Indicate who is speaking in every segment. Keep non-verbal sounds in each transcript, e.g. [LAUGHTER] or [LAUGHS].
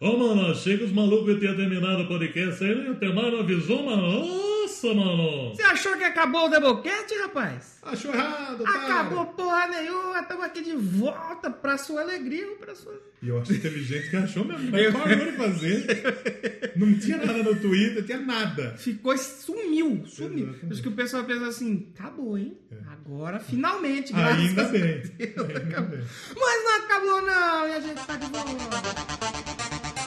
Speaker 1: Ô, mano, achei que os malucos tinham terminado o podcast aí e o Temar avisou, mano. Nossa, mano.
Speaker 2: Você achou que acabou o Doublecast, rapaz?
Speaker 3: Achou errado, Ah, cara.
Speaker 2: Acabou porra nenhuma, estamos aqui de volta pra sua alegria ou pra sua...
Speaker 3: E eu acho que teve gente que achou mesmo. Ninguém parou de fazer. Não tinha nada no Twitter, tinha nada.
Speaker 2: Ficou, sumiu, sumiu.
Speaker 3: Exatamente. É.
Speaker 2: Acho que o pessoal pensa assim, acabou, hein? Agora, finalmente, graças
Speaker 3: Ainda
Speaker 2: a
Speaker 3: bem.
Speaker 2: Deus,
Speaker 3: Ainda
Speaker 2: acabou.
Speaker 3: bem.
Speaker 2: Mas não acabou não, e a gente tá de volta.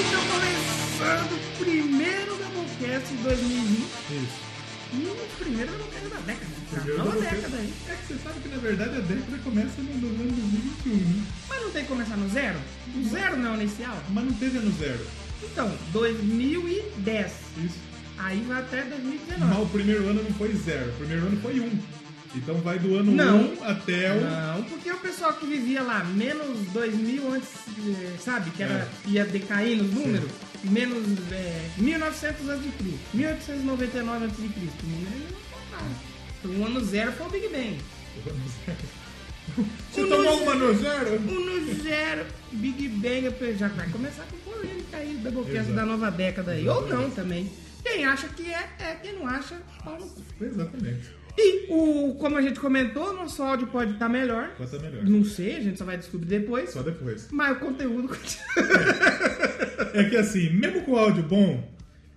Speaker 2: Então, começando o primeiro Doublecast de 2020.
Speaker 3: Isso.
Speaker 2: E o primeiro Doublecast da década.
Speaker 3: Primeiro
Speaker 2: da nova
Speaker 3: Doublecast.
Speaker 2: década aí.
Speaker 3: É que você sabe que na verdade a década começa no no ano 2021, né?
Speaker 2: Mas não tem que começar no zero? O zero não é o inicial?
Speaker 3: Mas não teve ano zero.
Speaker 2: Então, 2010.
Speaker 3: Isso.
Speaker 2: Aí vai até 2019.
Speaker 3: Mas o primeiro ano não foi zero. O primeiro ano foi um. Então vai do ano
Speaker 2: Não. Ah.
Speaker 3: um até o. [LAUGHS]
Speaker 2: Não, porque o pessoal que vivia lá menos 2000 antes, eh, sabe, que era, ia decaindo os números, menos eh, 1900 antes de Cristo, 1899 antes de Cristo, o número não contava. Então, o ano zero foi o Big Bang.
Speaker 3: o ano zero. Você
Speaker 2: Um
Speaker 3: tomou
Speaker 2: no-
Speaker 3: uma no zero?
Speaker 2: O ano zero, Big Bang, eu já vai começar com polêmica aí, Doublecast
Speaker 3: Exato.
Speaker 2: da nova década aí, ou não também. Quem acha que é, é, quem não acha, pau no cu.
Speaker 3: Exatamente.
Speaker 2: E o, como a gente comentou, nosso áudio pode estar melhor.
Speaker 3: Quanto é melhor?
Speaker 2: Não sei, a gente só vai descobrir depois.
Speaker 3: Só depois.
Speaker 2: Mas o conteúdo continua.
Speaker 3: É que assim, mesmo com o áudio bom,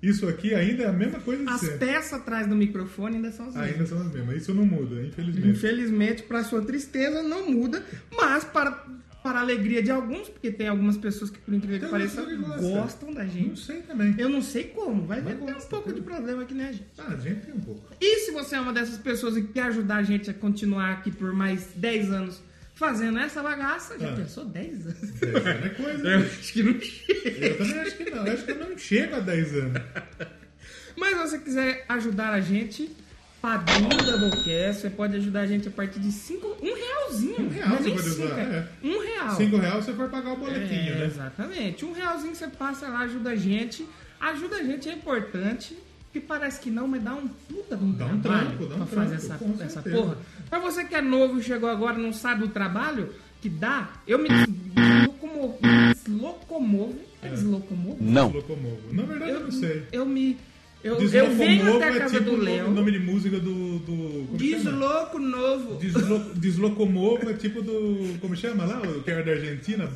Speaker 3: isso aqui ainda é a mesma coisa de
Speaker 2: As
Speaker 3: sempre.
Speaker 2: peças atrás do microfone ainda são as
Speaker 3: Ainda
Speaker 2: mesmas.
Speaker 3: são as mesmas. Isso não muda, infelizmente.
Speaker 2: Infelizmente, para sua tristeza, não muda. Mas para, para a alegria de alguns, porque tem algumas pessoas que, por incrível que
Speaker 3: Tem
Speaker 2: pareça,
Speaker 3: pessoas que gostam.
Speaker 2: gostam da
Speaker 3: Não
Speaker 2: gente.
Speaker 3: sei também.
Speaker 2: Eu não sei como, vai
Speaker 3: Mas
Speaker 2: ver tem um
Speaker 3: gosta,
Speaker 2: pouco
Speaker 3: tem.
Speaker 2: de problema aqui, né, gente?
Speaker 3: Ah, a gente tem um pouco.
Speaker 2: E se você é uma dessas pessoas e quer ajudar a gente a continuar aqui por mais 10 anos fazendo essa bagaça, já
Speaker 3: Ah.
Speaker 2: pensou 10 anos?
Speaker 3: 10 anos é coisa.
Speaker 2: Eu
Speaker 3: né?
Speaker 2: acho que não chega.
Speaker 3: Eu também acho que não. Eu acho que eu não chego a 10 anos.
Speaker 2: Mas se você quiser ajudar a gente, padrinho da Doublecast, você pode ajudar a gente a partir de cinco, um realzinho.
Speaker 3: Um real
Speaker 2: não é
Speaker 3: você
Speaker 2: nem
Speaker 3: pode
Speaker 2: cinco,
Speaker 3: usar,
Speaker 2: é Um real.
Speaker 3: 5 reais você for pagar o boletinho,
Speaker 2: É,
Speaker 3: né?
Speaker 2: Exatamente. Um realzinho você passa lá, ajuda a gente. Ajuda a gente é importante. Que parece que não, mas dá um puta de um
Speaker 3: Dá um
Speaker 2: trabalho
Speaker 3: trampo, dá um
Speaker 2: pra
Speaker 3: trampo,
Speaker 2: fazer essa,
Speaker 3: com
Speaker 2: essa
Speaker 3: certeza.
Speaker 2: porra. Pra você que é novo e chegou agora e não sabe o trabalho que dá, eu me des- locomovo. Deslocomovo. É deslocomovo?
Speaker 3: Não. Locomovo. Na verdade, eu, não sei.
Speaker 2: Eu me. Eu, eu
Speaker 3: Deslocomovo
Speaker 2: venho até a
Speaker 3: é
Speaker 2: casa
Speaker 3: tipo
Speaker 2: do
Speaker 3: o nome-
Speaker 2: Léo.
Speaker 3: nome de música do. do como chama?
Speaker 2: Desloco novo. [LAUGHS]
Speaker 3: Deslo- Deslocomovo é tipo do. Como chama lá? O que era da Argentina?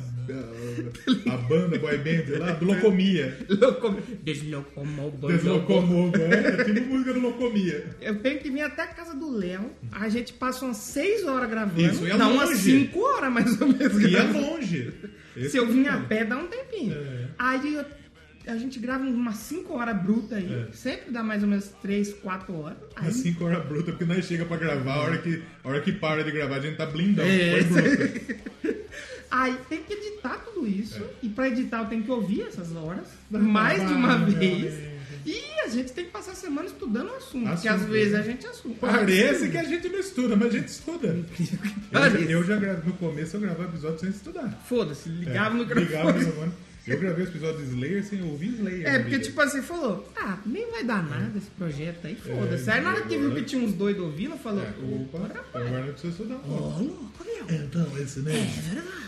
Speaker 3: A, a banda, boy band lá? Do Locomia.
Speaker 2: Locomo- Deslocomovo.
Speaker 3: Deslocomovo, é, é tipo música do Locomia.
Speaker 2: Eu tenho que vir até a casa do Léo. A gente passa umas 6 horas gravando.
Speaker 3: Isso, é
Speaker 2: dá
Speaker 3: longe.
Speaker 2: umas 5 horas mais ou menos.
Speaker 3: E é
Speaker 2: gravando.
Speaker 3: longe. Esse
Speaker 2: Se
Speaker 3: é
Speaker 2: eu
Speaker 3: o
Speaker 2: vim a
Speaker 3: problema.
Speaker 2: pé, dá um tempinho.
Speaker 3: É.
Speaker 2: Aí eu- a gente grava umas 5 horas bruta aí.
Speaker 3: É.
Speaker 2: Sempre dá mais ou menos 3, 4 horas. Aí,
Speaker 3: Às 5 horas bruta, porque nós chega pra gravar, a hora que, a hora que para de gravar, a gente tá blindão.
Speaker 2: É.
Speaker 3: Foi bruta.
Speaker 2: aí tem que editar tudo isso.
Speaker 3: É.
Speaker 2: E pra editar eu tenho que ouvir essas horas.
Speaker 3: Dá
Speaker 2: mais de uma
Speaker 3: trabalho,
Speaker 2: vez.
Speaker 3: é.
Speaker 2: E a gente tem que passar a semana estudando o assunto. Porque
Speaker 3: Assunto,
Speaker 2: às vezes
Speaker 3: né?
Speaker 2: a gente assume.
Speaker 3: Parece
Speaker 2: [LAUGHS]
Speaker 3: que a gente não estuda, mas a gente estuda. Eu já,
Speaker 2: Parece.
Speaker 3: eu já gravei, no começo eu gravava episódio sem estudar.
Speaker 2: Foda-se,
Speaker 3: É,
Speaker 2: ligava no
Speaker 3: Ligava o
Speaker 2: microfone.
Speaker 3: microfone. Eu gravei os episódios de Slayer sem ouvir
Speaker 2: [LAUGHS]
Speaker 3: Slayer.
Speaker 2: É,
Speaker 3: na
Speaker 2: porque
Speaker 3: vida.
Speaker 2: tipo assim, falou, ah, nem vai dar nada esse projeto aí, foda-se.
Speaker 3: É,
Speaker 2: aí na hora que viu que
Speaker 3: agora-
Speaker 2: tinha uns doidos ouvindo, falou,
Speaker 3: É, opa,
Speaker 2: opa,
Speaker 3: agora não precisa estudar um pouco.
Speaker 2: louco, meu.
Speaker 3: Então, esse mesmo.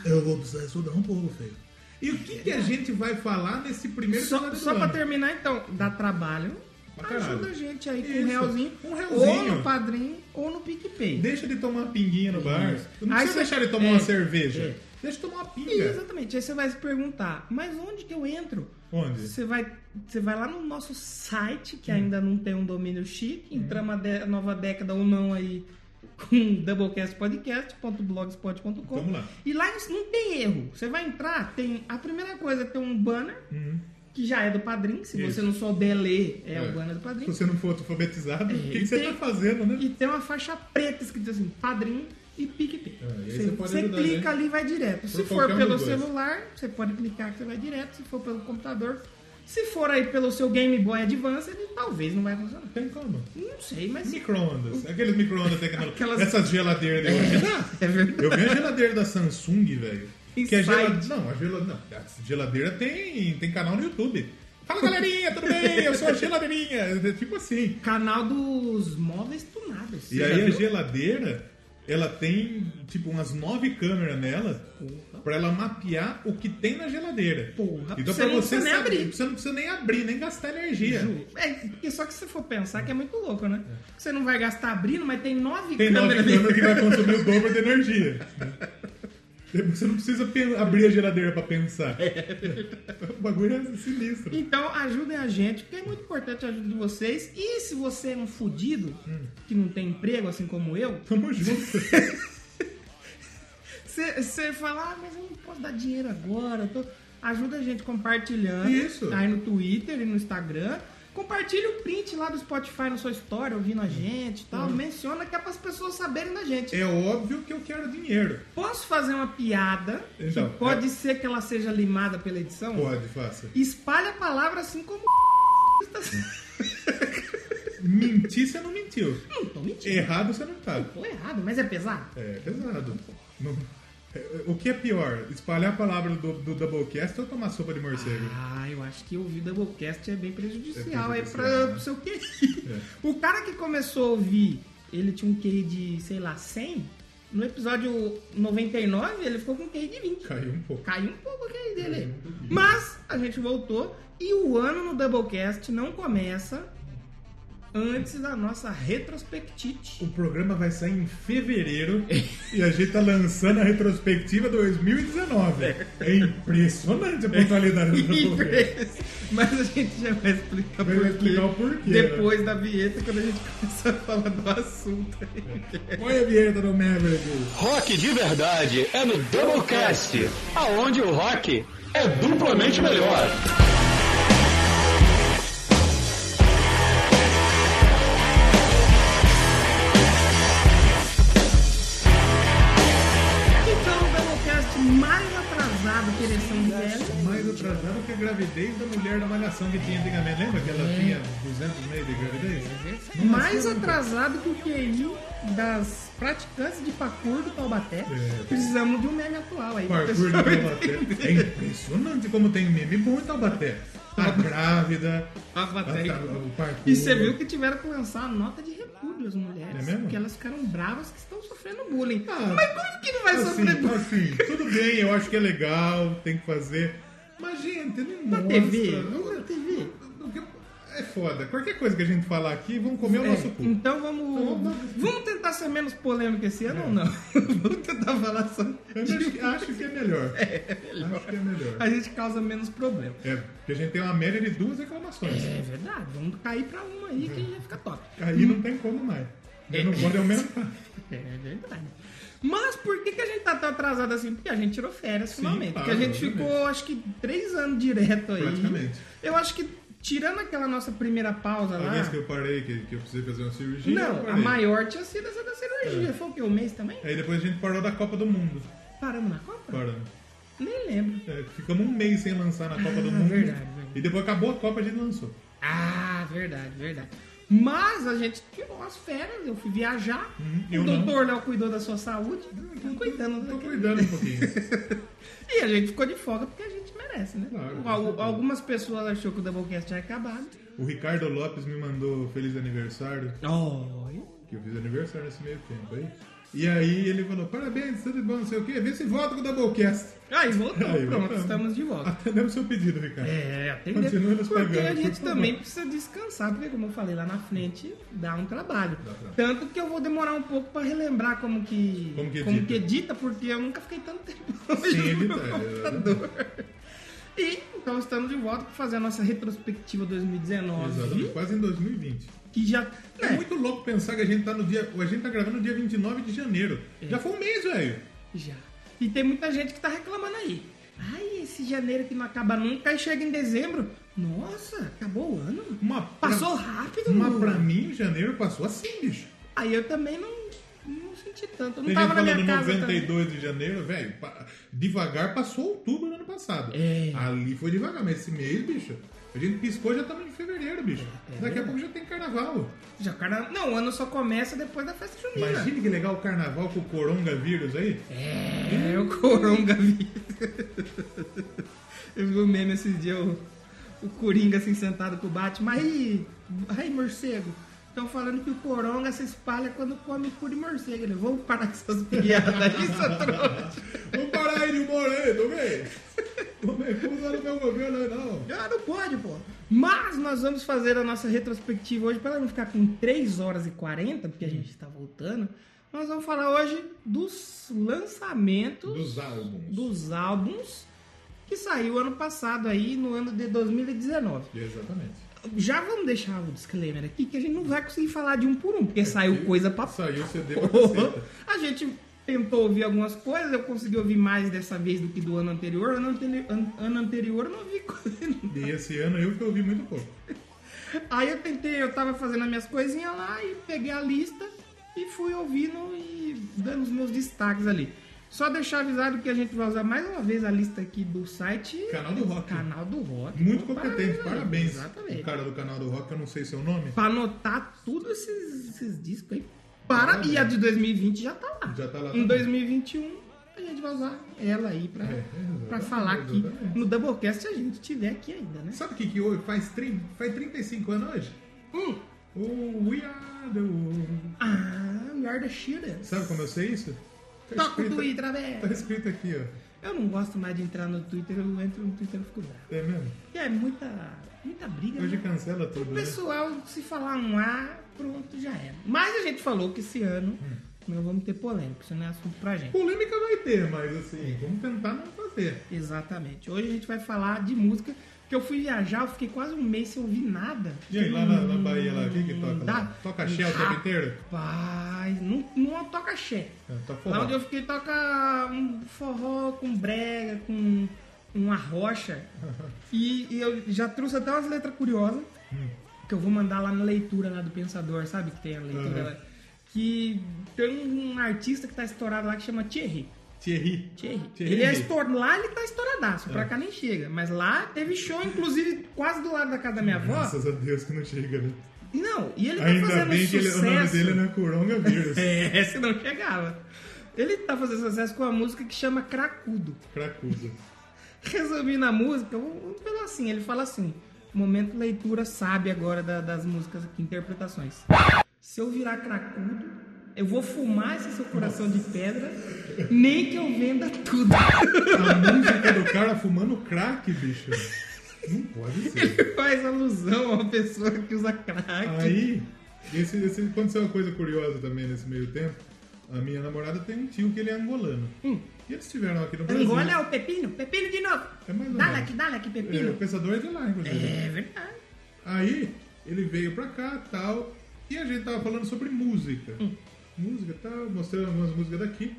Speaker 3: Eu vou precisar estudar um pouco, feio. E o que, que a gente vai falar nesse primeiro
Speaker 2: Só,
Speaker 3: episódio
Speaker 2: só
Speaker 3: do
Speaker 2: pra
Speaker 3: ano?
Speaker 2: terminar então, dá trabalho,
Speaker 3: Pra caralho.
Speaker 2: ajuda a gente aí com um
Speaker 3: Isso,
Speaker 2: realzinho,
Speaker 3: um realzinho.
Speaker 2: ou no Padrim, ou no PicPay.
Speaker 3: Deixa de tomar uma pinguinha no bar. Não
Speaker 2: Aí
Speaker 3: precisa
Speaker 2: você-
Speaker 3: deixar de tomar
Speaker 2: é,
Speaker 3: uma cerveja.
Speaker 2: é.
Speaker 3: Deixa de tomar uma pinga.
Speaker 2: E, exatamente, aí você vai se perguntar, mas onde que eu entro?
Speaker 3: Onde?
Speaker 2: Você vai, você vai lá no nosso site,
Speaker 3: Hum.
Speaker 2: que ainda não tem um domínio chique, entramos a de- nova década ou não aí [LAUGHS] com doublecastpodcast.blogspot.com.
Speaker 3: Vamos lá.
Speaker 2: E lá não tem erro. Você vai entrar, tem a primeira coisa é ter um banner
Speaker 3: Uhum.
Speaker 2: que já é do padrinho, se
Speaker 3: Isso.
Speaker 2: você não souber ler, é,
Speaker 3: É.
Speaker 2: o banner do
Speaker 3: Se
Speaker 2: padrinho.
Speaker 3: você não for alfabetizado,
Speaker 2: É,
Speaker 3: o que, que
Speaker 2: e
Speaker 3: você
Speaker 2: tem-
Speaker 3: tá fazendo, né?
Speaker 2: E tem uma faixa preta escrita assim, padrinho e PicPay.
Speaker 3: É, e aí
Speaker 2: você
Speaker 3: você pode
Speaker 2: você
Speaker 3: ajudar,
Speaker 2: clica
Speaker 3: né?
Speaker 2: ali e vai direto. se for
Speaker 3: qualquer um
Speaker 2: pelo
Speaker 3: dos dois.
Speaker 2: celular, você pode clicar que você vai direto. Se for pelo computador, se for aí pelo seu Game Boy Advance, ele talvez não vai funcionar.
Speaker 3: Tem como?
Speaker 2: Não sei, mas...
Speaker 3: Micro-ondas. Aqueles micro-ondas tecnológicos.
Speaker 2: Aquelas-
Speaker 3: Essas geladeiras de hoje.
Speaker 2: [LAUGHS] É verdade.
Speaker 3: Eu vi a geladeira da Samsung, velho. Que é a
Speaker 2: Inside.
Speaker 3: geladeira. Não, a geladeira. Não, a geladeira tem, tem canal no YouTube. Fala galerinha, tudo bem? Eu sou a geladeirinha. Tipo assim.
Speaker 2: Canal dos móveis tunados.
Speaker 3: E aí a geladeira, ela tem tipo umas nove câmeras nela
Speaker 2: Porra.
Speaker 3: pra ela mapear o que tem na geladeira.
Speaker 2: Porra,
Speaker 3: então
Speaker 2: você
Speaker 3: pra
Speaker 2: não
Speaker 3: você
Speaker 2: precisa nem
Speaker 3: saber,
Speaker 2: abrir.
Speaker 3: você não precisa nem abrir, nem gastar energia.
Speaker 2: Ju, É, porque só que se você for pensar que é muito louco, né? Você não vai gastar abrindo, mas tem nove
Speaker 3: Tem nove [LAUGHS]
Speaker 2: câmeras
Speaker 3: câmeras que
Speaker 2: ali.
Speaker 3: vai consumir o dobro de energia. Você não precisa pe- abrir a geladeira pra pensar. O bagulho é sinistro.
Speaker 2: Então ajudem a gente, porque é muito importante a ajuda de vocês. E se você é um fudido, que não tem emprego, assim como eu,
Speaker 3: Tamo junto.
Speaker 2: você você fala, ah, mas eu não posso dar dinheiro agora. eu tô-" Ajuda a gente compartilhando.
Speaker 3: Isso.
Speaker 2: Aí no Twitter e no Instagram. Compartilha o print lá do Spotify na sua história, ouvindo a gente e
Speaker 3: Uhum.
Speaker 2: tal. Menciona que é para as pessoas saberem da gente.
Speaker 3: É óbvio que eu quero dinheiro.
Speaker 2: Posso fazer uma piada?
Speaker 3: Então,
Speaker 2: que pode ser que ela seja limada pela edição?
Speaker 3: Pode, faça.
Speaker 2: Espalha a palavra assim como. está sendo.
Speaker 3: Mentir você não mentiu.
Speaker 2: Não Hum, tô mentindo.
Speaker 3: Errado você não tá.
Speaker 2: Tô errado, mas é pesado?
Speaker 3: É pesado. Não- é, O que é pior? Espalhar a palavra do, do Doublecast ou tomar sopa de morcego?
Speaker 2: Ah, eu acho que ouvir Doublecast é bem prejudicial.
Speaker 3: É
Speaker 2: É,
Speaker 3: prejudicial,
Speaker 2: pra
Speaker 3: né? É.
Speaker 2: pro seu QI. O cara que começou a ouvir, ele tinha um QI de, sei lá, 100. No episódio 99, ele ficou com um QI de 20.
Speaker 3: Caiu um pouco.
Speaker 2: Caiu um pouco o QI dele.
Speaker 3: Caiu
Speaker 2: aí.
Speaker 3: um pouquinho.
Speaker 2: Mas a gente voltou e o ano no Doublecast não começa antes da nossa retrospectite.
Speaker 3: O programa vai sair em fevereiro e a gente tá lançando a retrospectiva 2019. É impressionante a pontualidade
Speaker 2: [LAUGHS]
Speaker 3: do Doublecast.
Speaker 2: Mas a gente já vai explicar,
Speaker 3: Vai
Speaker 2: por quê
Speaker 3: explicar o porquê, né?
Speaker 2: depois da vinheta quando a gente começar a falar do assunto.
Speaker 3: Olha a vinheta do Maverick.
Speaker 4: Rock de verdade é no Doublecast, aonde o rock é duplamente melhor.
Speaker 2: Então o Doublecast mais atrasado que eleição de velho.
Speaker 3: Mais atrasado que a gravidez da mulher da malhação que tinha antigamente. Lembra que ela tinha 200 meses de gravidez?
Speaker 2: É. Uhum.
Speaker 3: um
Speaker 2: Mais atrasado que o QI das praticantes de parkour do Taubaté.
Speaker 3: É.
Speaker 2: Precisamos de um meme atual aí.
Speaker 3: Parkour
Speaker 2: [LAUGHS]
Speaker 3: de Taubaté. É impressionante como tem meme bom em Taubaté. A grávida, a,
Speaker 2: Taubaté.
Speaker 3: tra- o parkour.
Speaker 2: E você viu que tiveram que lançar a nota de repúdio às mulheres.
Speaker 3: É mesmo?
Speaker 2: Porque elas ficaram bravas que estão sofrendo bullying.
Speaker 3: Ah,
Speaker 2: Mas como que não vai sofrer
Speaker 3: assim,
Speaker 2: bullying?
Speaker 3: assim, tudo bem, eu acho que é legal, tem que fazer. Mas, gente, não
Speaker 2: Na
Speaker 3: mostra.
Speaker 2: TV?
Speaker 3: Não-
Speaker 2: Na TV?
Speaker 3: não- não- É foda. Qualquer coisa que a gente falar aqui, vão comer o
Speaker 2: É,
Speaker 3: nosso cu.
Speaker 2: então vamos. Vamos tentar ser menos polêmico esse ano ou não? [LAUGHS] vamos tentar falar só.
Speaker 3: Eu
Speaker 2: [LAUGHS]
Speaker 3: acho que, acho que é melhor. Acho que é melhor.
Speaker 2: A gente causa menos problema.
Speaker 3: É, porque a gente tem uma média de duas reclamações.
Speaker 2: É verdade, vamos cair pra uma aí que já fica top.
Speaker 3: Aí não tem como mais. Aí Não
Speaker 2: [LAUGHS]
Speaker 3: pode aumentar.
Speaker 2: É verdade. Mas por que, que a gente tá tão atrasado assim? Porque a gente tirou férias finalmente.
Speaker 3: claro,
Speaker 2: Porque a gente
Speaker 3: obviamente.
Speaker 2: ficou, acho que, três anos direto aí.
Speaker 3: Praticamente.
Speaker 2: Eu acho que, tirando aquela nossa primeira pausa
Speaker 3: A
Speaker 2: Tá lá.
Speaker 3: vez que eu parei, que, que eu precisei fazer uma cirurgia. eu
Speaker 2: Não, a
Speaker 3: parei.
Speaker 2: maior tinha sido essa da cirurgia. Foi o quê? Um mês também?
Speaker 3: Aí depois a gente parou da Copa do Mundo.
Speaker 2: Paramos na Copa?
Speaker 3: Paramos.
Speaker 2: Nem lembro.
Speaker 3: É, ficamos um mês sem lançar na Copa do
Speaker 2: Ah,
Speaker 3: Mundo.
Speaker 2: verdade, verdade.
Speaker 3: E depois acabou a Copa, a gente lançou.
Speaker 2: Ah, verdade, verdade. Mas a gente tirou as férias, eu fui viajar.
Speaker 3: Uhum, eu
Speaker 2: o
Speaker 3: não. Ah, tá.
Speaker 2: doutor Léo cuidou da sua saúde. Tô cuidando
Speaker 3: Tô
Speaker 2: daquele-
Speaker 3: cuidando um pouquinho.
Speaker 2: E a gente ficou de folga porque a gente merece, né?
Speaker 3: Claro, com
Speaker 2: Al-
Speaker 3: certeza.
Speaker 2: algumas pessoas achou que o Doublecast tinha acabado.
Speaker 3: O Ricardo Lopes me mandou feliz aniversário,
Speaker 2: Oh.
Speaker 3: que eu fiz aniversário nesse meio tempo aí. E aí ele falou, parabéns, tudo bom, não sei o quê, vê se volta com o Doublecast. [LAUGHS]
Speaker 2: Aí voltou,
Speaker 3: Aí,
Speaker 2: pronto,
Speaker 3: voltamos.
Speaker 2: estamos de volta.
Speaker 3: Atendemos seu pedido, Ricardo.
Speaker 2: É, atender.
Speaker 3: Continua nos
Speaker 2: Porque
Speaker 3: pagando,
Speaker 2: a
Speaker 3: por
Speaker 2: gente
Speaker 3: favor.
Speaker 2: também precisa descansar, porque como eu falei lá na frente, dá um trabalho.
Speaker 3: Dá trabalho.
Speaker 2: Tanto que eu vou demorar um pouco pra relembrar como que
Speaker 3: Como que edita.
Speaker 2: edita, porque eu nunca fiquei tanto tempo
Speaker 3: Sem
Speaker 2: no meu
Speaker 3: editar, é
Speaker 2: computador. E então estamos de volta para fazer a nossa retrospectiva 2019,
Speaker 3: Exatamente, é, quase em 2020.
Speaker 2: que já
Speaker 3: É.
Speaker 2: né,
Speaker 3: muito louco pensar que a gente tá no dia. A gente tá gravando no dia 29 de janeiro.
Speaker 2: É.
Speaker 3: Já foi um mês, velho.
Speaker 2: já. E tem muita gente que tá reclamando aí. Ai, esse janeiro que não acaba nunca e chega em dezembro. Nossa, acabou o ano.
Speaker 3: Uma pra-
Speaker 2: Passou rápido,
Speaker 3: Uma
Speaker 2: mano.
Speaker 3: pra mim, janeiro passou assim, bicho.
Speaker 2: Aí eu também não, não senti tanto. Eu Não
Speaker 3: Tem gente
Speaker 2: tava na minha
Speaker 3: falando
Speaker 2: casa.
Speaker 3: 92 de janeiro, velho. pa- Devagar passou outubro do ano passado.
Speaker 2: É.
Speaker 3: Ali foi devagar, mas esse mês, bicho. A gente piscou já estamos em fevereiro,
Speaker 2: É,
Speaker 3: bicho. Daqui a pouco já tem carnaval.
Speaker 2: também. Já, cara, não, o ano só começa depois da festa junina.
Speaker 3: Imagina que legal o carnaval com o coronavírus aí.
Speaker 2: É, o coronga vi. Eu vi o meme um esses dias. O, o Coringa assim sentado com o Batman. Aí, aí morcego. Estão falando que o coronga se espalha quando come cu de morcego. Né? Vamos parar com essas piadas aí, seu trouxa.
Speaker 3: Vamos parar aí de morrer, Não Não no meu governo aí, não.
Speaker 2: Ah, não pode, pô. Mas nós vamos fazer a nossa retrospectiva hoje, para não ficar com 3 horas e 40, porque a gente está voltando. Nós vamos falar hoje dos lançamentos
Speaker 3: Dos álbuns.
Speaker 2: dos álbuns que saiu ano passado aí, no ano de 2019.
Speaker 3: Exatamente.
Speaker 2: Já vamos deixar o disclaimer aqui que a gente não vai conseguir falar de um por um, porque saiu
Speaker 3: que
Speaker 2: coisa pra
Speaker 3: É, Saiu CD pra
Speaker 2: porra.
Speaker 3: caceta.
Speaker 2: A gente tentou ouvir algumas coisas, eu consegui ouvir mais dessa vez do que do ano anterior. Ano, anteri- an- ano anterior eu não ouvi [LAUGHS] coisa.
Speaker 3: E esse ano eu que ouvi muito pouco.
Speaker 2: Aí eu tentei, eu tava fazendo as minhas coisinhas lá e peguei a lista e fui ouvindo e dando os meus destaques ali. Só deixar avisado que a gente vai usar mais uma vez a lista aqui do site
Speaker 3: Canal do Rock.
Speaker 2: Canal do Rock.
Speaker 3: Muito
Speaker 2: Então,
Speaker 3: competente, parabéns.
Speaker 2: Exatamente.
Speaker 3: O cara do canal do rock, eu não sei seu nome,
Speaker 2: Pra anotar tudo esses, esses discos aí. Para, e a de 2020 já tá lá.
Speaker 3: já tá lá.
Speaker 2: Em
Speaker 3: também.
Speaker 2: 2021, a gente vai usar ela aí pra,
Speaker 3: É,
Speaker 2: pra
Speaker 3: exatamente,
Speaker 2: falar aqui
Speaker 3: exatamente.
Speaker 2: no Doublecast se a gente tiver aqui ainda, né?
Speaker 3: Sabe o que que hoje faz, tri... faz 35 anos hoje?
Speaker 2: Hum.
Speaker 3: O We Are The World.
Speaker 2: Ah, melhor da Shira.
Speaker 3: Sabe como eu sei isso? Tá
Speaker 2: Toca o
Speaker 3: escrito-
Speaker 2: Twitter,
Speaker 3: Tá
Speaker 2: velho.
Speaker 3: escrito aqui, ó.
Speaker 2: Eu não gosto mais de entrar no Twitter, eu entro no Twitter e fico bravo.
Speaker 3: É mesmo?
Speaker 2: E é muita, muita briga.
Speaker 3: Hoje
Speaker 2: né?
Speaker 3: cancela tudo,
Speaker 2: O
Speaker 3: né?
Speaker 2: pessoal, se falar um A, pronto, já era. Mas a gente falou que esse ano não vamos ter polêmica, isso não é assunto pra gente.
Speaker 3: Polêmica vai ter, mas assim, vamos tentar não fazer.
Speaker 2: Exatamente. Hoje a gente vai falar de música, que eu fui viajar, eu fiquei quase um mês sem ouvir nada.
Speaker 3: E aí, lá na, na Bahia, lá, o que que toca?
Speaker 2: Dá.
Speaker 3: Lá? Toca Shell o tempo inteiro?
Speaker 2: Rapaz, não, não toca axé.
Speaker 3: É, toca
Speaker 2: Lá
Speaker 3: forró.
Speaker 2: onde eu fiquei toca um forró com brega, com uma
Speaker 3: [LAUGHS]
Speaker 2: rocha. e, e eu já trouxe até umas letras curiosas
Speaker 3: Hum.
Speaker 2: que eu vou mandar lá na leitura lá do Pensador, sabe? Que tem a leitura
Speaker 3: Aham.
Speaker 2: lá. Que tem um artista que tá estourado lá que chama Thierry.
Speaker 3: Thierry.
Speaker 2: Thierry.
Speaker 3: Thierry. É.
Speaker 2: Ele é estour... Lá ele tá estouradaço, pra cá nem chega. Mas lá teve show, inclusive, quase do lado da casa da minha avó.
Speaker 3: Graças a Deus que não chega, né?
Speaker 2: E não, e ele tá
Speaker 3: Ainda
Speaker 2: fazendo
Speaker 3: bem que ele-
Speaker 2: sucesso.
Speaker 3: o nome dele não é Coronga
Speaker 2: [LAUGHS]
Speaker 3: Vírus.
Speaker 2: É, se não chegava. Ele tá fazendo sucesso com uma música que chama Cracudo.
Speaker 3: Cracudo.
Speaker 2: Resumindo a música, um, um pedacinho, ele fala assim: momento leitura sabe agora da- das músicas aqui, interpretações. Se eu virar cracudo, eu vou fumar esse seu coração de pedra, nem que eu venda tudo. [LAUGHS]
Speaker 3: A música do cara fumando crack, bicho. Não pode ser.
Speaker 2: Ele faz alusão a uma pessoa que usa crack.
Speaker 3: Aí, esse, esse, aconteceu uma coisa curiosa também nesse meio tempo. A minha namorada tem um tio que ele é angolano.
Speaker 2: Hum.
Speaker 3: E eles estiveram aqui no Brasil.
Speaker 2: Engola o pepino, pepino de novo.
Speaker 3: É mais ou
Speaker 2: dá
Speaker 3: menos.
Speaker 2: aqui, dá aqui,
Speaker 3: É, o
Speaker 2: pepino.
Speaker 3: pensador é de lá, inclusive.
Speaker 2: É verdade.
Speaker 3: Aí ele veio pra cá tal. E a gente tava falando sobre música.
Speaker 2: Hum.
Speaker 3: Música tal, mostrando algumas músicas daqui.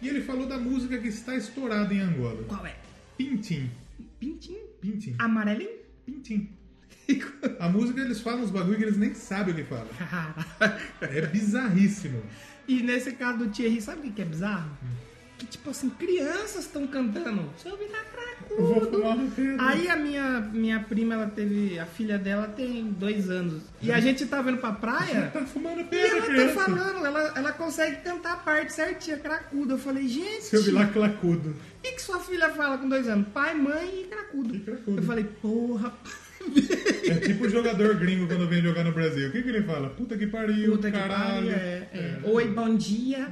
Speaker 3: E ele falou da música que está estourada em Angola.
Speaker 2: Qual Ah. é?
Speaker 3: Pintim.
Speaker 2: Pintinho?
Speaker 3: Pintim.
Speaker 2: Amarelinho?
Speaker 3: Pintim. A música eles falam uns bagulho que eles nem sabem o que fala. É bizarríssimo.
Speaker 2: [LAUGHS] e nesse caso do Thierry, sabe o que que é bizarro? Que tipo assim, crianças estão cantando. Se eu virar
Speaker 3: Eu vou
Speaker 2: cracudo.
Speaker 3: fumar uma pedra.
Speaker 2: Aí a minha, minha prima, ela teve. A filha dela tem dois anos. E a gente tava indo pra
Speaker 3: [LAUGHS]
Speaker 2: praia.
Speaker 3: Tá fumando
Speaker 2: E
Speaker 3: pedra,
Speaker 2: ela tá
Speaker 3: criança.
Speaker 2: falando, ela, ela consegue cantar a parte certinha, cracuda. Eu falei, gente.
Speaker 3: Seu Vilar Clacudo.
Speaker 2: O que, que sua filha fala com dois anos? Pai, mãe e cracudo.
Speaker 3: E cracudo.
Speaker 2: Eu falei, porra,
Speaker 3: É tipo o jogador gringo quando vem jogar no Brasil. O que, que ele fala? Puta que pariu,
Speaker 2: puta que
Speaker 3: caralho.
Speaker 2: pariu. É, é. Oi, bom dia.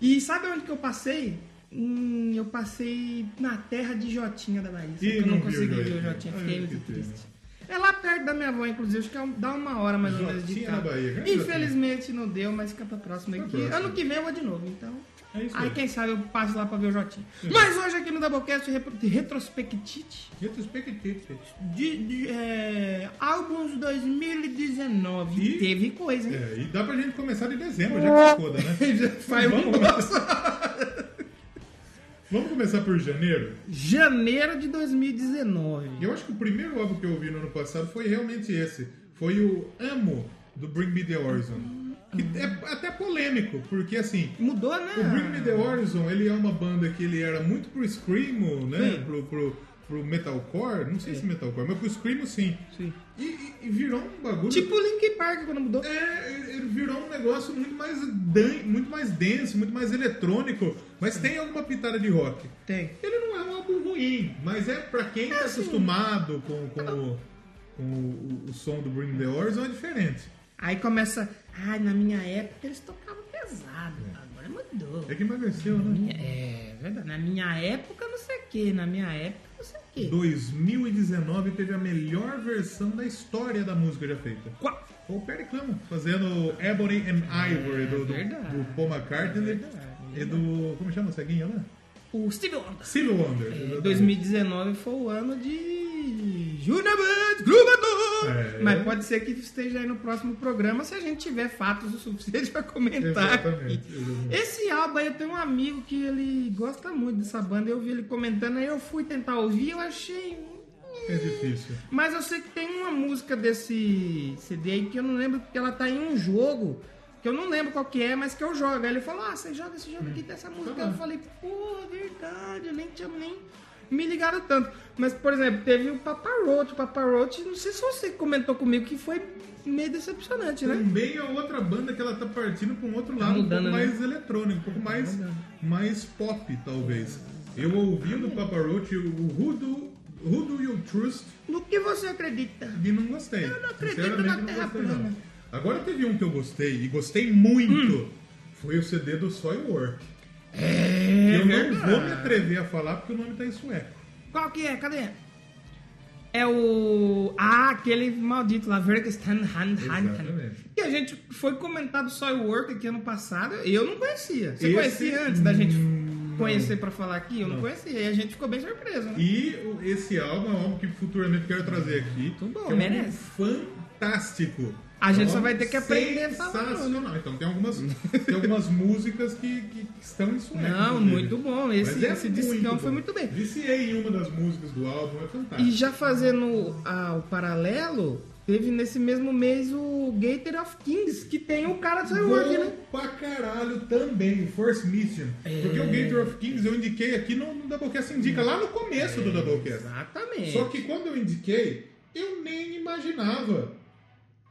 Speaker 2: E sabe onde que eu passei? Hum, eu passei na terra de Jotinha da Bahia. só
Speaker 3: Ih,
Speaker 2: que eu não,
Speaker 3: não viu,
Speaker 2: consegui ver o
Speaker 3: Jotinha.
Speaker 2: Jotinha,
Speaker 3: Ai,
Speaker 2: fiquei
Speaker 3: que
Speaker 2: muito
Speaker 3: pena.
Speaker 2: triste. É lá perto da minha avó, inclusive, acho que é um- dá uma hora mais ou menos de
Speaker 3: Jotinha
Speaker 2: carro.
Speaker 3: da Bahia, grande
Speaker 2: Infelizmente não deu, mas fica pra próxima
Speaker 3: Pra
Speaker 2: aqui.
Speaker 3: próxima.
Speaker 2: Ano que vem eu vou de novo, então.
Speaker 3: É isso
Speaker 2: aí,
Speaker 3: aí. Uhum.
Speaker 2: quem sabe eu passo lá pra ver o Jotinha. Mas hoje aqui no Doublecast repro- Retrospectite
Speaker 3: Retrospectiva.
Speaker 2: de, de, é, álbuns 2019.
Speaker 3: Ih.
Speaker 2: Teve coisa, hein?
Speaker 3: É, e dá pra gente começar de dezembro, já que se foda, né?
Speaker 2: [LAUGHS] Já faz um
Speaker 3: Vamos,
Speaker 2: nosso.
Speaker 3: Vamos começar por janeiro?
Speaker 2: Janeiro de 2019.
Speaker 3: Eu acho que o primeiro álbum que eu ouvi no ano passado foi realmente esse. Foi o Amo, do Bring Me The Horizon. Que é até polêmico, porque assim...
Speaker 2: Mudou, né?
Speaker 3: O Bring Me The Horizon, ele é uma banda que ele era muito pro Screamo, né?
Speaker 2: Sim.
Speaker 3: Pro, pro, pro Metalcore, não sei se Metalcore, mas pro Screamo sim.
Speaker 2: Sim.
Speaker 3: E, e- e virou um bagulho...
Speaker 2: Tipo o Linkin Park quando mudou.
Speaker 3: É, ele virou um negócio muito mais, dan muito mais denso, muito mais eletrônico, mas tem alguma pitada de rock.
Speaker 2: Tem. É,
Speaker 3: Ele não é um álbum ruim, mas é pra quem tá acostumado com, com o, com o, o- o som do Bring the Horizon é diferente.
Speaker 2: Aí começa. Ai, na minha época eles tocavam pesado. Agora mudou.
Speaker 3: É que emagreceu, né?
Speaker 2: Minha- É verdade. Na minha época não sei o que. Na minha época não sei o que.
Speaker 3: 2019 teve a melhor versão da história da música já feita.
Speaker 2: Qual?
Speaker 3: Foi o Perry Clamo fazendo Ebony and Ivory do, do,
Speaker 2: É verdade.
Speaker 3: do Paul McCartney
Speaker 2: É verdade.
Speaker 3: e do. Como chama o ceguinho lá?
Speaker 2: O Steve Wonder.
Speaker 3: Civil Wonder.
Speaker 2: É,
Speaker 3: exatamente.
Speaker 2: 2019 foi o ano de Júnior Band, Grubador!
Speaker 3: É.
Speaker 2: Mas pode ser que esteja aí no próximo programa se a gente tiver fatos [LAUGHS] o suficiente para comentar.
Speaker 3: Exatamente, exatamente.
Speaker 2: Esse álbum aí eu tenho um amigo que ele gosta muito dessa banda. Eu vi ele comentando, aí eu fui tentar ouvir, eu achei.
Speaker 3: É difícil.
Speaker 2: Mas eu sei que tem uma música desse CD aí que eu não lembro, que ela tá em um jogo, que eu não lembro qual que é, mas que eu jogo. Aí ele falou, ah, você joga esse jogo aqui, tem essa música. Eu falei, pô, verdade, eu nem tinha nem me ligado tanto. Mas, por exemplo, teve o Papa Roach. O Papa Roach, não sei se você comentou comigo, que foi meio decepcionante, né?
Speaker 3: Também é outra banda que ela tá partindo pra um outro
Speaker 2: Tá
Speaker 3: lado,
Speaker 2: mudando,
Speaker 3: um pouco
Speaker 2: né?
Speaker 3: mais eletrônico, um pouco mais, mais pop, talvez. Eu ouvi do Papa Roach o Who Do, Who Do You Trust
Speaker 2: No que você acredita?
Speaker 3: e não gostei.
Speaker 2: Eu não acredito
Speaker 3: Sinceramente,
Speaker 2: na
Speaker 3: não
Speaker 2: Terra
Speaker 3: gostei,
Speaker 2: plana.
Speaker 3: não. Agora teve um que eu gostei, e gostei muito,
Speaker 2: Hum.
Speaker 3: foi o CD do Soilwork.
Speaker 2: É,
Speaker 3: eu não vou me atrever a falar porque o nome tá em sueco.
Speaker 2: Qual que é? Cadê? É o. Ah, aquele maldito lá, Vergestan Han Han.
Speaker 3: Exatamente.
Speaker 2: Que a gente foi comentado só o Work aqui ano passado. Eu não conhecia. Você
Speaker 3: Esse-
Speaker 2: conhecia antes da gente
Speaker 3: Hum,
Speaker 2: conhecer pra falar aqui? Eu não, conhecia. E a gente ficou bem surpreso, né?
Speaker 3: E o- esse álbum é um álbum que futuramente quero trazer aqui.
Speaker 2: Muito bom,
Speaker 3: que é um
Speaker 2: merece.
Speaker 3: álbum fantástico.
Speaker 2: A gente
Speaker 3: É um
Speaker 2: só
Speaker 3: álbum
Speaker 2: vai ter que aprender a falar, né?
Speaker 3: Sensacional. Então tem algumas, [LAUGHS] tem algumas músicas que, que estão em sueco.
Speaker 2: Não,
Speaker 3: né? inclusive.
Speaker 2: muito bom.
Speaker 3: Mas
Speaker 2: Esse,
Speaker 3: é
Speaker 2: esse discão
Speaker 3: bom.
Speaker 2: foi muito bem.
Speaker 3: Viciei em uma das músicas do álbum, é
Speaker 2: E
Speaker 3: fantástico.
Speaker 2: já fazendo ah, o paralelo, teve nesse mesmo mês o Gator of Kings, que tem o cara do Soilwork,
Speaker 3: Bom
Speaker 2: né? É.
Speaker 3: pra caralho também, First Mission. Porque o Gator of Kings eu indiquei aqui no, no Doublecast Indica, lá no começo do Doublecast.
Speaker 2: Exatamente.
Speaker 3: Só que quando eu indiquei, eu nem imaginava.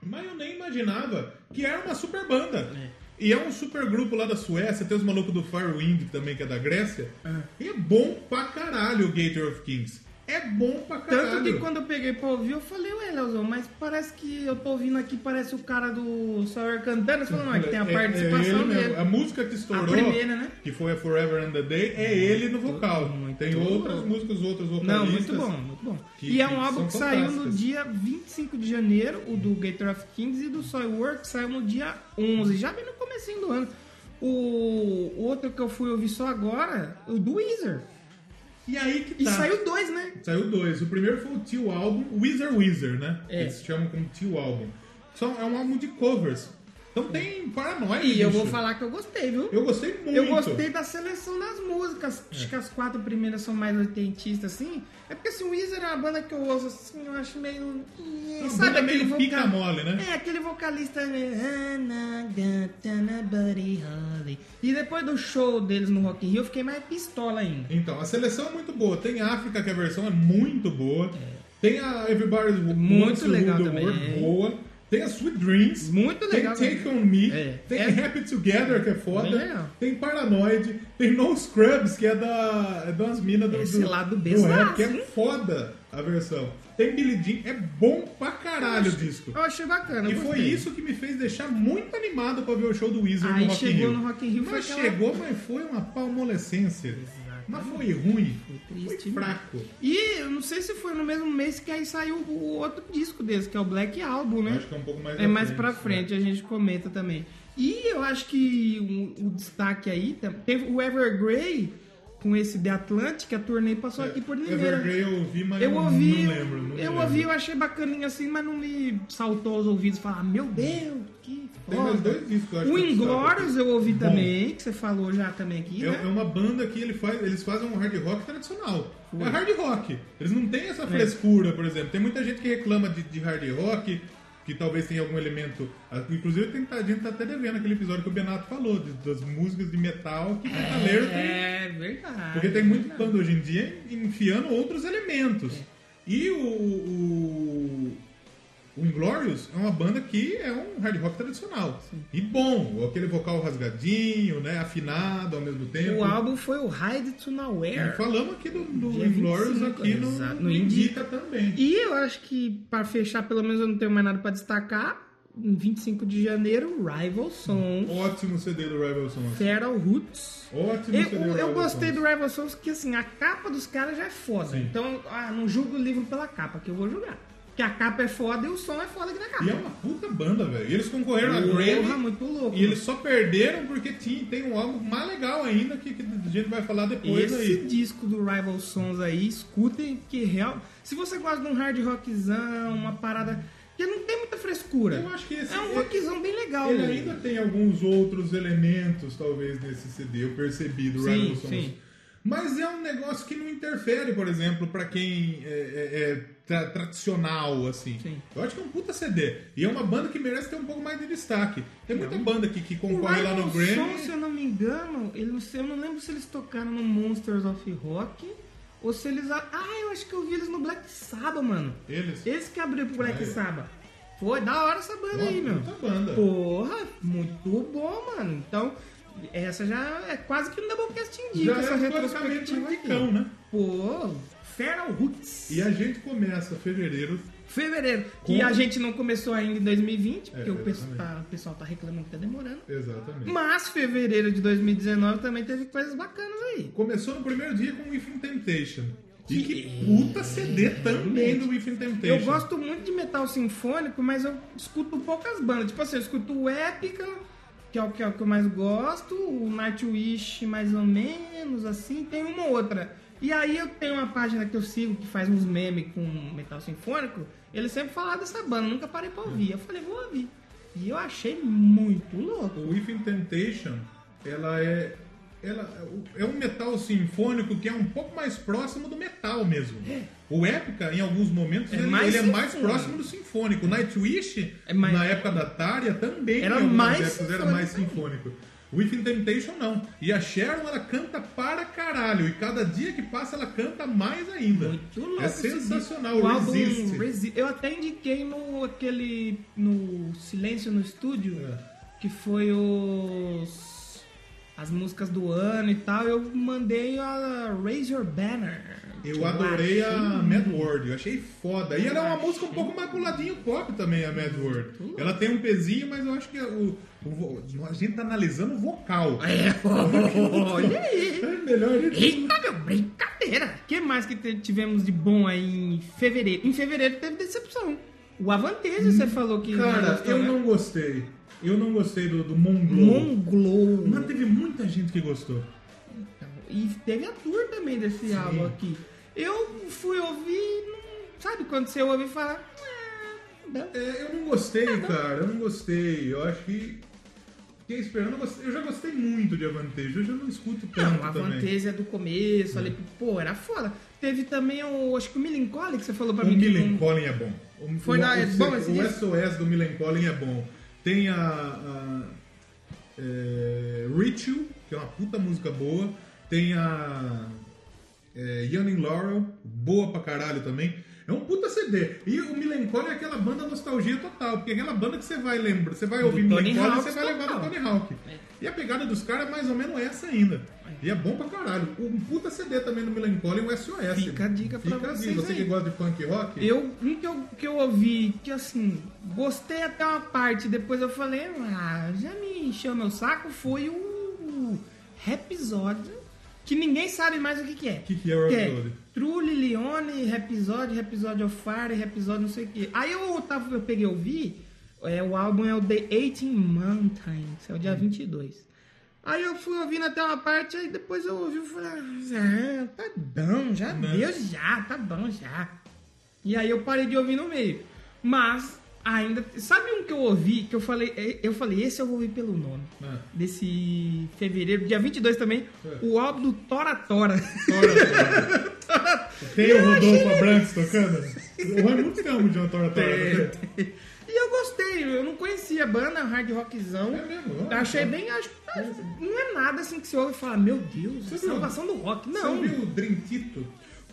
Speaker 3: Mas eu nem imaginava que era uma super banda. E é um super grupo lá da Suécia, tem os malucos do Firewind também, que é da Grécia. E é bom pra caralho o Gator of Kings. É bom pra caralho.
Speaker 2: Tanto que quando eu peguei pra ouvir, eu falei, ué, Leozão, mas parece que eu tô ouvindo aqui, parece o cara do Sour cantando. Você falou, não, é que tem a
Speaker 3: É- é
Speaker 2: participação
Speaker 3: ele mesmo.
Speaker 2: dele.
Speaker 3: A música que estourou,
Speaker 2: primeira, né?
Speaker 3: que foi a Forever and the Day, é ele no vocal.
Speaker 2: muito
Speaker 3: tem
Speaker 2: bom.
Speaker 3: outras músicas, outros vocalistas.
Speaker 2: Não, muito bom, muito bom.
Speaker 3: que-
Speaker 2: e é
Speaker 3: que
Speaker 2: um álbum
Speaker 3: são
Speaker 2: que saiu no
Speaker 3: fantásticas.
Speaker 2: dia 25 de janeiro, o do Gator of Kings, e do Soilwork saiu no dia 11, já bem no comecinho do ano. O outro que eu fui ouvir só agora, o do Weezer.
Speaker 3: E aí que
Speaker 2: E
Speaker 3: tá.
Speaker 2: saiu dois, né?
Speaker 3: Saiu dois. O primeiro foi o Tio Álbum, Wizard Wizard, né?
Speaker 2: É.
Speaker 3: Eles chamam como Tio Álbum. São, é um álbum de covers. Então tem paranoia.
Speaker 2: É. E eu
Speaker 3: bicho.
Speaker 2: vou falar que eu gostei, viu?
Speaker 3: Eu gostei muito. É.
Speaker 2: Eu gostei da seleção das músicas. Acho que as quatro primeiras são mais oitentistas, assim. É porque assim, o Weezer é uma banda que eu ouço assim, eu acho meio.
Speaker 3: Uma
Speaker 2: Sabe
Speaker 3: banda é
Speaker 2: aquele
Speaker 3: meio pica
Speaker 2: vocal.
Speaker 3: mole, né?
Speaker 2: É, aquele vocalista. né? E depois do show deles no Rock in Rio, eu fiquei mais pistola ainda.
Speaker 3: Então, a seleção é muito boa. Tem África, que a versão é muito boa. Tem a Everybody's
Speaker 2: É. Muito
Speaker 3: Wants to Rule
Speaker 2: legal
Speaker 3: the
Speaker 2: também.
Speaker 3: World, boa. Tem a Sweet Dreams.
Speaker 2: Muito É legal
Speaker 3: Tem Take On
Speaker 2: também.
Speaker 3: Me.
Speaker 2: É.
Speaker 3: Tem
Speaker 2: É.
Speaker 3: Happy Together, que é foda.
Speaker 2: Bem legal.
Speaker 3: Tem Paranoid. Tem No Scrubs, que é, da, é das minas do,
Speaker 2: Esse
Speaker 3: do,
Speaker 2: lado B
Speaker 3: do rap,
Speaker 2: zaço,
Speaker 3: que é
Speaker 2: hein?
Speaker 3: foda a versão. Tem Billie Jean. É bom pra caralho o disco.
Speaker 2: Eu achei bacana.
Speaker 3: E
Speaker 2: Ah, eu
Speaker 3: foi
Speaker 2: gostei.
Speaker 3: isso que me fez deixar muito animado pra ver o show do Wizard
Speaker 2: Aí
Speaker 3: no Rock in
Speaker 2: chegou
Speaker 3: Rio.
Speaker 2: no Rock in Rio, foi
Speaker 3: mas
Speaker 2: aquela-
Speaker 3: chegou, mas foi uma palmolescência. Mas foi ruim. Foi,
Speaker 2: triste, né?
Speaker 3: fraco.
Speaker 2: E eu não sei se foi no mesmo mês que aí saiu o outro disco deles, que é o Black Album, né?
Speaker 3: Acho que é um pouco mais
Speaker 2: É mais pra frente, a gente comenta também. E eu acho que o, o destaque aí tam- teve o Evergrey com esse The Atlantic, a turnê passou aqui por Nimeira.
Speaker 3: É, Evergrey eu ouvi, mas
Speaker 2: Eu
Speaker 3: não-
Speaker 2: ouvi,
Speaker 3: não lembro. não
Speaker 2: eu
Speaker 3: lembro.
Speaker 2: ouvi, eu achei bacaninha assim, mas não me saltou aos ouvidos falar, "Ah, meu Deus, que
Speaker 3: Tem mais
Speaker 2: foda.
Speaker 3: dois discos, eu acho.
Speaker 2: O
Speaker 3: que eu
Speaker 2: Inglórios eu ouvi
Speaker 3: Bom.
Speaker 2: também, que você falou já também aqui,
Speaker 3: gostava. É, é
Speaker 2: né?
Speaker 3: uma banda que ele faz, eles fazem um hard rock tradicional. É hard rock. Eles não têm essa frescura, por exemplo. Tem muita gente que reclama de, de hard rock, que talvez tenha algum elemento. ah, Inclusive, tem, a gente tá até devendo aquele episódio que o Benato falou, de- das músicas de metal que metaleiro tem
Speaker 2: É verdade.
Speaker 3: Porque tem muito banda hoje em dia enfiando outros elementos. E o, o, O Inglorious é uma banda que é um hard rock tradicional. E bom, aquele vocal rasgadinho, né? Afinado ao mesmo tempo.
Speaker 2: O álbum foi o Ride to
Speaker 3: E
Speaker 2: Nowhere.
Speaker 3: falamos aqui do, do
Speaker 2: É. Dia
Speaker 3: Inglorious
Speaker 2: 25,
Speaker 3: aqui no,
Speaker 2: exato,
Speaker 3: no
Speaker 2: no
Speaker 3: Indica também.
Speaker 2: E eu acho que, pra fechar, pelo menos eu não tenho mais nada pra destacar. Em 25 de janeiro, Rival Song,
Speaker 3: Ótimo CD do Rival Sons.
Speaker 2: Feral Roots.
Speaker 3: Ótimo CD do
Speaker 2: Eu, eu
Speaker 3: Rival
Speaker 2: gostei
Speaker 3: Sons.
Speaker 2: do Rival Sons porque, assim, a capa dos caras já é foda.
Speaker 3: Sim.
Speaker 2: Então, ah, não julgo o livro pela capa, que eu vou julgar. Porque a capa é foda e o som é foda aqui na capa. É
Speaker 3: E é uma puta banda, velho. E eles concorreram a
Speaker 2: Porra,
Speaker 3: Grammy
Speaker 2: muito louco.
Speaker 3: e eles só perderam porque tinha, tem um álbum mais legal ainda que, que a gente vai falar depois
Speaker 2: Esse
Speaker 3: aí.
Speaker 2: disco do Rival Sons aí, escutem, porque real. Se você gosta de um hard rockzão, uma parada. que não tem muita frescura.
Speaker 3: Eu acho que esse-
Speaker 2: É um rockzão bem legal,
Speaker 3: Ele
Speaker 2: né?
Speaker 3: ainda tem alguns outros elementos, talvez, nesse CD, eu percebi do
Speaker 2: Sim,
Speaker 3: Rival Sons.
Speaker 2: sim.
Speaker 3: Mas é um negócio que não interfere, por exemplo, pra quem é, é- é tra- tradicional, assim.
Speaker 2: Sim.
Speaker 3: Eu acho que é um puta CD. E é uma banda que merece ter um pouco mais de destaque. Tem muita banda que, que
Speaker 2: O
Speaker 3: concorre lá
Speaker 2: Rival
Speaker 3: no
Speaker 2: Sons,
Speaker 3: Grammy.
Speaker 2: se eu não me engano, ele, não sei- eu não lembro se eles tocaram no Monsters of Rock ou se eles. a- Ah, eu acho que eu vi eles no Black Sabbath, mano.
Speaker 3: Eles.
Speaker 2: Esse que abriu pro Black
Speaker 3: Ah, é.
Speaker 2: Sabbath. Foi da hora essa banda aí,
Speaker 3: Uma
Speaker 2: meu.
Speaker 3: puta banda.
Speaker 2: Porra, muito bom, mano. Então, essa já é quase que um Doublecast indica,
Speaker 3: Já
Speaker 2: essa
Speaker 3: é praticamente um
Speaker 2: retrospectiva aqui.
Speaker 1: Então,
Speaker 3: indicão, né?
Speaker 2: Pô, Feral Roots.
Speaker 3: E a gente começa fevereiro.
Speaker 2: Fevereiro, que
Speaker 3: Com-
Speaker 2: a gente não começou ainda em 2020,
Speaker 3: É,
Speaker 2: porque o, pessoal
Speaker 3: exatamente.
Speaker 2: tá, o pessoal tá reclamando que tá demorando.
Speaker 3: Exatamente.
Speaker 2: Mas fevereiro de 2019 também teve coisas bacanas aí.
Speaker 3: Começou no primeiro dia com Within Temptation. E que puta CD também do Within Temptation.
Speaker 2: é. Eu gosto muito de metal sinfônico, mas eu escuto poucas bandas. Tipo assim, eu escuto o Epica, que é o que, é o que eu mais gosto, o Nightwish mais ou menos, assim, tem uma ou outra. E aí eu tenho uma página que eu sigo que faz uns memes com metal sinfônico, ele sempre fala dessa banda, eu nunca parei pra ouvir. Eu falei, vou ouvir. E eu achei muito louco.
Speaker 3: O Within Temptation, ela é. Ela é um metal sinfônico que é um pouco mais próximo do metal mesmo. O Epica, em alguns momentos,
Speaker 2: É
Speaker 3: ele,
Speaker 2: mais
Speaker 3: ele é mais
Speaker 2: sinfônico.
Speaker 3: próximo do sinfônico. O Nightwish,
Speaker 2: É mais-
Speaker 3: na época da Tária, também
Speaker 2: Era
Speaker 3: em algumas
Speaker 2: mais
Speaker 3: épocas, era
Speaker 2: sinfônico
Speaker 3: mais sinfônico. O Within Temptation não. E a Sharon, ela canta para caralho. E cada dia que passa, ela canta mais ainda.
Speaker 2: Muito louco.
Speaker 3: é
Speaker 2: esse disco.
Speaker 3: sensacional.
Speaker 2: O álbum
Speaker 3: Resist.
Speaker 2: Resi- Eu até indiquei no aquele. no Silêncio no Estúdio,
Speaker 3: É.
Speaker 2: que foi os. as músicas do ano e tal. Eu mandei a Raise Your Banner.
Speaker 3: Eu adorei a
Speaker 2: achei [LAUGHS]
Speaker 3: Mad World, eu achei foda. E ela é uma
Speaker 2: achei.
Speaker 3: música um pouco mais pro ladinho pop também, a Mad World. Ela tem um pezinho, mas eu acho que o, o vo- a gente tá analisando o vocal.
Speaker 2: Ah, é? Olha aí!
Speaker 3: É melhor a gente.
Speaker 2: Eita, meu, brincadeira! O que mais que te- tivemos de bom aí em fevereiro? Em fevereiro teve decepção. O Avantejo, você falou que.
Speaker 3: Hum, Cara,
Speaker 2: gostou,
Speaker 3: eu
Speaker 2: né?
Speaker 3: não gostei. Eu não gostei do, do Monglow.
Speaker 2: Monglow.
Speaker 3: Mas teve muita gente que gostou.
Speaker 2: E teve a tour também desse álbum aqui. Eu fui ouvir, não- sabe quando você ouve e fala. "Ah, não".
Speaker 3: É, eu não gostei, cara. Eu não gostei. Eu acho que. Fiquei esperando. Eu gostei- Eu já gostei muito de Avantejo. Eu já não escuto tanto
Speaker 2: Não, a
Speaker 3: também. É.
Speaker 2: Vantasia do começo, ali, pô, era foda. Teve também o, acho que o Milincolin que você falou pra
Speaker 3: O
Speaker 2: mim. que não-
Speaker 3: Millencolin é bom. O,
Speaker 2: Foi
Speaker 3: o,
Speaker 2: na- é
Speaker 3: o,
Speaker 2: bom esse
Speaker 3: o
Speaker 2: disco?
Speaker 3: SOS do Millencolin é bom. Tem a, a é, Ritual, que é uma puta música boa. Tem a é, Young and Laurel, boa pra caralho também. É um puta CD. E o Millencolin é aquela banda nostalgia total, porque é aquela banda que você vai lembrar, você vai ouvir
Speaker 2: Tony
Speaker 3: Millencolin e
Speaker 2: Hawk
Speaker 3: você vai lembrar do
Speaker 2: total. É.
Speaker 3: Tony Hawk. E a pegada dos caras é mais ou menos essa ainda. E é bom pra caralho. Um puta CD também do Millencolin, o SOS.
Speaker 2: Fica a dica pra
Speaker 3: Fica a dica.
Speaker 2: vocês
Speaker 3: Você que
Speaker 2: aí.
Speaker 3: gosta de punk rock?
Speaker 2: Eu, um que eu, que eu ouvi, que assim, gostei até uma parte, depois eu falei, ah, já me encheu meu saco, foi o episódio que ninguém sabe mais o que, que é. O
Speaker 3: Que que é o Rhapsody?
Speaker 2: Trulli, Leone, Rhapsody, Rhapsody of Fire, Rhapsody não sei o que. Aí eu, tava, eu peguei e ouvi, é, o álbum é o The 18 Mountains, é o
Speaker 3: Hum.
Speaker 2: dia 22. Aí eu fui ouvindo até uma parte, aí depois eu ouvi e falei, ah, tá bom, já
Speaker 3: Né?
Speaker 2: deu já, tá bom já. E aí eu parei de ouvir no meio. Mas ainda. Sabe um que eu ouvi que eu falei. eh, Eu falei, esse eu vou ouvir pelo nome.
Speaker 3: Ah.
Speaker 2: Desse fevereiro, dia 22 também,
Speaker 3: É.
Speaker 2: o álbum do Tora Tora. [LAUGHS]
Speaker 3: Tem
Speaker 2: um
Speaker 3: o Rodolfo Abrantes tocando? O Raimundo tem um de uma tora tora. não tem?
Speaker 2: e eu gostei, eu não conhecia a banda, hard rockzão.
Speaker 3: É mesmo?
Speaker 2: Eu achei bem. Acho, é não é nada assim que você ouve e fala, meu Deus,
Speaker 3: Você
Speaker 2: a salvação do rock.
Speaker 3: Você
Speaker 2: Não.
Speaker 3: viu o Dream Tito?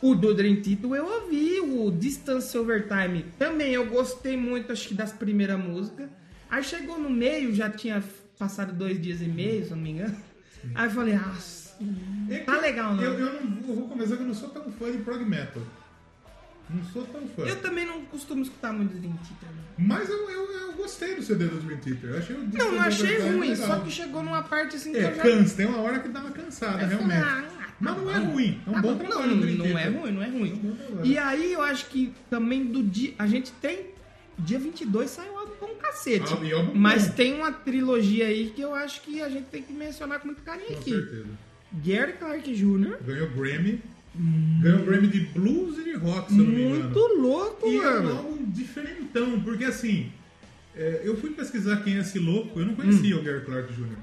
Speaker 2: O do Dream Theater eu ouvi, o Distance Overtime também eu gostei muito, acho que das primeiras músicas. Aí chegou no meio, já tinha passado dois dias e meio, se eu não me engano. Aí eu falei, ah,
Speaker 3: É que
Speaker 2: tá legal não.
Speaker 3: Eu, eu não vou- eu vou conversar que eu não sou tão fã de prog metal. Não sou tão fã.
Speaker 2: Eu também não costumo escutar muito Dream Theater. não.
Speaker 3: Mas eu, eu, eu gostei do CD do Dream Theater. Eu achei o disco
Speaker 2: Não, não
Speaker 3: do
Speaker 2: achei
Speaker 3: Dream
Speaker 2: ruim,
Speaker 3: Theater
Speaker 2: só
Speaker 3: legal.
Speaker 2: que chegou numa parte assim que
Speaker 3: É,
Speaker 2: eu já...
Speaker 3: cansa. Tem uma hora que dá uma cansada,
Speaker 2: Eu falei,
Speaker 3: realmente.
Speaker 2: ah,
Speaker 3: Mas não é ruim. É um
Speaker 2: Ah,
Speaker 3: bom
Speaker 2: não,
Speaker 3: trabalho
Speaker 2: não,
Speaker 3: do Dream
Speaker 2: não é
Speaker 3: Theater.
Speaker 2: ruim, não é
Speaker 3: É um
Speaker 2: ruim.
Speaker 3: bom trabalho.
Speaker 2: E aí eu acho que também do dia. A gente tem. Dia 22 sai um álbum bom cacete.
Speaker 3: Álbum- Ah, e álbum bom.
Speaker 2: mas tem uma trilogia aí que eu acho que a gente tem que mencionar com muito carinho
Speaker 3: Com
Speaker 2: aqui.
Speaker 3: certeza.
Speaker 2: Gary Clark Jr.,
Speaker 3: Ganhou Grammy. Ganhou Grammy de blues e de rock, se eu não me engano.
Speaker 2: muito louco,
Speaker 3: E é um
Speaker 2: mano.
Speaker 3: álbum diferentão, porque assim, é, eu fui pesquisar quem é esse louco, eu não conhecia o Gary Clark Jr.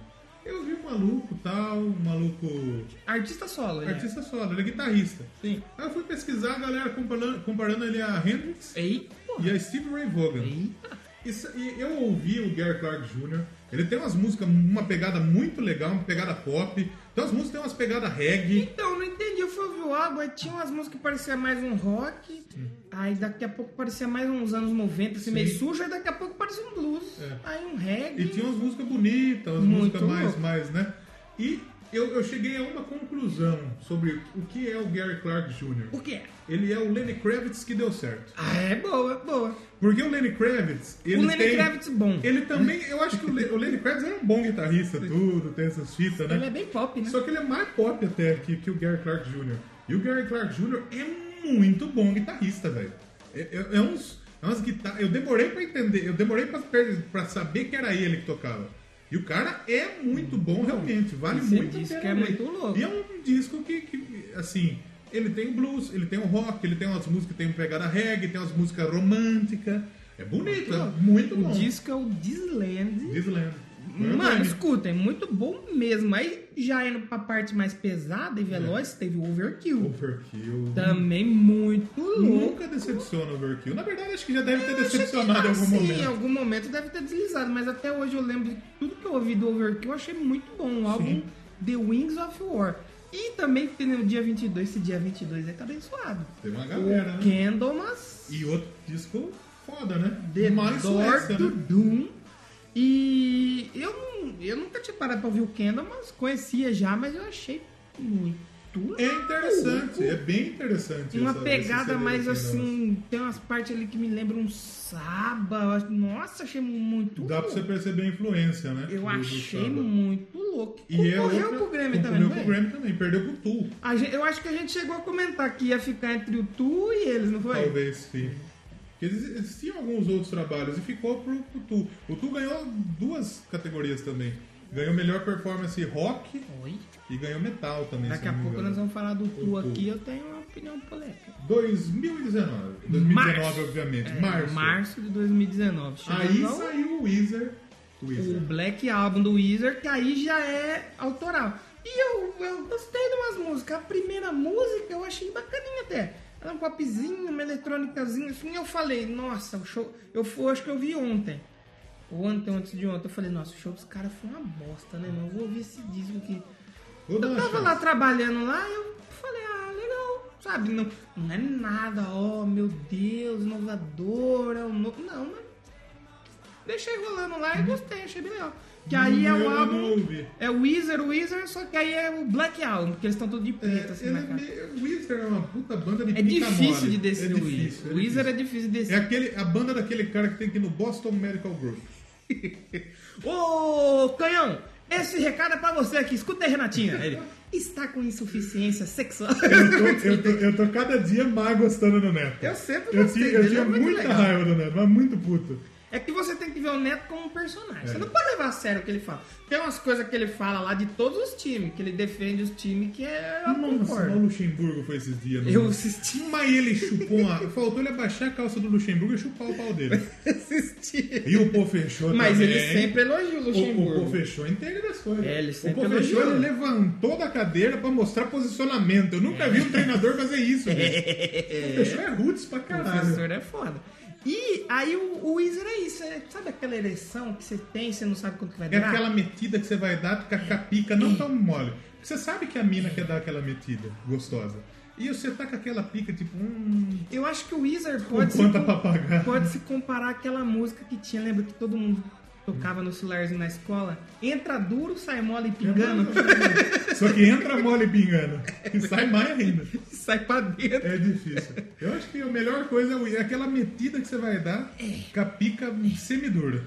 Speaker 3: Eu vi um maluco tal, um maluco
Speaker 2: Artista solo, né?
Speaker 3: artista solo, ele é guitarrista.
Speaker 2: Sim.
Speaker 3: Aí eu fui pesquisar a galera comparando, comparando ele a Hendrix
Speaker 2: Eita,
Speaker 3: e a Steve Ray Vaughan.
Speaker 2: eita.
Speaker 3: Isso- e eu ouvi o Gary Clark Jr., ele tem umas músicas, uma pegada muito legal, uma pegada pop, tem umas músicas, tem umas pegadas reggae.
Speaker 2: Então, eu não entendi. Eu fui ouvir o álbum, aí tinha umas músicas que parecia mais um rock, aí daqui a pouco parecia mais uns anos 90, assim, meio sujo, aí daqui a pouco parecia um blues,
Speaker 3: É.
Speaker 2: aí um reggae.
Speaker 3: E tinha umas músicas bonitas, umas
Speaker 2: Muito
Speaker 3: músicas mais,
Speaker 2: louco.
Speaker 3: mais, né? E eu, eu cheguei a uma conclusão sobre o que é o Gary Clark Jr.
Speaker 2: O que é?
Speaker 3: Ele é o Lenny Kravitz que deu certo.
Speaker 2: Ah, é boa, boa.
Speaker 3: Porque o Lenny Kravitz, ele
Speaker 2: o Lenny
Speaker 3: tem...
Speaker 2: Kravitz bom. Ele,
Speaker 3: Ele também, eu acho que o, Le- o Lenny Kravitz era um bom guitarrista, tudo, tem essas fitas, né?
Speaker 2: é bem pop, né?
Speaker 3: Só que ele é mais pop até que, que o Gary Clark Jr. E o Gary Clark Jr. é muito bom guitarrista, velho. É, é- é uns, é umas guitarras. Eu demorei pra entender, eu demorei pra, per- pra saber que era ele que tocava. E o cara é muito bom realmente, vale
Speaker 2: Esse
Speaker 3: muito a
Speaker 2: disco
Speaker 3: pena
Speaker 2: é
Speaker 3: ouvir.
Speaker 2: muito louco.
Speaker 3: E é um disco que, que, assim, ele tem o blues, ele tem o rock, ele tem umas músicas que tem pegada reggae, tem umas músicas românticas. É bonito, é muito
Speaker 2: o
Speaker 3: bom. é
Speaker 2: disco é o Disland.
Speaker 3: Disneyland.
Speaker 2: Mano, escutem, muito bom mesmo. Aí já indo pra parte mais pesada e veloz, teve o Overkill.
Speaker 3: Overkill.
Speaker 2: Também muito louco.
Speaker 3: Nunca decepciona o Overkill. Na verdade, acho que já deve ter
Speaker 2: Eu achei que,
Speaker 3: decepcionado em algum
Speaker 2: assim, Em
Speaker 3: momento.
Speaker 2: algum momento deve ter deslizado, mas até hoje eu lembro de tudo que eu ouvi do Overkill, eu achei muito bom. O álbum
Speaker 3: Sim.
Speaker 2: The Wings of War. E também tem no dia 22, esse dia 22 é cabençoado.
Speaker 3: Tem uma galera, né?
Speaker 2: Candlemas,
Speaker 3: E outro disco foda, né?
Speaker 2: The
Speaker 3: Mais
Speaker 2: Door
Speaker 3: Suécia,
Speaker 2: do
Speaker 3: né?
Speaker 2: Doom. E eu, não- eu nunca tinha parado pra ouvir o Kendall, mas conhecia já, mas eu achei muito
Speaker 3: É interessante, é bem interessante.
Speaker 2: Uma
Speaker 3: essa- esse CD
Speaker 2: pegada
Speaker 3: do
Speaker 2: mais
Speaker 3: Kingdom.
Speaker 2: assim, tem umas partes ali que me lembram um Saba. eu acho- Nossa, achei muito
Speaker 3: Dá pra
Speaker 2: louco.
Speaker 3: você perceber a influência, né?
Speaker 2: Eu
Speaker 3: do- do
Speaker 2: achei
Speaker 3: samba.
Speaker 2: muito louco.
Speaker 3: E é
Speaker 2: Concorreu
Speaker 3: outra-
Speaker 2: pro Grêmio também,
Speaker 3: Concorreu
Speaker 2: não
Speaker 3: pro
Speaker 2: foi?
Speaker 3: Grammy também, perdeu pro Tu,
Speaker 2: A gente- eu acho que a gente chegou a comentar que ia ficar entre o Tu e eles, não foi?
Speaker 3: talvez, sim. Porque eles- eles tinham alguns outros trabalhos e ficou pro, pro Tu. O Tu ganhou duas categorias também. Ganhou melhor performance rock
Speaker 2: Oi.
Speaker 3: e ganhou metal também. se
Speaker 2: Daqui
Speaker 3: eu
Speaker 2: a
Speaker 3: não me
Speaker 2: pouco
Speaker 3: engano.
Speaker 2: nós vamos falar do Tu
Speaker 3: O Tu.
Speaker 2: aqui, eu tenho uma opinião polêmica.
Speaker 3: 2019. 2019,
Speaker 2: Março.
Speaker 3: obviamente.
Speaker 2: É,
Speaker 3: março.
Speaker 2: março de 2019.
Speaker 3: Aí
Speaker 2: Chegou
Speaker 3: saiu o Weezer. O
Speaker 2: o
Speaker 3: Weezer.
Speaker 2: Um Black Album do Wizard, que aí já é autoral. E eu, eu gostei de umas músicas. A primeira música eu achei bacaninha até. Era um popzinho, uma eletrônicazinha, assim. Eu falei, nossa, o show. Eu fui, acho que eu vi ontem. Ou ontem, antes de ontem. Eu falei, nossa, o show dos caras foi uma bosta, né, mano? Eu vou ouvir esse disco aqui.
Speaker 3: Vou dar
Speaker 2: Eu
Speaker 3: uma
Speaker 2: tava
Speaker 3: chance.
Speaker 2: lá trabalhando lá, eu falei, ah, legal, sabe? Não, não é nada, ó, meu Deus, inovador, é um novo. Não, mas deixei rolando lá
Speaker 3: Uhum.
Speaker 2: e gostei, achei bem legal. Que aí é
Speaker 3: Eu
Speaker 2: o
Speaker 3: não
Speaker 2: álbum.
Speaker 3: ouvi.
Speaker 2: É o Wizard, o Wizard, só que aí é o Black Album, porque eles estão todos de
Speaker 3: É,
Speaker 2: preto, assim,
Speaker 3: ele
Speaker 2: na
Speaker 3: é
Speaker 2: cara.
Speaker 3: meio- o Weezer é uma puta banda de
Speaker 2: É
Speaker 3: pica
Speaker 2: difícil
Speaker 3: mole.
Speaker 2: de descer
Speaker 3: é
Speaker 2: o Wizard.
Speaker 3: difícil,
Speaker 2: O Wizard é difícil de
Speaker 3: É
Speaker 2: descer.
Speaker 3: aquele, a banda daquele cara que tem que ir no Boston Medical Group. É.
Speaker 2: [LAUGHS] Ô, canhão! Esse recado é pra você aqui, escuta aí, Renatinha. Ele está com insuficiência sexual.
Speaker 3: [LAUGHS] Eu tô, eu tô- eu tô cada dia mais gostando do Neto.
Speaker 2: Eu sempre
Speaker 3: Eu
Speaker 2: gostei
Speaker 3: tinha, eu
Speaker 2: dele,
Speaker 3: tinha
Speaker 2: é muito
Speaker 3: muita
Speaker 2: legal.
Speaker 3: raiva do Neto, mas muito puto.
Speaker 2: É que você tem que ver o Neto como um personagem.
Speaker 3: É.
Speaker 2: Você não pode levar a sério o que ele fala. Tem umas coisas que ele fala lá de todos os times, que ele defende os times que é. Eu não
Speaker 3: Nossa, mas o
Speaker 2: concordo.
Speaker 3: Luxemburgo foi esses dias. né? no-
Speaker 2: Eu assisti, [LAUGHS]
Speaker 3: Mas ele chupou uma... Faltou ele abaixar a calça do Luxemburgo e chupar o pau dele.
Speaker 2: assisti.
Speaker 3: E o Pô fechou
Speaker 2: Mas
Speaker 3: também.
Speaker 2: ele sempre elogia o
Speaker 3: O, o
Speaker 2: Luxemburgo.
Speaker 3: Pofechou entende das coisas.
Speaker 2: É, ele
Speaker 3: o
Speaker 2: sempre
Speaker 3: Pofechou
Speaker 2: elogiou.
Speaker 3: ele levantou da cadeira pra mostrar posicionamento. Eu nunca
Speaker 2: É.
Speaker 3: vi um treinador fazer isso.
Speaker 2: [LAUGHS]
Speaker 3: É. O Pofechou é roots pra
Speaker 2: O
Speaker 3: caralho.
Speaker 2: professor é foda. E aí o, o Wizard é isso, é- sabe aquela ereção que você tem, você não sabe quanto que vai
Speaker 3: É
Speaker 2: durar?
Speaker 3: aquela metida que você vai dar porque a capica não tão mole. Você sabe que a mina quer dar aquela metida gostosa. E você tá com aquela pica, tipo, hum.
Speaker 2: Eu acho que o Weezer
Speaker 3: Com
Speaker 2: pode, se,
Speaker 3: quanta
Speaker 2: com-
Speaker 3: papagaio.
Speaker 2: pode se comparar àquela música que tinha, lembra que todo mundo tocava no celularzinho na escola? Entra duro, sai mole e pingando,
Speaker 3: Só que entra mole e pingando. E sai mais ainda.
Speaker 2: e [LAUGHS] sai pra dentro.
Speaker 3: É difícil. Eu acho que a melhor coisa é o- é aquela metida que você vai dar
Speaker 2: É.
Speaker 3: com a pica semidura.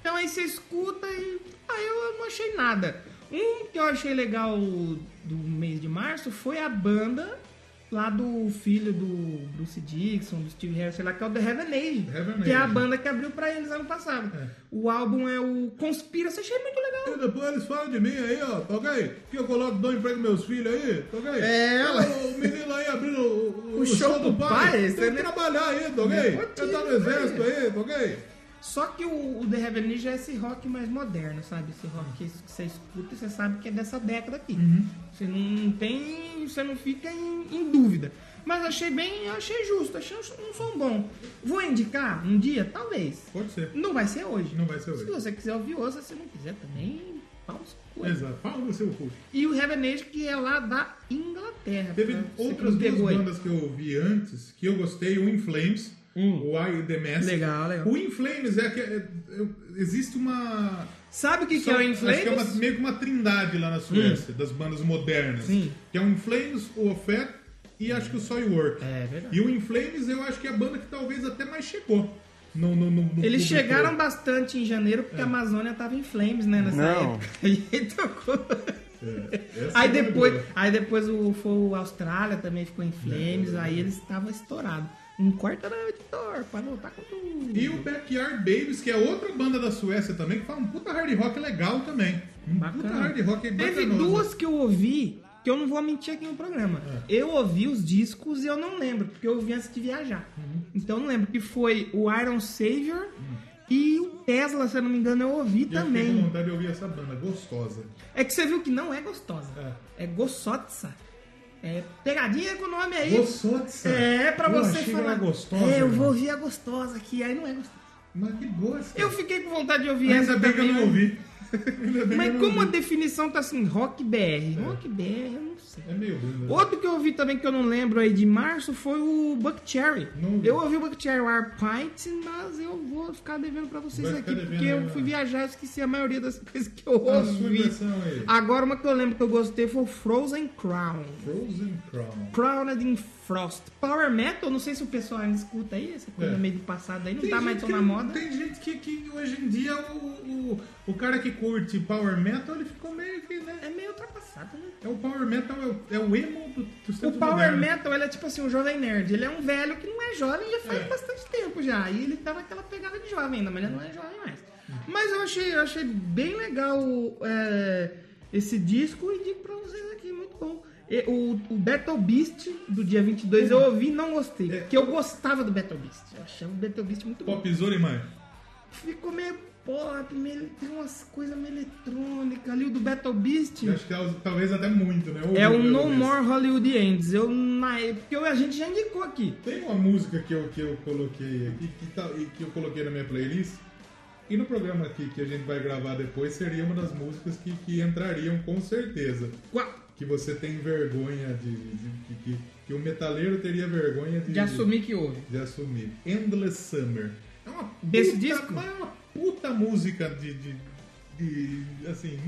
Speaker 2: Então aí você escuta e. Aí eu não achei nada. Um que eu achei legal do mês de março foi a banda lá do filho do Bruce Dixon, do Steve Harris, sei lá, que é o The Heaven Age.
Speaker 3: Heaven
Speaker 2: que é a
Speaker 3: Age.
Speaker 2: banda que abriu pra eles ano passado.
Speaker 3: É.
Speaker 2: O álbum é o Conspiracy, achei muito legal.
Speaker 3: E depois eles falam de mim aí, ó, toca aí. Que eu coloco, dou emprego meus filhos aí, toca aí.
Speaker 2: É, ela-
Speaker 3: O, o menino aí abrindo o,
Speaker 2: O show do pai,
Speaker 3: Tem
Speaker 2: você
Speaker 3: que
Speaker 2: nem-
Speaker 3: trabalhar aí, toca aí.
Speaker 2: Nepotismo,
Speaker 3: Você tá no exército aí, toca aí.
Speaker 2: Só que o, o The Heaven Age é esse rock mais moderno, sabe? Esse rock que você escuta e você sabe que é dessa década aqui.
Speaker 3: Uhum.
Speaker 2: Você não tem. Você não fica em, em dúvida. Mas achei bem, achei justo, achei um, um som bom. Vou indicar um dia? Talvez.
Speaker 3: Pode ser.
Speaker 2: Não vai ser hoje.
Speaker 3: Não vai ser hoje.
Speaker 2: Se você quiser ouvir, ouça. Se não quiser também, pau no seu cu.
Speaker 3: Exato. Fala no seu cu.
Speaker 2: E o Heaven Age, que é lá da Inglaterra. né?
Speaker 3: Teve
Speaker 2: pra você que
Speaker 3: outras
Speaker 2: não
Speaker 3: duas
Speaker 2: pegou É, aí.
Speaker 3: bandas que eu ouvi antes que eu gostei, o In Flames,
Speaker 2: Hum.
Speaker 3: o I The Mask.
Speaker 2: Legal, legal.
Speaker 3: O In Flames é que é- é- existe uma
Speaker 2: Sabe o que, que
Speaker 3: Só-
Speaker 2: é o In
Speaker 3: Acho que é uma-
Speaker 2: Flames?
Speaker 3: meio que uma trindade lá na Suécia, das bandas modernas.
Speaker 2: Sim.
Speaker 3: Que é o Inflames, o Offet e acho que o Soilwork.
Speaker 2: É verdade.
Speaker 3: E o Inflames eu acho que é a banda que talvez até mais chegou. No, no, no- no
Speaker 2: Eles
Speaker 3: público.
Speaker 2: chegaram bastante em janeiro porque a
Speaker 3: É.
Speaker 2: Amazônia tava em flames, né, nessa
Speaker 4: Não.
Speaker 2: época. [LAUGHS] E aí tocou.
Speaker 3: É, essa
Speaker 2: Aí
Speaker 3: é a
Speaker 2: depois,
Speaker 3: banda.
Speaker 2: aí depois o, foi o Austrália também ficou em flames,
Speaker 3: É.
Speaker 2: aí eles estavam estourados. Um corta no editor pra voltar com tudo.
Speaker 3: E o Backyard Babies, que é outra banda da Suécia também, que faz um puta hard rock legal também. Um puta
Speaker 2: Bacana.
Speaker 3: hard rock
Speaker 2: Teve
Speaker 3: bacanoso.
Speaker 2: duas que eu ouvi, que eu não vou mentir aqui no programa.
Speaker 3: É.
Speaker 2: Eu ouvi os discos e eu não lembro, porque eu ouvi antes de viajar.
Speaker 3: Uhum.
Speaker 2: Então eu não lembro, que foi o Iron Savior e o Tesla, se eu não me engano, eu ouvi
Speaker 3: E Eu
Speaker 2: também.
Speaker 3: fiquei com vontade de ouvir essa banda, gostosa.
Speaker 2: É que você viu que não é gostosa. É, goçotsa. É pegadinha com o nome aí.
Speaker 3: Gostosa.
Speaker 2: É, pra
Speaker 3: Eu
Speaker 2: você
Speaker 3: achei que
Speaker 2: falar.
Speaker 3: era gostosa.
Speaker 2: é, eu
Speaker 3: irmão.
Speaker 2: vou ouvir a gostosa aqui, aí não é gostosa.
Speaker 3: Mas que gosta.
Speaker 2: Eu fiquei com vontade de ouvir essa
Speaker 3: Ainda bem que eu
Speaker 2: também,
Speaker 3: não
Speaker 2: mas-
Speaker 3: ouvi. [LAUGHS] Ainda bem que eu
Speaker 2: Mas
Speaker 3: não
Speaker 2: como a
Speaker 3: ouvi.
Speaker 2: definição tá assim, rock BR. Rock BR, eu não sei.
Speaker 3: É meio bunda.
Speaker 2: Outro que eu ouvi também que eu não lembro aí de março foi o Buck Cherry.
Speaker 3: Não ouvi.
Speaker 2: Eu ouvi o Buck Cherry War Pint, mas eu vou ficar devendo pra vocês
Speaker 3: Vai
Speaker 2: aqui,
Speaker 3: ficar
Speaker 2: porque
Speaker 3: devendo,
Speaker 2: eu
Speaker 3: né?
Speaker 2: fui viajar e esqueci a maioria das [LAUGHS] coisas que eu
Speaker 3: A sua
Speaker 2: ouvi.
Speaker 3: versão aí.
Speaker 2: Agora uma que eu lembro que eu gostei foi o Frozen Crown.
Speaker 3: Frozen Crown.
Speaker 2: Crowned in Frost. Power Metal, não sei se o pessoal ainda escuta aí, essa coisa
Speaker 3: É.
Speaker 2: meio do passado aí, não
Speaker 3: Tem
Speaker 2: tá
Speaker 3: gente
Speaker 2: mais tão
Speaker 3: que-
Speaker 2: na moda.
Speaker 3: Tem gente que, que hoje em dia o, o, o cara que curte Power Metal, ele ficou meio que, né?
Speaker 2: É meio ultrapassado, né?
Speaker 3: É o Power Metal, é o, é o emo do, do
Speaker 2: O
Speaker 3: centro
Speaker 2: Power
Speaker 3: moderno.
Speaker 2: Metal, ele é tipo assim, um jovem nerd. Ele é um velho que não é jovem já faz
Speaker 3: É.
Speaker 2: bastante tempo já. E ele tava aquela pegada de jovem ainda, mas ele não é jovem mais.
Speaker 3: Uhum.
Speaker 2: Mas eu achei, eu achei bem legal é, esse disco e digo pra vocês aqui, muito bom. E o, o Battle Beast do dia 22 eu ouvi e não gostei.
Speaker 3: Uhum. É.
Speaker 2: Porque eu gostava do Battle Beast. Eu achei o Battle Beast muito bom.
Speaker 3: Popzora e mais.
Speaker 2: Ficou meio é pop, meio, tem umas coisas meio eletrônicas ali. O do Battle Beast.
Speaker 3: Eu Acho que é, talvez até muito, né?
Speaker 2: É o
Speaker 3: Ouvindo
Speaker 2: No
Speaker 3: mesmo.
Speaker 2: More Hollywood Ends. Eu, na, porque eu- a gente já indicou aqui.
Speaker 3: Tem uma música que eu, que eu coloquei aqui, que, tá- e que eu coloquei na minha playlist, e no programa aqui que a gente vai gravar depois, seria uma das músicas que, que entrariam com certeza.
Speaker 2: Qual?
Speaker 3: que você tem vergonha de. de- que, que- que o metaleiro teria vergonha de,
Speaker 2: De assumir que houve.
Speaker 3: de assumir. Endless Summer. É uma
Speaker 2: Desse
Speaker 3: puta,
Speaker 2: disco?
Speaker 3: mas É uma puta música de, de, de- assim.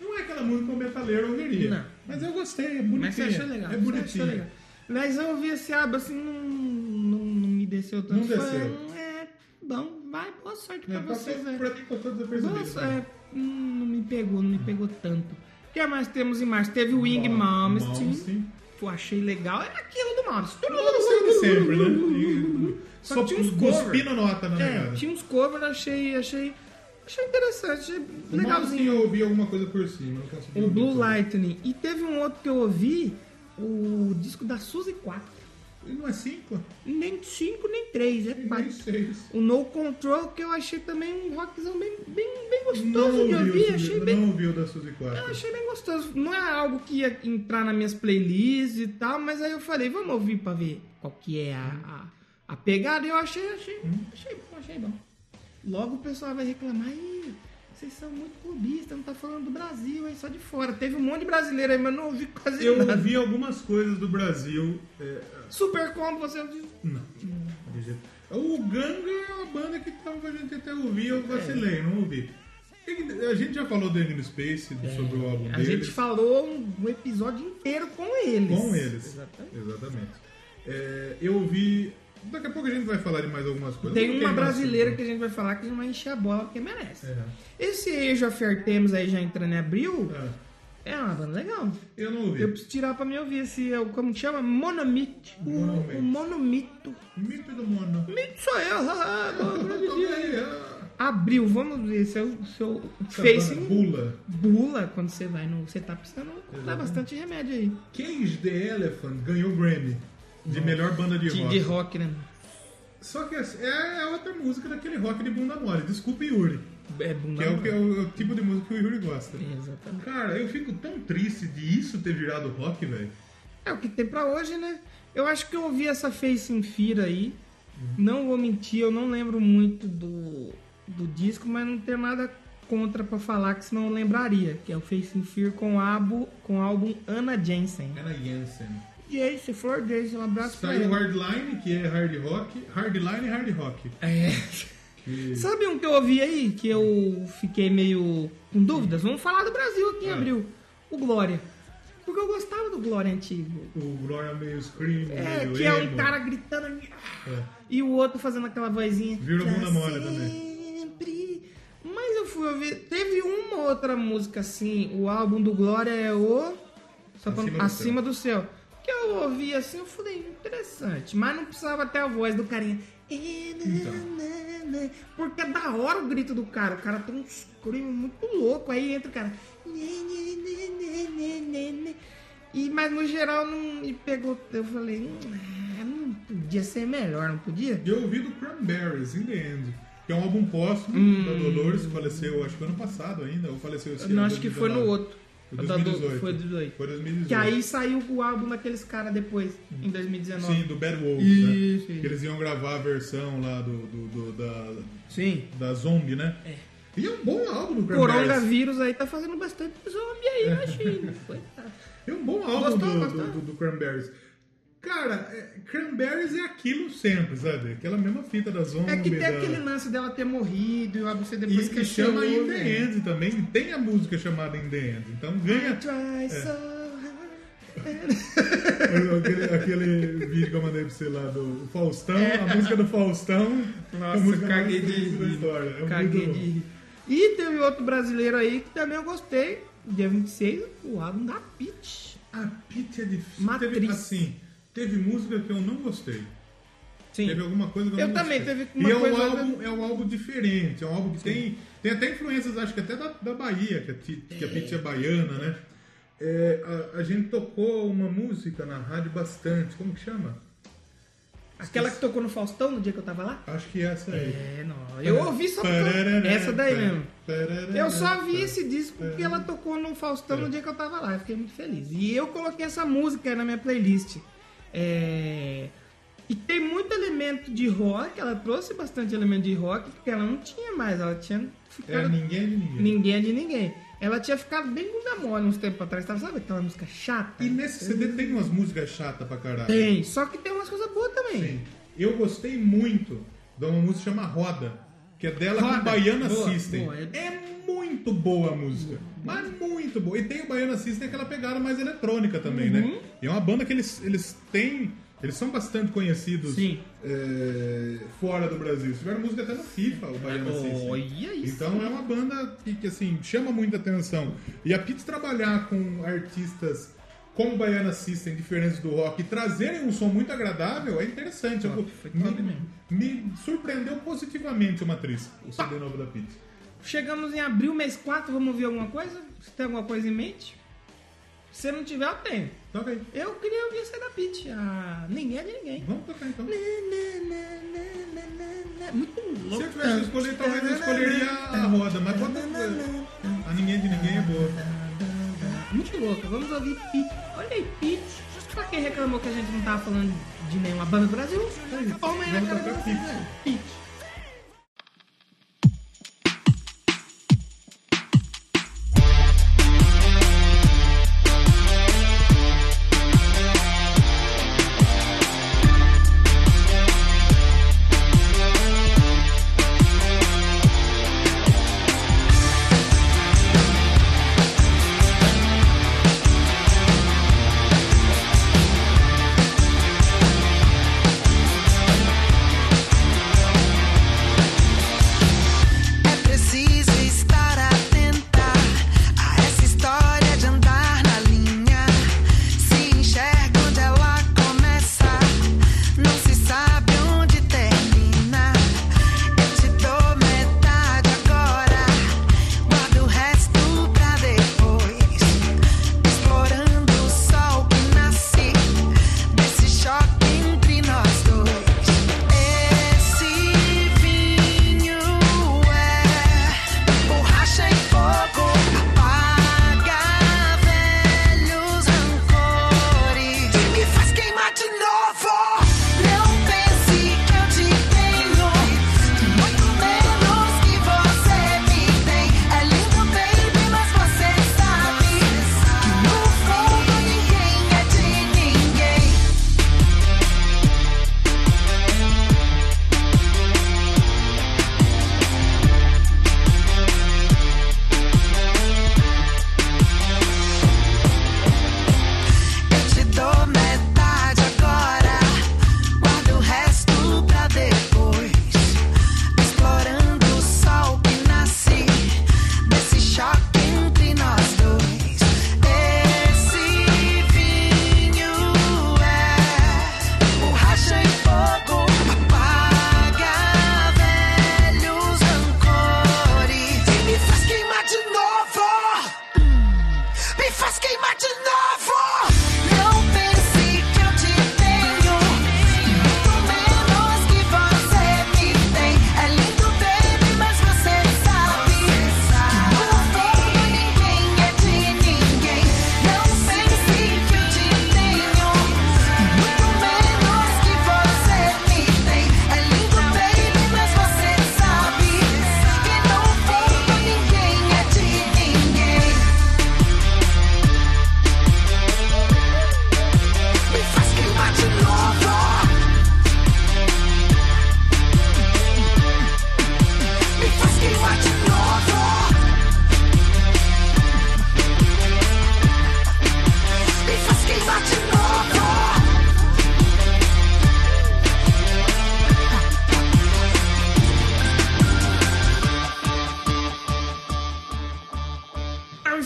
Speaker 3: Não é aquela música que o metaleiro ouviria.
Speaker 2: Não.
Speaker 3: Mas eu gostei, é bonitinho.
Speaker 2: Mas você achou legal.
Speaker 3: É
Speaker 2: Você achou legal.
Speaker 3: bonitinho.
Speaker 2: Mas eu ouvi esse álbum assim, não, não, não me desceu tanto.
Speaker 3: Não desceu.
Speaker 2: Foi um, É bom, vai, boa sorte pra
Speaker 3: É, pra
Speaker 2: vocês.
Speaker 3: ter-
Speaker 2: é.
Speaker 3: pra ter todos os percebidos,
Speaker 2: Nossa,
Speaker 3: né?
Speaker 2: é, hum, não me pegou, não me pegou tanto. O que mais temos em março? Teve o Wing Malmsteen.
Speaker 3: Malmsteen.
Speaker 2: Pô, achei legal. É aquilo do Malmsteen.
Speaker 3: Malmsteen de sempre, né? E-
Speaker 2: Só
Speaker 3: só
Speaker 2: que tinha uns
Speaker 3: cuspindo nota né, na
Speaker 2: É,
Speaker 3: negada.
Speaker 2: tinha uns covers, achei, achei, achei interessante, achei
Speaker 3: O um Malmsteen
Speaker 2: legalzinho.
Speaker 3: assim, eu ouvi alguma coisa por cima. não consegui
Speaker 2: O
Speaker 3: ouvir
Speaker 2: Blue
Speaker 3: tudo.
Speaker 2: Lightning. E teve um outro que eu ouvi, o disco da Suzy 4.
Speaker 3: E Não é 5?
Speaker 2: Nem 5, nem 3, é 4.
Speaker 3: Nem 6.
Speaker 2: O No Control, que eu achei também um rockzão bem, bem, bem gostoso de
Speaker 3: ouvi o
Speaker 2: ouvir,
Speaker 3: Suzy-
Speaker 2: achei bem...
Speaker 3: Não ouviu da Suzy 4.
Speaker 2: Eu achei bem gostoso. Não é algo que ia entrar nas minhas playlists e tal, mas aí eu falei, vamos ouvir pra ver qual que é a, a, a pegada. E eu achei, achei, achei bom, achei bom. Logo o pessoal vai reclamar, "Ih, Vocês são muito clubistas, não tá falando do Brasil, é só de fora. Teve um monte de brasileiro aí, mas não ouvi quase
Speaker 3: Eu
Speaker 2: nada.
Speaker 3: vi algumas coisas do Brasil. é,
Speaker 2: Super combo, você ouviu?
Speaker 3: não. de jeito- O Ganga é uma banda que tava a gente até ouvir,
Speaker 2: É.
Speaker 3: eu vacilei, não ouvi. E A gente já falou do Enigma Space, do- sobre o álbum
Speaker 2: É, A
Speaker 3: deles.
Speaker 2: gente falou um, um episódio inteiro com eles.
Speaker 3: Com eles.
Speaker 2: Exatamente.
Speaker 3: Exatamente. É, eu ouvi. Daqui a pouco a gente vai falar de mais algumas coisas.
Speaker 2: Tem
Speaker 3: Não
Speaker 2: uma
Speaker 3: mais
Speaker 2: brasileira
Speaker 3: tempo.
Speaker 2: que a gente vai falar que não vai encher a bola porque merece.
Speaker 3: É.
Speaker 2: Esse Age of Fair Temos aí já entrando em abril,
Speaker 3: Ah,
Speaker 2: é uma banda legal.
Speaker 3: eu não ouvi.
Speaker 2: Eu preciso tirar pra me ouvir esse, é o- como que chama? Monomito.
Speaker 3: Monomito.
Speaker 2: O, o Monomito.
Speaker 3: Mito do Mono.
Speaker 2: Mito sou eu.
Speaker 3: aí, ah,
Speaker 2: abril, vamos ver se eu, se eu
Speaker 3: essa
Speaker 2: fez
Speaker 3: banda
Speaker 2: em
Speaker 3: Bula.
Speaker 2: bula quando você vai no... Você tá precisando dar
Speaker 3: Exatamente.
Speaker 2: bastante remédio aí.
Speaker 3: Cage the Elephant ganhou o Grammy de melhor banda de
Speaker 2: De,
Speaker 3: rock.
Speaker 2: de rock, né?
Speaker 3: Só que essa- é, é outra música daquele rock de bunda mole. Desculpa, Yuri.
Speaker 2: É bunda.
Speaker 3: Que é o, que é o- é o tipo de música que o Yuri gosta.
Speaker 2: Exatamente.
Speaker 3: Cara, eu fico tão triste de isso ter virado rock, velho.
Speaker 2: É o que tem pra hoje, né? Eu acho que eu ouvi essa Face in Fear aí. Não vou mentir, eu não lembro muito do, do disco, mas não tenho nada contra pra falar, que senão eu lembraria. Que é o Face in Fear com, abo, com o álbum Anna Jensen.
Speaker 3: Era Jensen.
Speaker 2: E aí, se for Jensen, um abraço pra
Speaker 3: Saiu
Speaker 2: ela.
Speaker 3: Hardline, que é hard rock. Hardline e hard rock.
Speaker 2: É.
Speaker 3: Que-
Speaker 2: Sabe um que eu ouvi aí, que eu fiquei meio com dúvidas? Vamos falar do Brasil aqui em
Speaker 3: Ah.
Speaker 2: abril. O Glória. Porque eu gostava do Glória antigo.
Speaker 3: O Gloria meio scream,
Speaker 2: É,
Speaker 3: meio
Speaker 2: que é um
Speaker 3: emo.
Speaker 2: cara gritando...
Speaker 3: É.
Speaker 2: E o outro fazendo aquela vozinha.
Speaker 3: Virou
Speaker 2: "Pra
Speaker 3: bunda mole
Speaker 2: sempre. Mas eu fui ouvir. Teve uma outra música assim. O álbum do Glória é o. Só pra-
Speaker 3: Acima do
Speaker 2: Acima, do, céu. Que eu ouvi assim, eu falei, interessante. Mas não precisava até a voz do carinha. Porque é da hora o grito do cara. O cara tem um scream muito louco. Aí entra o cara. E, mas no geral não me pegou. Eu falei, "Hum, ah, não podia ser melhor, não podia?
Speaker 3: E eu ouvi do Cranberries, In The End. Que é um álbum póstumo da Dolores, que faleceu acho que ano passado ainda, ou faleceu esse ano.
Speaker 2: Hum. Não, acho que foi no
Speaker 3: 2019.
Speaker 2: outro.
Speaker 3: Foi
Speaker 2: Da do-
Speaker 3: 2018.
Speaker 2: Foi 2018.
Speaker 3: Foi 2018.
Speaker 2: Que aí saiu o álbum daqueles caras depois, em 2019.
Speaker 3: Sim, do Bad Wolves,
Speaker 2: Isso,
Speaker 3: né?
Speaker 2: isso.
Speaker 3: Que eles iam gravar a versão lá do, do- do- da,
Speaker 2: Sim.
Speaker 3: da Zombie, né? É. E é um bom álbum do Cranberries.
Speaker 2: Coronavírus aí tá fazendo bastante zombie aí na China. Coitado.
Speaker 3: É um bom álbum
Speaker 2: Gostou,
Speaker 3: do,
Speaker 2: gostou?
Speaker 3: do, do- do Cranberries. Cara, é, Cranberries é aquilo sempre, sabe? Aquela mesma fita da Zombie.
Speaker 2: É que tem
Speaker 3: da...
Speaker 2: aquele lance dela ter morrido e o álbum ser depois
Speaker 3: E que chama
Speaker 2: cancelou,
Speaker 3: In The
Speaker 2: né?
Speaker 3: End também, e tem a música chamada In The End. Então ganha
Speaker 2: Try so hard.
Speaker 3: aquele, aquele vídeo que eu mandei pra você lá do Faustão,
Speaker 2: É.
Speaker 3: a música do Faustão. a
Speaker 2: Nossa,
Speaker 3: música mais
Speaker 2: caguei de
Speaker 3: conhecida da
Speaker 2: rir.
Speaker 3: história. É
Speaker 2: Caguei
Speaker 3: muito
Speaker 2: de
Speaker 3: bom.
Speaker 2: rir. E teve outro brasileiro aí que também eu gostei. Dia 26, o álbum da Peach.
Speaker 3: A Pitty é difícil.
Speaker 2: Matriz.
Speaker 3: Teve, assim, teve música que eu não gostei.
Speaker 2: Sim.
Speaker 3: Teve alguma coisa que eu,
Speaker 2: Eu
Speaker 3: não
Speaker 2: também,
Speaker 3: gostei.
Speaker 2: teve uma
Speaker 3: e é um
Speaker 2: coisa-
Speaker 3: álbum, é um álbum diferente, é um álbum que tem, tem até influências, acho que até da, da Bahia, que a, Ti- que a Pitty é baiana, né? É, a, a gente tocou uma música na rádio bastante, como que chama?
Speaker 2: Aquela que tocou no Faustão no dia que eu tava lá?
Speaker 3: Acho que é essa aí.
Speaker 2: É, não. Eu ouvi só porque
Speaker 3: Tararara,
Speaker 2: essa daí mesmo.
Speaker 3: tararara,
Speaker 2: Eu só vi
Speaker 3: tararara.
Speaker 2: esse disco porque
Speaker 3: é.
Speaker 2: ela tocou no Faustão no dia que eu tava lá. Eu fiquei muito feliz. E eu coloquei essa música aí na minha playlist. É, E tem muito elemento de rock. Ela trouxe bastante elemento de rock porque ela não tinha mais. Ela tinha
Speaker 3: É,
Speaker 2: ficado
Speaker 3: ninguém é de ninguém.
Speaker 2: ninguém é de ninguém. Ela tinha ficado bem bunda mole uns tempos atrás. Tava, sabe aquela música chata?
Speaker 3: E nesse CD tem umas músicas chatas pra caralho.
Speaker 2: Tem. Só que tem umas coisas boas também.
Speaker 3: Sim. Eu gostei muito de uma música que chama Roda, que é dela
Speaker 2: Roda.
Speaker 3: com Baiana
Speaker 2: Boa,
Speaker 3: System.
Speaker 2: boa.
Speaker 3: É muito boa a música, mas muito boa. E tem o Baiana System aquela pegada mais eletrônica também,
Speaker 2: Uhum.
Speaker 3: né? E é uma banda que eles, eles têm. Eles são bastante conhecidos
Speaker 2: Sim.
Speaker 3: é, fora do Brasil. Eles Tiveram música até no FIFA, o Baiana System.
Speaker 2: Olha isso.
Speaker 3: Então é uma banda que, que, assim, chama muita atenção. E a Pete trabalhar com artistas como Baiana System, diferentes do rock, e trazerem um som muito agradável é interessante. Eu-
Speaker 2: foi top
Speaker 3: me,
Speaker 2: mesmo.
Speaker 3: me surpreendeu positivamente uma atriz, tá? o CD novo da Pete.
Speaker 2: Chegamos em abril, mês 4, vamos ouvir alguma coisa? Você tem alguma coisa em mente? Se não tiver, eu tenho.
Speaker 3: Tá ok.
Speaker 2: Eu queria ouvir essa da Pitty. Ah, ninguém é de ninguém.
Speaker 3: Vamos tocar então.
Speaker 2: Na, na, na, na, na, na. Muito
Speaker 3: Se eu
Speaker 2: louco.
Speaker 3: tivesse que escolher, talvez eu escolheria a roda, mas bota a ninguém de ninguém é boa.
Speaker 2: Muito louco. Vamos ouvir Pitty. Olha aí, Pitty. Pra quem reclamou que a gente não tava falando de nenhuma banda do Brasil, toma aí na
Speaker 3: Vamos
Speaker 2: cara
Speaker 3: tocar
Speaker 2: de vocês, né? Pitty.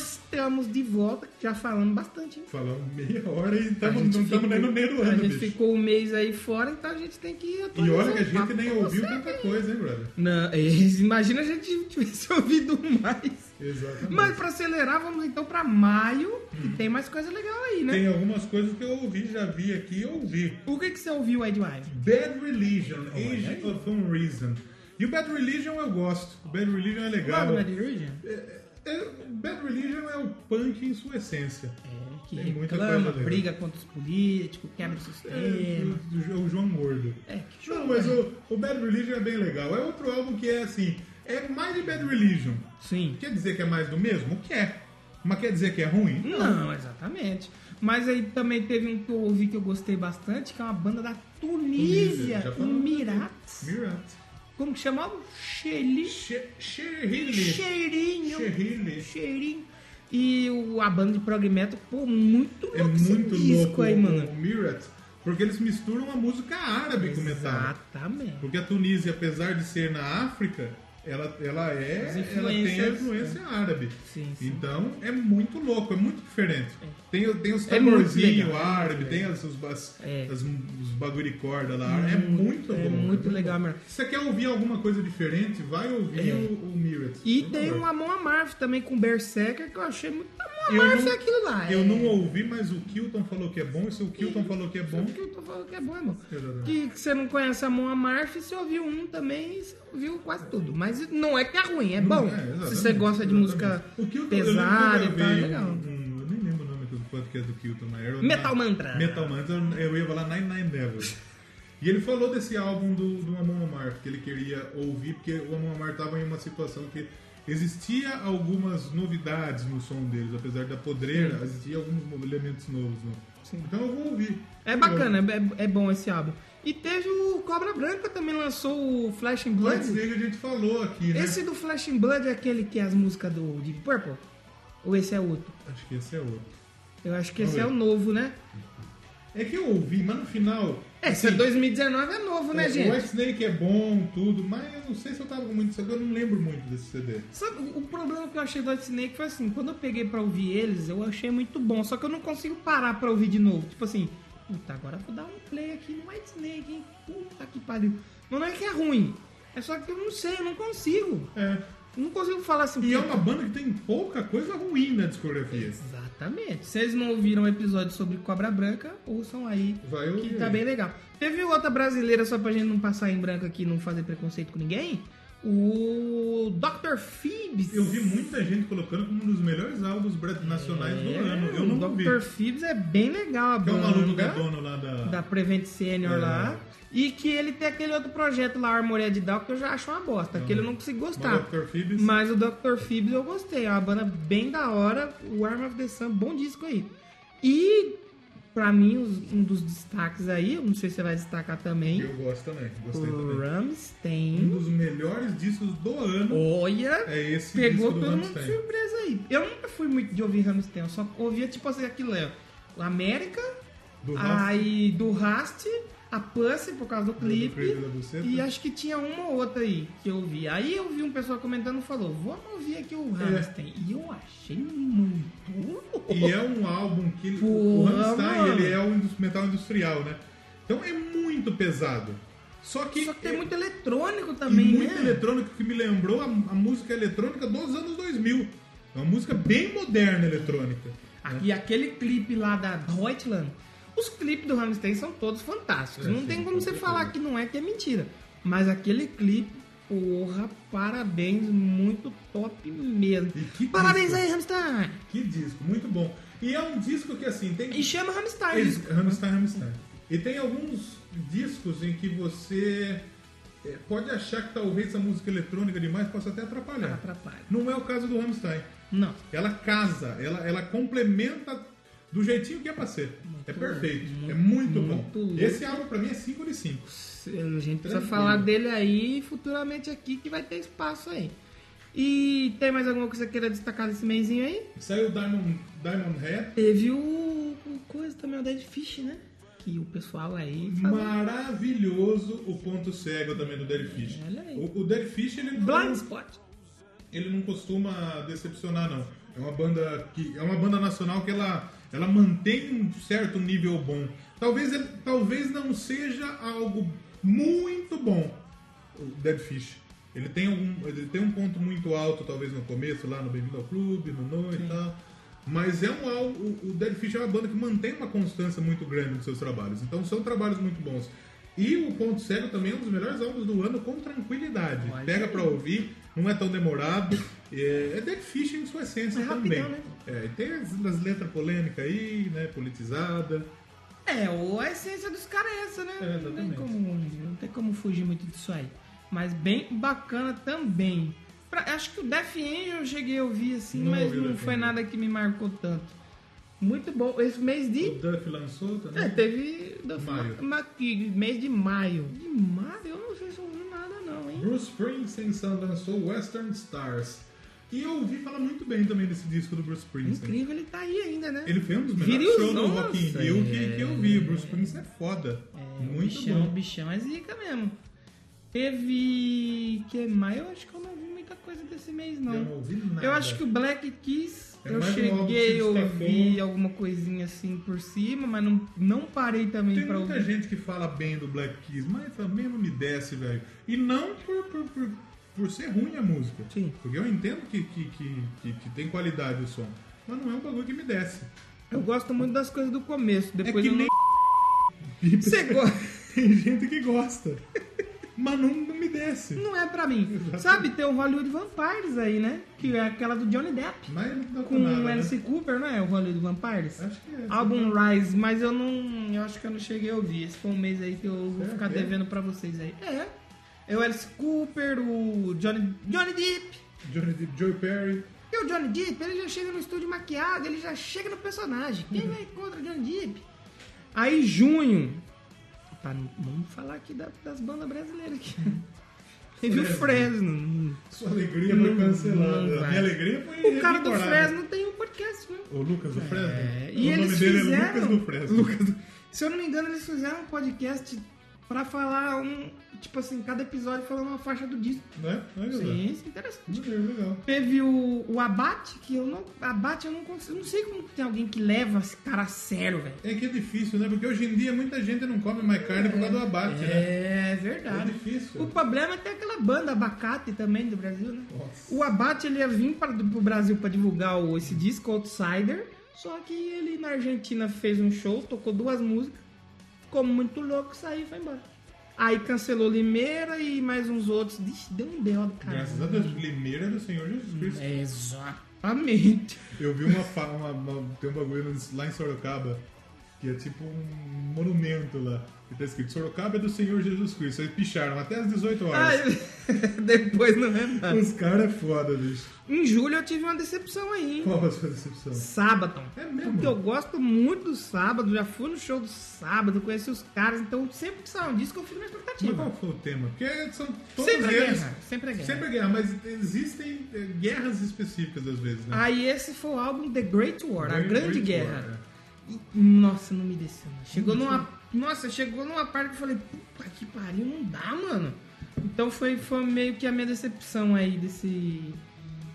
Speaker 2: estamos de volta, já falando bastante. hein?
Speaker 3: Falamos meia hora e
Speaker 2: A
Speaker 3: tamo,
Speaker 2: gente
Speaker 3: não estamos
Speaker 2: ficou-
Speaker 3: nem no meio do
Speaker 2: A
Speaker 3: ano,
Speaker 2: gente
Speaker 3: bicho.
Speaker 2: ficou um mês aí fora, então a gente tem que ir
Speaker 3: E olha que a
Speaker 2: atualizando o
Speaker 3: gente nem
Speaker 2: papo com
Speaker 3: ouviu
Speaker 2: você,
Speaker 3: tanta
Speaker 2: hein?
Speaker 3: coisa, hein, brother?
Speaker 2: Não, [LAUGHS] é, imagina a gente tivesse [LAUGHS] ouvido mais.
Speaker 3: Exatamente.
Speaker 2: Mas pra acelerar, vamos então pra maio, que tem mais coisa legal aí, né?
Speaker 3: Hum. Tem algumas coisas que eu ouvi, já vi aqui e ouvi.
Speaker 2: O que, que você ouviu aí de maio?
Speaker 3: Bad Religion, Age of Unreason. E o Bad Religion eu gosto. O Bad Religion é legal.
Speaker 2: Logo na de Virgin?
Speaker 3: É, Bad Religion é o punk em sua essência.
Speaker 2: É, que
Speaker 3: Tem muita
Speaker 2: reclama,
Speaker 3: coisa legal.
Speaker 2: briga contra os políticos, quebra o sistema.
Speaker 3: É, o, o João Gordo.
Speaker 2: É, que
Speaker 3: Não, mas o, o Bad Religion é bem legal. É outro álbum que é assim, é mais de Bad Religion.
Speaker 2: Sim.
Speaker 3: Quer dizer que é mais do mesmo? O que é? Mas quer dizer que é ruim?
Speaker 2: Não, exatamente. Mas aí também teve um que eu ouvi que eu gostei bastante, que é uma banda da Tunísia,
Speaker 3: Tunísia, já
Speaker 2: o
Speaker 3: falamos.
Speaker 2: Mirats.
Speaker 3: Mirat.
Speaker 2: Como que chamava? Xeli.
Speaker 3: Sherrilly.
Speaker 2: Cheirinho.
Speaker 3: Sherrilly.
Speaker 2: Cheirinho. E o, a banda de prog metal, pô, muito louco
Speaker 3: É
Speaker 2: esse
Speaker 3: muito
Speaker 2: disco
Speaker 3: louco
Speaker 2: aí,
Speaker 3: o-
Speaker 2: mano.
Speaker 3: o Mirat, porque eles misturam a música árabe com o metal.
Speaker 2: Exatamente.
Speaker 3: Porque a Tunísia, apesar de ser na África, ela, ela é.
Speaker 2: As
Speaker 3: Ela tem a
Speaker 2: influências, né?
Speaker 3: influência árabe.
Speaker 2: Sim, sim.
Speaker 3: Então é muito louco, é muito diferente. Tem, o- tem os
Speaker 2: É muito
Speaker 3: tamborzinhos
Speaker 2: legal, é
Speaker 3: árabe,
Speaker 2: muito
Speaker 3: tem as, os, as,
Speaker 2: É.
Speaker 3: as- os bagulho de corda lá. árabe. É muito bom.
Speaker 2: É muito legal, mano.
Speaker 3: Se você quer ouvir alguma coisa diferente, vai ouvir
Speaker 2: É.
Speaker 3: o, o Mirat.
Speaker 2: E
Speaker 3: Por
Speaker 2: tem
Speaker 3: favor.
Speaker 2: um Amon Amarth também com Berserker que eu achei muito. Amon
Speaker 3: Eu
Speaker 2: Amarth
Speaker 3: não-
Speaker 2: é aquilo lá.
Speaker 3: Eu
Speaker 2: é...
Speaker 3: não ouvi, mas o Kilton falou que é bom. E se o Kilton falou que é bom,
Speaker 2: Sabe que eu tô falando que é bom, irmão.
Speaker 3: Exatamente.
Speaker 2: Que, que você não conhece a Mon Amarth, você ouviu um também e você ouviu quase tudo. Mas não é que é ruim, é bom.
Speaker 3: exatamente,
Speaker 2: Se você gosta de
Speaker 3: exatamente.
Speaker 2: música
Speaker 3: O Kilton, eu lembro que eu
Speaker 2: pesada e tal, é
Speaker 3: gravei
Speaker 2: legal.
Speaker 3: um- um- eu nem lembro o nome do podcast do Kilton, mas era o
Speaker 2: Metal
Speaker 3: Na-
Speaker 2: Mantra.
Speaker 3: Metal Mantra, eu ia falar Nine Nine Devils. E ele falou desse álbum do, do Amon Amarth, que ele queria ouvir, porque o Amon Amarth estava em uma situação que existia algumas novidades no som deles, apesar da podreira, existia alguns elementos novos. né?
Speaker 2: Sim.
Speaker 3: Então eu vou ouvir.
Speaker 2: É bacana, é, é bom esse álbum. E teve o Cobra Branca também lançou o Flash in
Speaker 3: Eu,
Speaker 2: Blood.
Speaker 3: antes dele a gente falou aqui, né?
Speaker 2: Esse do Flash in Blood é aquele que é as músicas do Deep Purple? Ou esse é outro?
Speaker 3: Acho que esse é outro.
Speaker 2: Eu acho que
Speaker 3: Vamos
Speaker 2: esse é
Speaker 3: ver.
Speaker 2: o novo, né?
Speaker 3: É que eu ouvi, mas no final.
Speaker 2: É, se é 2019 é novo, né,
Speaker 3: É, O White
Speaker 2: gente?
Speaker 3: Snake é bom, tudo, mas eu não sei se eu tava com muito isso, eu não lembro muito desse CD.
Speaker 2: Sabe, o problema que eu achei do White Snake foi assim, quando eu peguei pra ouvir eles, eu achei muito bom, só que eu não consigo parar pra ouvir de novo. Tipo assim, puta, agora eu vou dar um play aqui no White Snake, hein? Puta que pariu. Mas não é que é ruim, é só que eu não sei, eu não consigo.
Speaker 3: É.
Speaker 2: Eu não consigo falar assim.
Speaker 3: E é
Speaker 2: puta,
Speaker 3: uma banda que tem pouca coisa ruim na discografia.
Speaker 2: Exatamente. Se vocês não ouviram o episódio sobre Cobra Branca, ouçam aí.
Speaker 3: Vai
Speaker 2: que
Speaker 3: ouvir.
Speaker 2: tá bem legal. Teve outra brasileira, só pra gente não passar em branco aqui e não fazer preconceito com ninguém. O Dr. Phoebs.
Speaker 3: Eu vi muita gente colocando como um dos melhores álbuns bra- nacionais do ano. Eu
Speaker 2: É, o
Speaker 3: não vi.
Speaker 2: Dr. Phoebs é bem legal a
Speaker 3: Que é o
Speaker 2: banda
Speaker 3: maluco que é dono lá da.
Speaker 2: da Prevent Senior
Speaker 3: É.
Speaker 2: lá. E que ele tem aquele outro projeto lá, Armored Down, que eu já acho uma bosta. Aquele eu não consigo gostar.
Speaker 3: Dr. Phoebs.
Speaker 2: Mas o Dr. Phoebs eu gostei. É uma banda bem da hora. O Arm of the Sun, bom disco aí. E, pra mim, os- um dos destaques aí, eu não sei se você vai destacar também,
Speaker 3: Eu gosto também. Gostei
Speaker 2: o
Speaker 3: também. Um
Speaker 2: Ramstein.
Speaker 3: dos melhores discos do ano
Speaker 2: Olha,
Speaker 3: é esse
Speaker 2: pegou
Speaker 3: disco do
Speaker 2: todo mundo de
Speaker 3: Rammstein.
Speaker 2: surpresa aí. Eu nunca fui muito de ouvir Ramstein, eu só ouvia, tipo assim, aquilo é o América,
Speaker 3: Do Rammstein.
Speaker 2: aí do Rast, a Pussy, por causa do clipe,
Speaker 3: Credo da Buceta.
Speaker 2: e acho que tinha uma ou outra aí que eu vi. Aí eu vi um pessoal comentando e falou: vamos ouvir aqui
Speaker 3: É.
Speaker 2: o Rammstein. E eu achei muito louco.
Speaker 3: E é um álbum que
Speaker 2: Pô,
Speaker 3: o Rammstein,
Speaker 2: mano.
Speaker 3: ele é um indus- metal industrial, né? Então é muito pesado. Só que,
Speaker 2: Só que tem
Speaker 3: é-
Speaker 2: muito eletrônico
Speaker 3: e
Speaker 2: também,
Speaker 3: muito
Speaker 2: né?
Speaker 3: eletrônico que me lembrou a, a música eletrônica dos anos 2000. É uma música bem moderna eletrônica.
Speaker 2: Ah, E aquele clipe lá da Deutschland, os clipes do Rammstein são todos fantásticos.
Speaker 3: É,
Speaker 2: não
Speaker 3: sim,
Speaker 2: tem
Speaker 3: com
Speaker 2: como você
Speaker 3: certeza.
Speaker 2: falar que não é, que é mentira. Mas aquele clipe, porra, parabéns, muito top mesmo.
Speaker 3: E que
Speaker 2: Parabéns
Speaker 3: disco.
Speaker 2: aí, Rammstein!
Speaker 3: Que disco, muito bom. E é um disco que assim tem
Speaker 2: E chama Rammstein.
Speaker 3: Ex- Rammstein, Rammstein. E tem alguns discos em que você é, pode achar que talvez a música eletrônica demais possa até atrapalhar.
Speaker 2: Atrapalha.
Speaker 3: Não é o caso do Rammstein.
Speaker 2: Não.
Speaker 3: Ela casa, ela, ela complementa do jeitinho que é pra ser. é perfeito,
Speaker 2: muito,
Speaker 3: é muito,
Speaker 2: muito
Speaker 3: bom.
Speaker 2: louco.
Speaker 3: Esse álbum pra mim é 5 de 5.
Speaker 2: A gente precisa
Speaker 3: Tranquilo.
Speaker 2: falar dele aí futuramente aqui que vai ter espaço aí. E tem mais alguma coisa que você queira destacar desse mêsinho aí?
Speaker 3: Saiu Diamond, Diamond Head,
Speaker 2: Teve o, o coisa também, o Dead Fish, né? Que o pessoal aí um falou.
Speaker 3: maravilhoso o ponto cego também do Dead Fish.
Speaker 2: É, Olha aí.
Speaker 3: O, o Dead Fish ele não,
Speaker 2: Blind Spot.
Speaker 3: ele não costuma decepcionar não. É uma banda que é uma banda nacional que ela, ela mantém um certo nível bom. Talvez ele- talvez não seja algo muito bom. O Dead Fish. Ele tem um ele tem um ponto muito alto talvez no começo lá no Bem-vindo ao Clube, no No e tal. Mas é um álbum, o- o Dead Fish é uma banda que mantém uma constância muito grande nos seus trabalhos. Então são trabalhos muito bons. E o Ponto Cego também é um dos melhores álbuns do ano com tranquilidade.
Speaker 2: Olha
Speaker 3: Pega
Speaker 2: aí.
Speaker 3: pra ouvir, não é tão demorado. É, é Dead Fish em sua essência
Speaker 2: É
Speaker 3: também.
Speaker 2: rapidão, né?
Speaker 3: É, e tem as, as letras polêmicas aí, né? Politizada.
Speaker 2: É, ou a essência dos caras é essa, né?
Speaker 3: É,
Speaker 2: não, tem
Speaker 3: exatamente.
Speaker 2: como, não tem como fugir muito disso aí. Mas bem bacana também. Pra- acho que o Death Angel eu cheguei a ouvir assim,
Speaker 3: Não
Speaker 2: mas
Speaker 3: ouvi o
Speaker 2: não
Speaker 3: Death
Speaker 2: foi
Speaker 3: Angel.
Speaker 2: nada que me marcou tanto. Muito bom. Esse mês
Speaker 3: O
Speaker 2: de.
Speaker 3: Duff lançou
Speaker 2: É,
Speaker 3: também.
Speaker 2: teve.
Speaker 3: Maio.
Speaker 2: Ma- que- mês de maio. De maio? Eu não sei se eu ouvi nada, não, hein?
Speaker 3: Bruce Springsteen lançou Western Stars. E eu ouvi falar muito bem também desse disco do Bruce Springsteen.
Speaker 2: Incrível, ele tá aí ainda, né?
Speaker 3: Ele foi um dos melhores
Speaker 2: Virius,
Speaker 3: shows do Rock in
Speaker 2: nossa,
Speaker 3: Rio que, que eu vi. O Bruce
Speaker 2: é.
Speaker 3: Springsteen é foda.
Speaker 2: É,
Speaker 3: muito
Speaker 2: bichão,
Speaker 3: bom.
Speaker 2: bichão é zica mesmo. Teve. que mais? Eu acho que eu não vi muita coisa desse mês, não.
Speaker 3: Eu não ouvi nada.
Speaker 2: Eu acho que o Black Kiss,
Speaker 3: É
Speaker 2: eu
Speaker 3: mais um álbum que
Speaker 2: cheguei,
Speaker 3: se
Speaker 2: eu
Speaker 3: destacou.
Speaker 2: vi alguma coisinha assim por cima, mas não, não parei também
Speaker 3: Tem
Speaker 2: pra
Speaker 3: muita
Speaker 2: ouvir.
Speaker 3: gente que fala bem do Black Keys, mas também não me desce, velho. E não por, por, por, por ser ruim a música.
Speaker 2: Sim.
Speaker 3: Porque eu entendo que, que, que, que, que tem qualidade o som. Mas não é um bagulho que me desce.
Speaker 2: Eu gosto muito das coisas do começo, depois
Speaker 3: é que
Speaker 2: eu
Speaker 3: nem.
Speaker 2: não... [LAUGHS]
Speaker 3: [LAUGHS]
Speaker 2: Você gosta?
Speaker 3: tem gente que gosta. mas não, não me desce.
Speaker 2: Não é pra mim. Sabe, tem o Hollywood Vampires aí, né? Que é aquela do Johnny Depp.
Speaker 3: Mas não dá com,
Speaker 2: Com
Speaker 3: nada.
Speaker 2: o
Speaker 3: né?
Speaker 2: Alice Cooper, não é? O Hollywood Vampires.
Speaker 3: Acho que é.
Speaker 2: Álbum Rise, mas eu não. Eu acho que eu não cheguei a ouvir. Esse foi um mês aí que eu vou
Speaker 3: É,
Speaker 2: ficar
Speaker 3: é?
Speaker 2: devendo pra vocês aí. É. É o Alice Cooper, o Johnny. Johnny Depp!
Speaker 3: Johnny Depp, Joe Perry.
Speaker 2: E o Johnny Depp, ele já chega no estúdio maquiado, ele já chega no personagem. Quem vai contra o Johnny Depp? Aí, junho. Opa, não- vamos falar aqui da- das bandas brasileiras
Speaker 3: [LAUGHS]
Speaker 2: aqui. Teve o Fresno.
Speaker 3: Sua alegria
Speaker 2: Não,
Speaker 3: foi cancelada.
Speaker 2: não
Speaker 3: a
Speaker 2: vai.
Speaker 3: minha alegria
Speaker 2: [LAUGHS]
Speaker 3: foi.
Speaker 2: O cara do
Speaker 3: ignorada.
Speaker 2: Fresno tem um podcast, né?
Speaker 3: O Lucas do Fresno?
Speaker 2: É,
Speaker 3: o
Speaker 2: e
Speaker 3: nome
Speaker 2: eles
Speaker 3: dele
Speaker 2: fizeram.
Speaker 3: é Lucas do Fresno.
Speaker 2: Lucas do- Se eu não me engano, eles fizeram um podcast pra falar um. Tipo assim, cada episódio falando uma faixa do disco.
Speaker 3: Né? Olha só.
Speaker 2: Sim, isso é interessante.
Speaker 3: Legal, legal.
Speaker 2: Teve o, o Abate, que eu não. Abate eu não consigo. Não sei como que tem alguém que leva esse cara a sério, velho.
Speaker 3: É que é difícil, né? Porque hoje em dia muita gente não come mais carne por causa do abate, né?
Speaker 2: É
Speaker 3: É
Speaker 2: verdade.
Speaker 3: difícil.
Speaker 2: O problema é ter aquela banda abacate também do Brasil, né?
Speaker 3: Nossa.
Speaker 2: O Abate ele ia vir para, pro Brasil para divulgar o, esse disco Outsider, só que ele na Argentina fez um show, tocou duas músicas, ficou muito louco, saiu e foi embora. Aí cancelou Limeira e mais uns outros. Ixi, deu um B.O. do cara.
Speaker 3: Graças a Deus, Limeira é do Senhor Jesus Cristo.
Speaker 2: Exatamente.
Speaker 3: Eu vi uma, fa- uma, uma- tem um bagulho no- lá em Sorocaba, que é tipo um monumento lá. E tá escrito Sorocaba é do Senhor Jesus Cristo. Aí picharam até às 18 horas.
Speaker 2: Ai, [LAUGHS] depois não é nada.
Speaker 3: Os caras é foda, bicho.
Speaker 2: Em julho eu tive uma decepção aí, hein?
Speaker 3: Qual a sua decepção?
Speaker 2: Sábado.
Speaker 3: É mesmo?
Speaker 2: Porque eu gosto muito do sábado, já fui no show do sábado, conheci os caras, então sempre que sai um disco eu fico na
Speaker 3: Mas
Speaker 2: expectativa.
Speaker 3: qual foi o tema? Porque são todos
Speaker 2: Sempre é
Speaker 3: eles.
Speaker 2: guerra, sempre é guerra.
Speaker 3: Sempre é guerra, mas existem eh, guerras específicas às vezes, né?
Speaker 2: Aí esse foi o álbum The Great War, Ah, A
Speaker 3: Great-
Speaker 2: Grande
Speaker 3: Great
Speaker 2: Guerra.
Speaker 3: War, é.
Speaker 2: E, nossa, não me desceu. mano. Chegou numa, nossa, chegou numa parte que eu falei, puta que pariu, não dá, mano. Então foi, foi meio que a minha decepção aí desse,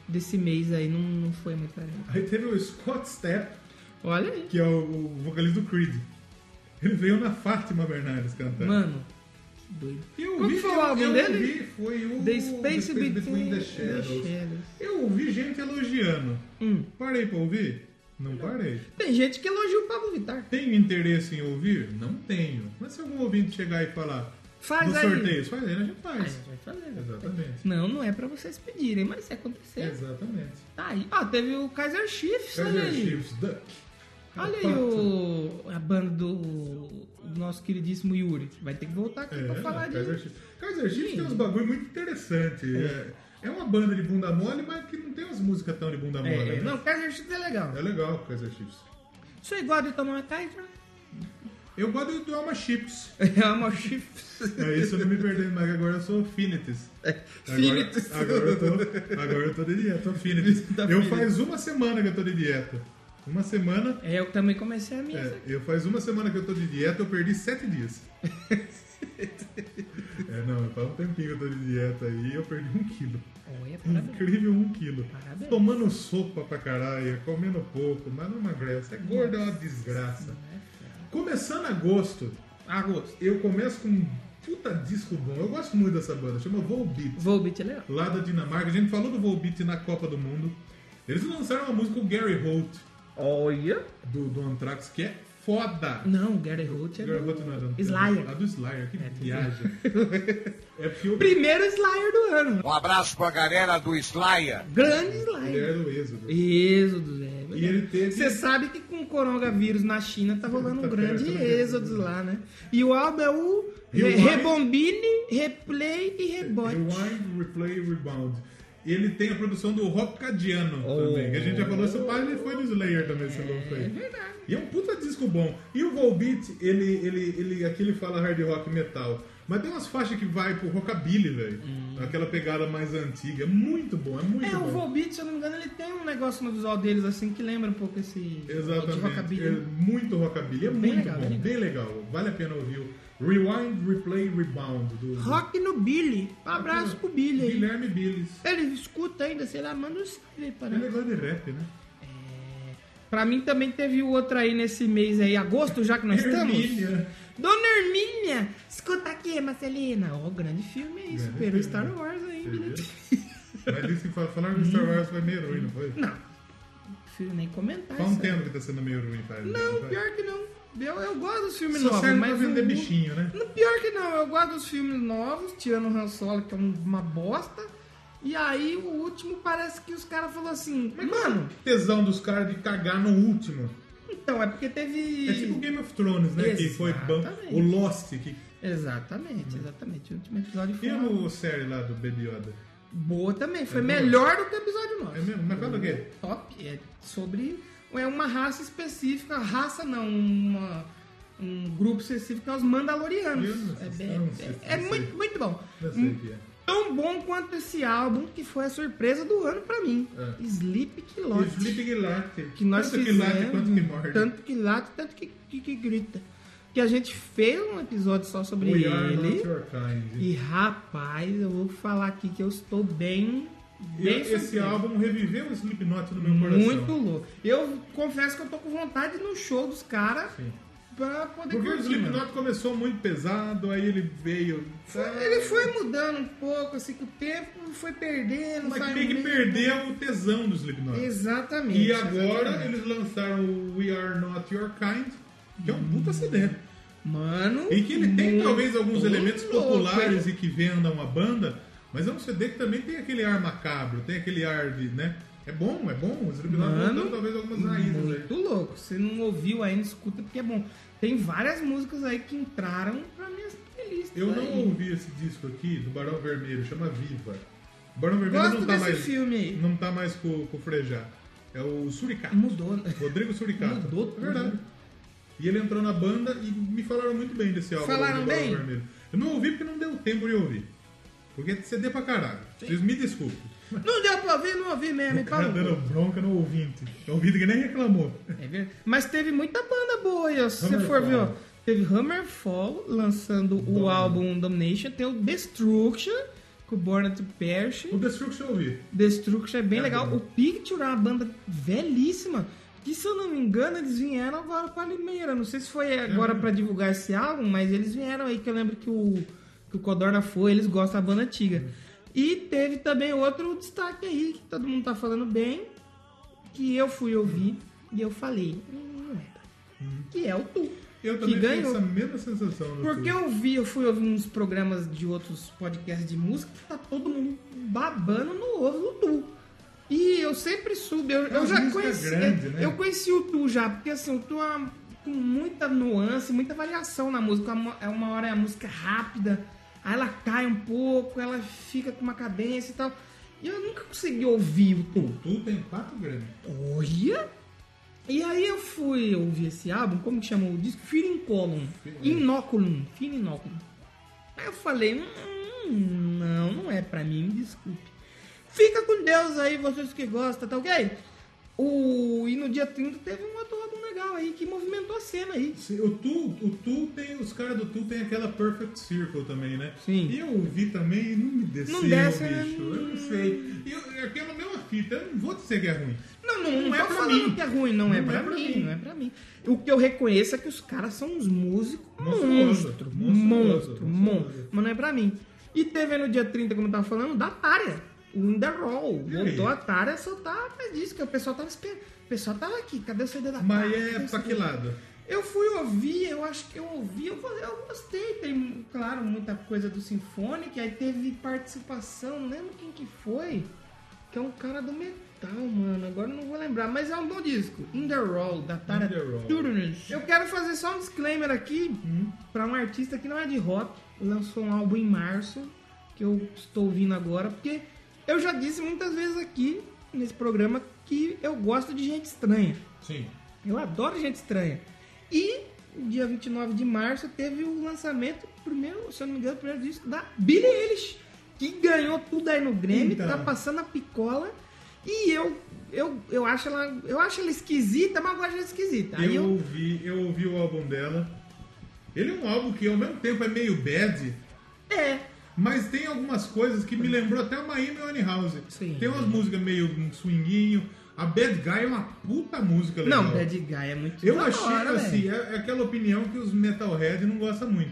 Speaker 2: desse mês aí, não, não foi muito legal.
Speaker 3: É. Aí teve o Scott Stapp,
Speaker 2: Olha aí,
Speaker 3: que é o, o vocalista do Creed. Ele veio na Fátima Bernardes cantando.
Speaker 2: mano, que doido.
Speaker 3: eu
Speaker 2: Qual
Speaker 3: vi,
Speaker 2: que foi o
Speaker 3: eu-
Speaker 2: álbum
Speaker 3: eu
Speaker 2: dele?
Speaker 3: vi, foi o
Speaker 2: The Space, Between,
Speaker 3: the
Speaker 2: the
Speaker 3: Shadows.
Speaker 2: Shadows.
Speaker 3: Eu ouvi gente elogiando.
Speaker 2: Hum.
Speaker 3: Parei pra ouvir? Não parei.
Speaker 2: Tem gente que elogia o Pablo Vittar.
Speaker 3: Tenho interesse em ouvir? Não tenho. Mas se algum ouvinte chegar e falar
Speaker 2: Faz
Speaker 3: dos
Speaker 2: aí.
Speaker 3: sorteios, faz aí, a gente
Speaker 2: Ah, a
Speaker 3: faz.
Speaker 2: gente vai fazer, né?
Speaker 3: Exatamente.
Speaker 2: Não, não é pra vocês pedirem, mas se acontecer,
Speaker 3: Exatamente.
Speaker 2: tá aí. Ó, teve o Kaiser Chiefs, olha
Speaker 3: É. Kaiser
Speaker 2: aí.
Speaker 3: Chiefs, Duck.
Speaker 2: Olha aí
Speaker 3: Pato.
Speaker 2: o, a banda do do nosso queridíssimo Yuri. Vai ter que voltar aqui
Speaker 3: É,
Speaker 2: pra falar
Speaker 3: Kaiser
Speaker 2: disso.
Speaker 3: Chiefs. Kaiser Chiefs
Speaker 2: Sim.
Speaker 3: tem uns bagulho muito interessante. É. é uma banda de bunda mole, mas que não tem umas músicas tão de bunda mole.
Speaker 2: É, é,
Speaker 3: né?
Speaker 2: não, Kaiser Chiefs é legal.
Speaker 3: É legal o Kaiser Chiefs.
Speaker 2: Você gosta de tomar uma [LAUGHS] Kaiser?
Speaker 3: Eu gosto do Alma Chips.
Speaker 2: É uma Chiefs.
Speaker 3: É isso, eu não me perdendo mais, que agora eu sou Finitis.
Speaker 2: Philips.
Speaker 3: Agora, agora, eu tô, agora eu tô de dieta, tô Finitis.
Speaker 2: Tá
Speaker 3: eu
Speaker 2: Philips.
Speaker 3: faz uma semana que eu tô de dieta. Uma semana.
Speaker 2: É, eu também comecei a minha.
Speaker 3: é, eu faz uma semana que eu tô de dieta, eu perdi sete dias. é, não, faz um tempinho que eu tô de dieta aí eu perdi um quilo.
Speaker 2: Olha, parabéns.
Speaker 3: Incrível um quilo.
Speaker 2: Parabéns.
Speaker 3: Tomando sopa pra caralho, comendo pouco, mas não emagrece. É gordo é uma desgraça. Começando agosto,
Speaker 2: Agosto.
Speaker 3: eu começo com um puta disco bom. Eu gosto muito dessa banda, chama Volbeat.
Speaker 2: Volbeat é legal.
Speaker 3: lá da Dinamarca. A gente falou do Volbeat na Copa do Mundo. Eles lançaram uma música, o Gary Holt,
Speaker 2: Olha.
Speaker 3: do, do Anthrax, que é foda.
Speaker 2: Não, Gary Holt é
Speaker 3: Gary
Speaker 2: do...
Speaker 3: Holt não é do Anthrax.
Speaker 2: Slayer.
Speaker 3: A do Slayer, que
Speaker 2: [LAUGHS]
Speaker 3: viagem. é porque o
Speaker 2: Primeiro Slayer do ano.
Speaker 5: Um abraço pra galera do Slayer.
Speaker 2: Grande
Speaker 3: ele é
Speaker 2: Slayer.
Speaker 3: era do Êxodo.
Speaker 2: Êxodo, velho.
Speaker 3: E ele teve-
Speaker 2: é, Você sabe que com o coronavírus na China tá rolando
Speaker 3: [LAUGHS] Tá
Speaker 2: um grande
Speaker 3: perto, né?
Speaker 2: êxodo lá, né? E o álbum é o
Speaker 3: E o
Speaker 2: Re-
Speaker 3: nome?
Speaker 2: Rebombine, Replay e Rebote.
Speaker 3: Rewind, Replay, Rebound. E ele tem a produção do Rob Cadiano também, que a gente já falou, seu pai ele foi do Slayer também, esse louco aí. É verdade. E é um puta disco bom. E o Volbeat, ele, ele, ele, aqui ele fala hard rock metal. Mas tem umas faixas que vai pro rockabilly, velho. Aquela pegada mais antiga. É muito bom, é muito
Speaker 2: É, o
Speaker 3: bom.
Speaker 2: Volbeat, se eu não me engano, ele tem um negócio no visual deles assim que lembra um pouco esse de
Speaker 3: Exatamente.
Speaker 2: rockabilly,
Speaker 3: É
Speaker 2: né?
Speaker 3: muito rockabilly. É
Speaker 2: Bem
Speaker 3: muito
Speaker 2: legal,
Speaker 3: bom,
Speaker 2: bem
Speaker 3: bem legal. Vale a pena ouvir o Rewind, Replay, Rebound. Do, do-
Speaker 2: Rock no Billy. Um abraço pro Billy aí.
Speaker 3: Guilherme Billis.
Speaker 2: Ele escuta ainda, sei lá, manda um salve aí pra
Speaker 3: é- Ele
Speaker 2: nós.
Speaker 3: é legal de rap, né?
Speaker 2: Pra mim também teve o outro aí nesse mês aí, agosto, já que nós estamos.
Speaker 3: Hermínia.
Speaker 2: Dona Hermínia! Escuta aqui, Marcelina. Ó, grande filme aí,
Speaker 3: Grande
Speaker 2: superou
Speaker 3: filme.
Speaker 2: Star Wars aí, né?
Speaker 3: Mas disse que fal- falaram que Star Wars foi meio ruim, não foi?
Speaker 2: Não, prefiro nem comentar
Speaker 3: Faz um
Speaker 2: isso aí.
Speaker 3: tempo que tá sendo meio ruim, pai.
Speaker 2: Não, pior que não. Eu, eu gosto dos filmes
Speaker 3: Só
Speaker 2: novos,
Speaker 3: serve pra
Speaker 2: mas...
Speaker 3: vender
Speaker 2: o-
Speaker 3: bichinho, né?
Speaker 2: No pior que não, eu gosto dos filmes novos, tirando o Han Solo, que é um- uma bosta. E aí, o último, parece que os caras falaram assim,
Speaker 3: é
Speaker 2: mano...
Speaker 3: Tesão dos caras de cagar no último.
Speaker 2: Então, é porque teve...
Speaker 3: É tipo Game of Thrones, né? Que foi ban...
Speaker 2: Exatamente.
Speaker 3: o Lost. Que...
Speaker 2: Exatamente, exatamente. O último episódio foi
Speaker 3: E
Speaker 2: uma
Speaker 3: o série lá do Baby Yoda?
Speaker 2: boa também. Foi melhor do que o episódio 9.
Speaker 3: É mesmo? Mas fala o quê?
Speaker 2: Top. É sobre é uma raça específica. Raça não, uma- um grupo específico que é os
Speaker 3: Eu não
Speaker 2: Mandalorianos.
Speaker 3: sei,
Speaker 2: É,
Speaker 3: eu
Speaker 2: bem,
Speaker 3: não sei,
Speaker 2: é, é
Speaker 3: não sei.
Speaker 2: muito, muito bom.
Speaker 3: Não sei o que é.
Speaker 2: Tão bom quanto esse álbum que foi a surpresa do ano pra mim.
Speaker 3: É.
Speaker 2: Slipknot.
Speaker 3: Slipknot.
Speaker 2: Hum, que nós
Speaker 3: tanto
Speaker 2: fizemos,
Speaker 3: que late, quanto que morde.
Speaker 2: tanto que late, tanto que, que- que grita. Que a gente fez um episódio só sobre
Speaker 3: We are
Speaker 2: ele.
Speaker 3: not your kind.
Speaker 2: E rapaz, eu vou falar aqui que eu estou bem.
Speaker 3: E
Speaker 2: bem
Speaker 3: esse
Speaker 2: surpreso.
Speaker 3: álbum reviveu o Slipknot no meu coração.
Speaker 2: Muito louco. Eu confesso que eu tô com vontade de ir no show dos caras
Speaker 3: Sim.
Speaker 2: pra poder
Speaker 3: Porque o
Speaker 2: curtir, mano.
Speaker 3: Slipknot começou muito pesado, aí ele veio...
Speaker 2: Ele foi mudando um pouco, assim, com o tempo foi perdendo.
Speaker 3: Mas
Speaker 2: saiu
Speaker 3: tem que
Speaker 2: meio-
Speaker 3: perder o tesão do Slipknot.
Speaker 2: Exatamente.
Speaker 3: E agora
Speaker 2: exatamente.
Speaker 3: eles lançaram o We Are Not Your Kind, que é um puta CD.
Speaker 2: Mano.
Speaker 3: E que ele tem
Speaker 2: Hum. muito
Speaker 3: talvez alguns elementos
Speaker 2: louco, é
Speaker 3: populares
Speaker 2: hein?
Speaker 3: e que vendam a banda, mas é um CD que também tem aquele ar macabro, tem aquele ar de, né? É bom, é bom. Os Slipknot
Speaker 2: Mano,
Speaker 3: voltando talvez algumas raízes aí.
Speaker 2: Muito louco. Se não ouviu ainda, escuta porque é bom. Tem várias músicas aí que entraram pra minhas playlists.
Speaker 3: Eu não
Speaker 2: aí.
Speaker 3: ouvi esse disco aqui do Barão Vermelho, chama Viva. O Barão Vermelho
Speaker 2: Gosto
Speaker 3: não tá
Speaker 2: desse
Speaker 3: mais
Speaker 2: filme aí.
Speaker 3: não tá mais com, com o Frejá. É o Suricato.
Speaker 2: Mudou, né? [LAUGHS]
Speaker 3: Rodrigo Suricato.
Speaker 2: Mudou tudo,
Speaker 3: É verdade.
Speaker 2: né?
Speaker 3: E ele entrou na banda e me falaram muito bem desse álbum.
Speaker 2: Falaram
Speaker 3: do Barão
Speaker 2: bem?
Speaker 3: Vermelho. Eu não ouvi porque não deu tempo de ouvir. Porque é CD pra caralho. Vocês me desculpem.
Speaker 2: Não deu pra ouvir, não ouvi mesmo, hein,
Speaker 3: Cara
Speaker 2: Paulo?
Speaker 3: Tá dando bronca no ouvinte. O ouvinte que nem reclamou.
Speaker 2: É verdade. Mas teve muita banda boa aí, ó. Se você for
Speaker 3: Hammerfall.
Speaker 2: ver, ó. Teve Hammerfall lançando o álbum Domination. Tem o Destruction, com o Born to Perish.
Speaker 3: O Destruction eu ouvi.
Speaker 2: Destruction é bem
Speaker 3: É
Speaker 2: legal.
Speaker 3: bom.
Speaker 2: O Picture é uma banda velhíssima. Que se eu não me engano, eles vieram agora pra Limeira. Não sei se foi
Speaker 3: Uhum.
Speaker 2: agora pra divulgar esse álbum, mas eles vieram aí que eu lembro que o, que o Codorna foi, eles gostam da banda antiga.
Speaker 3: Uhum.
Speaker 2: E teve também outro destaque aí, que todo mundo tá falando bem, que eu fui ouvir e eu falei, "Hum, não é. Que é o Tu.
Speaker 3: Uhum. Eu
Speaker 2: que
Speaker 3: também tenho
Speaker 2: ganhou.
Speaker 3: essa mesma sensação. no
Speaker 2: Porque
Speaker 3: tubo.
Speaker 2: eu vi, eu fui ouvir uns programas de outros podcasts de música que tá todo mundo babando no ovo do Tu. E eu sempre subo, eu, eu
Speaker 3: uma
Speaker 2: já
Speaker 3: música
Speaker 2: conheci.
Speaker 3: grande, né?
Speaker 2: Eu conheci o Tu já, porque assim, o Tu é uma- com muita nuance, muita variação na música. É uma- É uma hora é a música rápida, aí ela cai um pouco, ela fica com uma cadência e tal. E eu nunca consegui ouvir o Tu.
Speaker 3: Tu tem 4 gramas.
Speaker 2: Olha! E aí eu fui ouvir esse álbum, como que chamou o disco? Firincolum. Inoculum. Finiculum. Aí eu falei, hum, não, não é pra mim, me desculpe. Fica com Deus aí, vocês que gostam, tá ok? O... E no dia 30 teve um outro álbum legal aí que movimentou a cena aí.
Speaker 3: Sim, O Tu, o tu tem, os caras do Tu tem aquela Perfect Circle também, né?
Speaker 2: Sim.
Speaker 3: E eu ouvi também e não me desceu,
Speaker 2: Não desce, né?
Speaker 3: bicho. Eu não sei. E Eu, é aquela mesma fita, eu não vou dizer que é ruim.
Speaker 2: Não, não,
Speaker 3: Não
Speaker 2: não
Speaker 3: é
Speaker 2: é
Speaker 3: pra
Speaker 2: falando
Speaker 3: mim.
Speaker 2: que é ruim, não, é, pra, mim, não é pra mim. O que eu reconheço é que os caras são uns músicos
Speaker 3: Monstruoso,
Speaker 2: monstro,
Speaker 3: monstruoso,
Speaker 2: monstro,
Speaker 3: monstruoso.
Speaker 2: monstro, mas não é pra mim. E teve aí no dia 30, como eu tava falando, da Tária, o In The Roll,
Speaker 3: E aí?
Speaker 2: voltou a Tária a soltar atrás disso, que o pessoal tava esperando, o pessoal tava aqui, cadê o CD da
Speaker 3: Mas
Speaker 2: Tária?
Speaker 3: é
Speaker 2: Cadê o
Speaker 3: pra
Speaker 2: CD?
Speaker 3: que lado?
Speaker 2: Eu fui ouvir, eu acho que eu ouvi, eu, go- eu gostei. Tem, claro, muita coisa do Sinfônica, aí teve participação, não lembro quem que foi, que é um cara do metal, mano. Agora eu não vou lembrar, mas é um bom disco. In the Roll, da Tara
Speaker 3: In the Roll. Hum?
Speaker 2: Turunen. Eu quero fazer só um disclaimer aqui pra um artista que não é de rock, lançou um álbum em março, que eu estou ouvindo agora, porque eu já disse muitas vezes aqui nesse programa que eu gosto de gente estranha.
Speaker 3: Sim.
Speaker 2: Eu adoro gente estranha. E dia 29 de março teve o lançamento, primeiro, se eu não me engano, o primeiro disco da Billie Eilish, que ganhou tudo aí no Grêmio,
Speaker 3: Então.
Speaker 2: tá passando a picola. E eu, eu, eu, acho ela, eu acho ela esquisita, mas eu gosto dela esquisita. Aí
Speaker 3: eu,
Speaker 2: eu,
Speaker 3: ouvi, eu ouvi o álbum dela. Ele é um álbum que ao mesmo tempo é meio bad,
Speaker 2: É,
Speaker 3: mas tem algumas coisas que me lembrou até uma Amy Winehouse.
Speaker 2: Sim.
Speaker 3: Tem umas músicas meio um swinguinho. A Bad Guy é uma puta música legal.
Speaker 2: não, Bad Guy é muito
Speaker 3: Eu
Speaker 2: da
Speaker 3: achei,
Speaker 2: hora,
Speaker 3: assim,
Speaker 2: velho.
Speaker 3: é, é aquela opinião que os metalhead não gostam muito.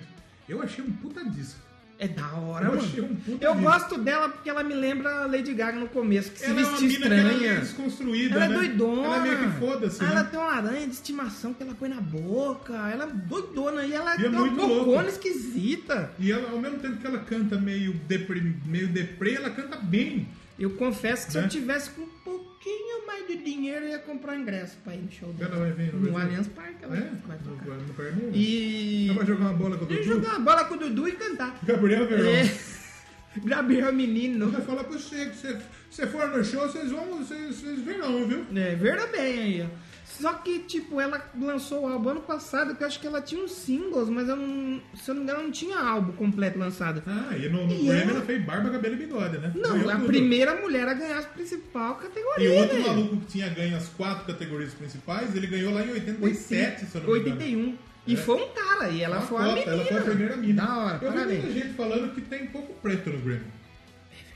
Speaker 3: Eu achei um puta disco.
Speaker 2: É da hora,
Speaker 3: eu
Speaker 2: mano.
Speaker 3: achei um puta
Speaker 2: eu
Speaker 3: disco.
Speaker 2: gosto dela porque ela me lembra a Lady Gaga no começo, que se
Speaker 3: Ela é uma
Speaker 2: vestia
Speaker 3: mina que ela é
Speaker 2: estranha.
Speaker 3: desconstruída,
Speaker 2: Ela é
Speaker 3: né?
Speaker 2: doidona.
Speaker 3: Ela é meio que foda-se,
Speaker 2: Ela
Speaker 3: né?
Speaker 2: tem uma aranha de estimação que ela põe na boca. Ela é doidona. E ela
Speaker 3: E é
Speaker 2: tem
Speaker 3: muito
Speaker 2: uma
Speaker 3: louco.
Speaker 2: bocona esquisita.
Speaker 3: E ela, ao mesmo tempo que ela canta meio deprê, meio deprê ela canta bem.
Speaker 2: Eu confesso que se
Speaker 3: Né?
Speaker 2: eu tivesse com um pouquinho mais de dinheiro, eu ia comprar um ingresso pra ir no show dela.
Speaker 3: Ela vai vir no
Speaker 2: no
Speaker 3: Brasil?
Speaker 2: Allianz Parque. Ela
Speaker 3: É?
Speaker 2: vai
Speaker 3: Não
Speaker 2: tocar.
Speaker 3: vai- não vai nenhum.
Speaker 2: E...
Speaker 3: Ela vai jogar uma bola com o
Speaker 2: E
Speaker 3: Dudu.
Speaker 2: jogar a bola com o Dudu e cantar.
Speaker 3: Gabriel Verão.
Speaker 2: É. [LAUGHS] Gabriel Menino.
Speaker 3: Ela fala pra você que se você for no show, vocês vão, vocês, vocês verão, viu?
Speaker 2: É, veja bem aí, ó. Só que, tipo, ela lançou o álbum ano passado, que eu acho que ela tinha uns singles, mas eu não, se eu não me engano, não tinha álbum completo lançado.
Speaker 3: Ah, e no, no
Speaker 2: E
Speaker 3: Grammy
Speaker 2: ela-
Speaker 3: ela fez barba, cabelo e bigode, né?
Speaker 2: Não,
Speaker 3: Ganhou
Speaker 2: a
Speaker 3: tudo.
Speaker 2: primeira mulher a ganhar a principal
Speaker 3: E
Speaker 2: categoria. né?
Speaker 3: outro
Speaker 2: velho.
Speaker 3: maluco que tinha ganho as quatro categorias principais, ele ganhou lá em 87, se eu não me engano.
Speaker 2: 81. E
Speaker 3: É.
Speaker 2: foi um cara, e ela
Speaker 3: Uma
Speaker 2: foi
Speaker 3: cota,
Speaker 2: a menina.
Speaker 3: Ela foi a primeira mina.
Speaker 2: Da hora,
Speaker 3: Eu vi muita
Speaker 2: parabéns.
Speaker 3: gente falando que tem um pouco preto no Grammy.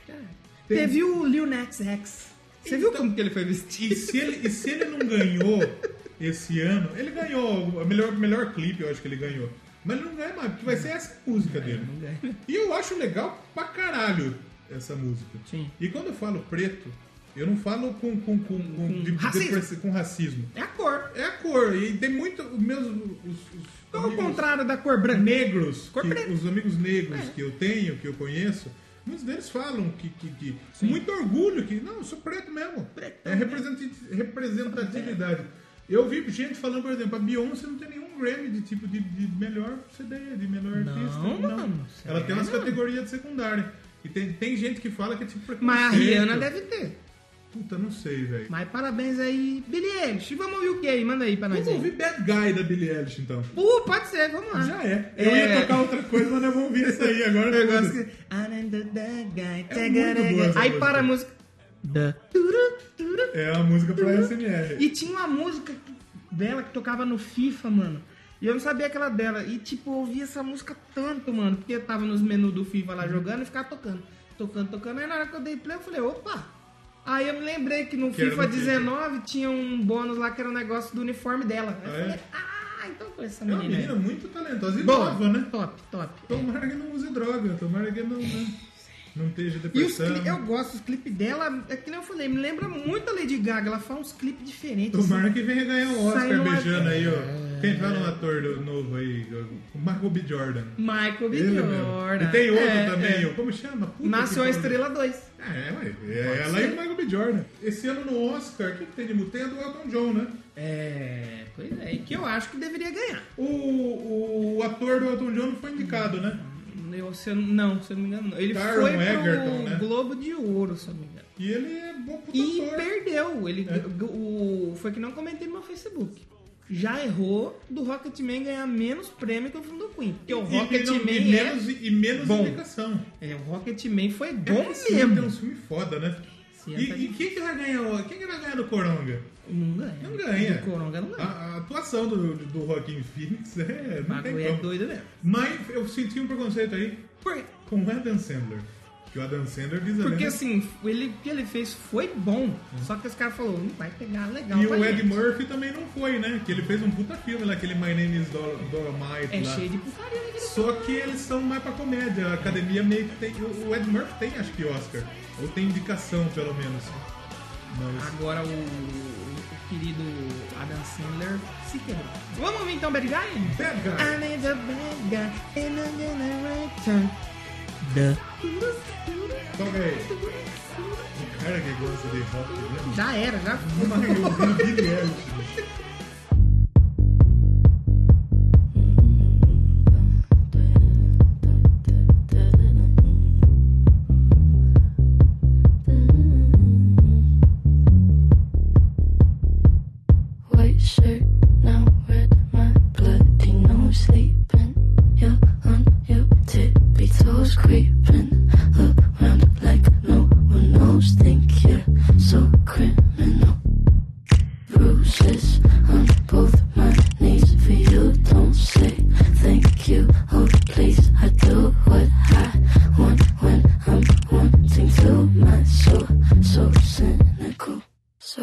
Speaker 2: É. Teve o Lil Nas X. Você viu
Speaker 3: Então-
Speaker 2: como que ele foi
Speaker 3: E
Speaker 2: vestido?
Speaker 3: se ele, e se ele não ganhou esse ano, ele ganhou o melhor, melhor clipe, eu acho que ele ganhou. Mas ele não ganha mais, porque vai ser essa
Speaker 2: É,
Speaker 3: música dele. E eu acho legal pra caralho essa música.
Speaker 2: Sim.
Speaker 3: E quando eu falo preto, eu não falo com, com, com, com,
Speaker 2: com racismo.
Speaker 3: depress- com racismo.
Speaker 2: É a cor.
Speaker 3: É a cor, e tem muito. Meus, os, os
Speaker 2: Qual o
Speaker 3: amigos-
Speaker 2: contrário da cor branca?
Speaker 3: negros,
Speaker 2: Cor
Speaker 3: que-
Speaker 2: preta.
Speaker 3: os amigos negros
Speaker 2: É.
Speaker 3: que eu tenho, que eu conheço, muitos deles falam que, que, que com muito orgulho que não, eu sou preto mesmo. é representi- representatividade. Eu vi gente falando, por exemplo, a Beyoncé não tem nenhum Grammy de tipo de, de melhor CD, de melhor
Speaker 2: Não,
Speaker 3: artista.
Speaker 2: mano,
Speaker 3: Ela tem umas
Speaker 2: sério?
Speaker 3: categorias de secundária. E tem, tem gente que fala que é tipo
Speaker 2: Mas a
Speaker 3: preconceito.
Speaker 2: Rihanna deve ter.
Speaker 3: Puta, não sei, velho.
Speaker 2: Mas parabéns aí, Billie Eilish. Vamos ouvir o que aí? Manda aí pra nós
Speaker 3: Vamos
Speaker 2: aí.
Speaker 3: ouvir Bad Guy da Billie Eilish, então.
Speaker 2: Uh, pode ser, vamos lá.
Speaker 3: Já é. Eu ia tocar outra coisa, mas eu vou ouvir essa aí agora.
Speaker 2: [LAUGHS] Eu gosto
Speaker 3: foda-se.
Speaker 2: que... I'm the bad guy,
Speaker 3: É muito boa essa
Speaker 2: Aí para a música. Da. Turu, turu.
Speaker 3: É a música pra SMR.
Speaker 2: E tinha uma música que- dela que tocava no FIFA, mano. E eu não sabia que era dela. E tipo, eu ouvia essa música tanto, mano. Porque eu tava nos menus do FIFA lá jogando e ficava tocando. Tocando, tocando. Aí na hora que eu dei play, eu falei, opa! Aí eu me lembrei que no
Speaker 3: Que era
Speaker 2: FIFA
Speaker 3: no FIFA.
Speaker 2: 19 tinha um bônus lá que era um negócio do uniforme dela. Aí eu
Speaker 3: Ah, é?
Speaker 2: falei, ah, então foi essa
Speaker 3: É uma
Speaker 2: menina.
Speaker 3: menina
Speaker 2: aí."
Speaker 3: muito talentosa e
Speaker 2: Boa,
Speaker 3: nova, né?
Speaker 2: Top, top.
Speaker 3: Tomara que não use droga, tomara que não, né? não esteja
Speaker 2: E os
Speaker 3: depressão.
Speaker 2: cli- eu gosto dos clipes dela, é que nem eu falei, me lembra muito a Lady Gaga, ela faz uns clipes diferentes. assim.
Speaker 3: Tomara que venha ganhar um Oscar
Speaker 2: Saiu uma-
Speaker 3: beijando aí,
Speaker 2: É.
Speaker 3: ó. Quem fala um ator do- novo aí? O Michael B. Jordan.
Speaker 2: assim. Michael B.
Speaker 3: Ele mesmo.
Speaker 2: Jordan.
Speaker 3: E tem outro
Speaker 2: É,
Speaker 3: também,
Speaker 2: é.
Speaker 3: ó. como chama? Puta
Speaker 2: Nasceu a
Speaker 3: que pariu.
Speaker 2: Estrela 2.
Speaker 3: É, ué, é ela e o Michael B. Jordan. Esse ano no Oscar, o que que tem de mu- Tem a do Elton John, né?
Speaker 2: É, pois é, e que eu acho que deveria ganhar.
Speaker 3: O, o ator do Elton John não foi indicado, né?
Speaker 2: Eu, se eu- não, se eu não me engano, não. Ele
Speaker 3: Taron
Speaker 2: foi pro
Speaker 3: Egerton, né?
Speaker 2: Globo de Ouro, se eu não me engano.
Speaker 3: E ele é bom puta
Speaker 2: E
Speaker 3: ator. É.
Speaker 2: perdeu. Ele, o, foi que não comentei no meu Facebook. Já errou do Rocketman ganhar menos prêmio que o filme do Queen. Porque o
Speaker 3: E- e, não-
Speaker 2: Rocketman
Speaker 3: e
Speaker 2: é...
Speaker 3: menos, e menos
Speaker 2: bom.
Speaker 3: indicação.
Speaker 2: É, o Rocketman foi
Speaker 3: É
Speaker 2: bom
Speaker 3: que esse filme Tem
Speaker 2: mesmo.
Speaker 3: um filme foda, né?
Speaker 2: esse
Speaker 3: E,
Speaker 2: ano tá
Speaker 3: e
Speaker 2: difícil.
Speaker 3: quem que vai ganhar? o- Quem que vai ganhar do Coronga?
Speaker 2: Não ganha.
Speaker 3: Não ganha.
Speaker 2: O Coronga não ganha.
Speaker 3: A, a atuação do, do Joaquim Phoenix é.
Speaker 2: O
Speaker 3: Não tem
Speaker 2: bagulho é
Speaker 3: como.
Speaker 2: doido mesmo.
Speaker 3: Mas eu senti um preconceito aí
Speaker 2: Por quê?
Speaker 3: com o Adam Sandler. Que o Adam Sandler diz né? a
Speaker 2: Porque
Speaker 3: lenda-
Speaker 2: assim, ele, o que ele fez foi bom. Só que os caras falaram, não vai pegar legal.
Speaker 3: E
Speaker 2: pra
Speaker 3: o Ed
Speaker 2: gente."
Speaker 3: Murphy também não foi, né? Que ele fez um puta filme lá, aquele My Name is Dol- Dolomite
Speaker 2: É
Speaker 3: lá.
Speaker 2: cheio de putaria naquele
Speaker 3: Só que eles são mais pra comédia. A academia meio que tem. O o Ed Murphy tem, acho que, Oscar. Ou tem indicação, pelo menos. Mas.
Speaker 2: Agora o, o querido Adam Sandler se quebrou. Vamos ouvir então Bad Guy?
Speaker 3: Bad Guy.
Speaker 2: I need a bad guy in a generation. Da.
Speaker 3: Toca aí. O cara que gosta de rock, né?
Speaker 2: Já era, já foi.
Speaker 3: Uma reunião gigante.
Speaker 6: White shirt now red, my bloody nose sleeping. You're on your tippy toes, creeping around like no one knows. Think you're so criminal. Bruises on both my knees for you. Don't say thank you. Oh, please, I do what I want when I'm wanting to. My soul, so cynical. So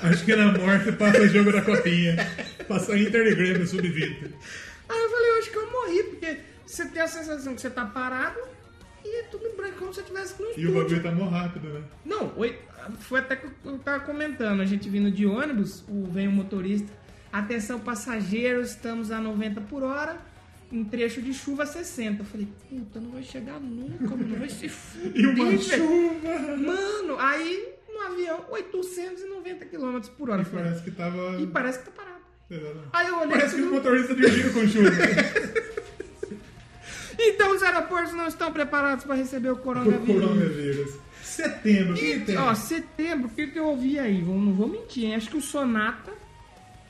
Speaker 3: que, acho que na morte passa o jogo da copinha. Passa Inter e Grêmio sub-20.
Speaker 2: Aí eu falei, eu acho que eu morri, porque você tem a sensação que você tá parado e é tudo em branco, como se você tivesse no
Speaker 3: E o
Speaker 2: estúdio.
Speaker 3: bagulho tá mó rápido, né?
Speaker 2: Não, oi, foi até que eu tava comentando, a gente vindo de ônibus, o, vem o motorista, atenção passageiros, estamos a 90 por hora, em trecho de chuva 60. Eu falei, puta, não vai chegar nunca, mano, vai se fuder.
Speaker 3: [LAUGHS] E uma
Speaker 2: velho.
Speaker 3: chuva!
Speaker 2: Mano, aí no avião, 890 km por hora.
Speaker 3: E
Speaker 2: Eu falei,
Speaker 3: parece que tava.
Speaker 2: E parece que tá parado.
Speaker 3: Sei lá, não.
Speaker 2: Aí eu olhei
Speaker 3: Parece que o
Speaker 2: tudo-
Speaker 3: motorista dirigindo com chuva.
Speaker 2: Então os aeroportos não estão preparados para receber o
Speaker 3: o
Speaker 2: coronavírus.
Speaker 3: coronavírus. Setembro, o que tem?
Speaker 2: E, ó, setembro, o que, que eu ouvi aí? Vou- não vou mentir, hein? acho que o Sonata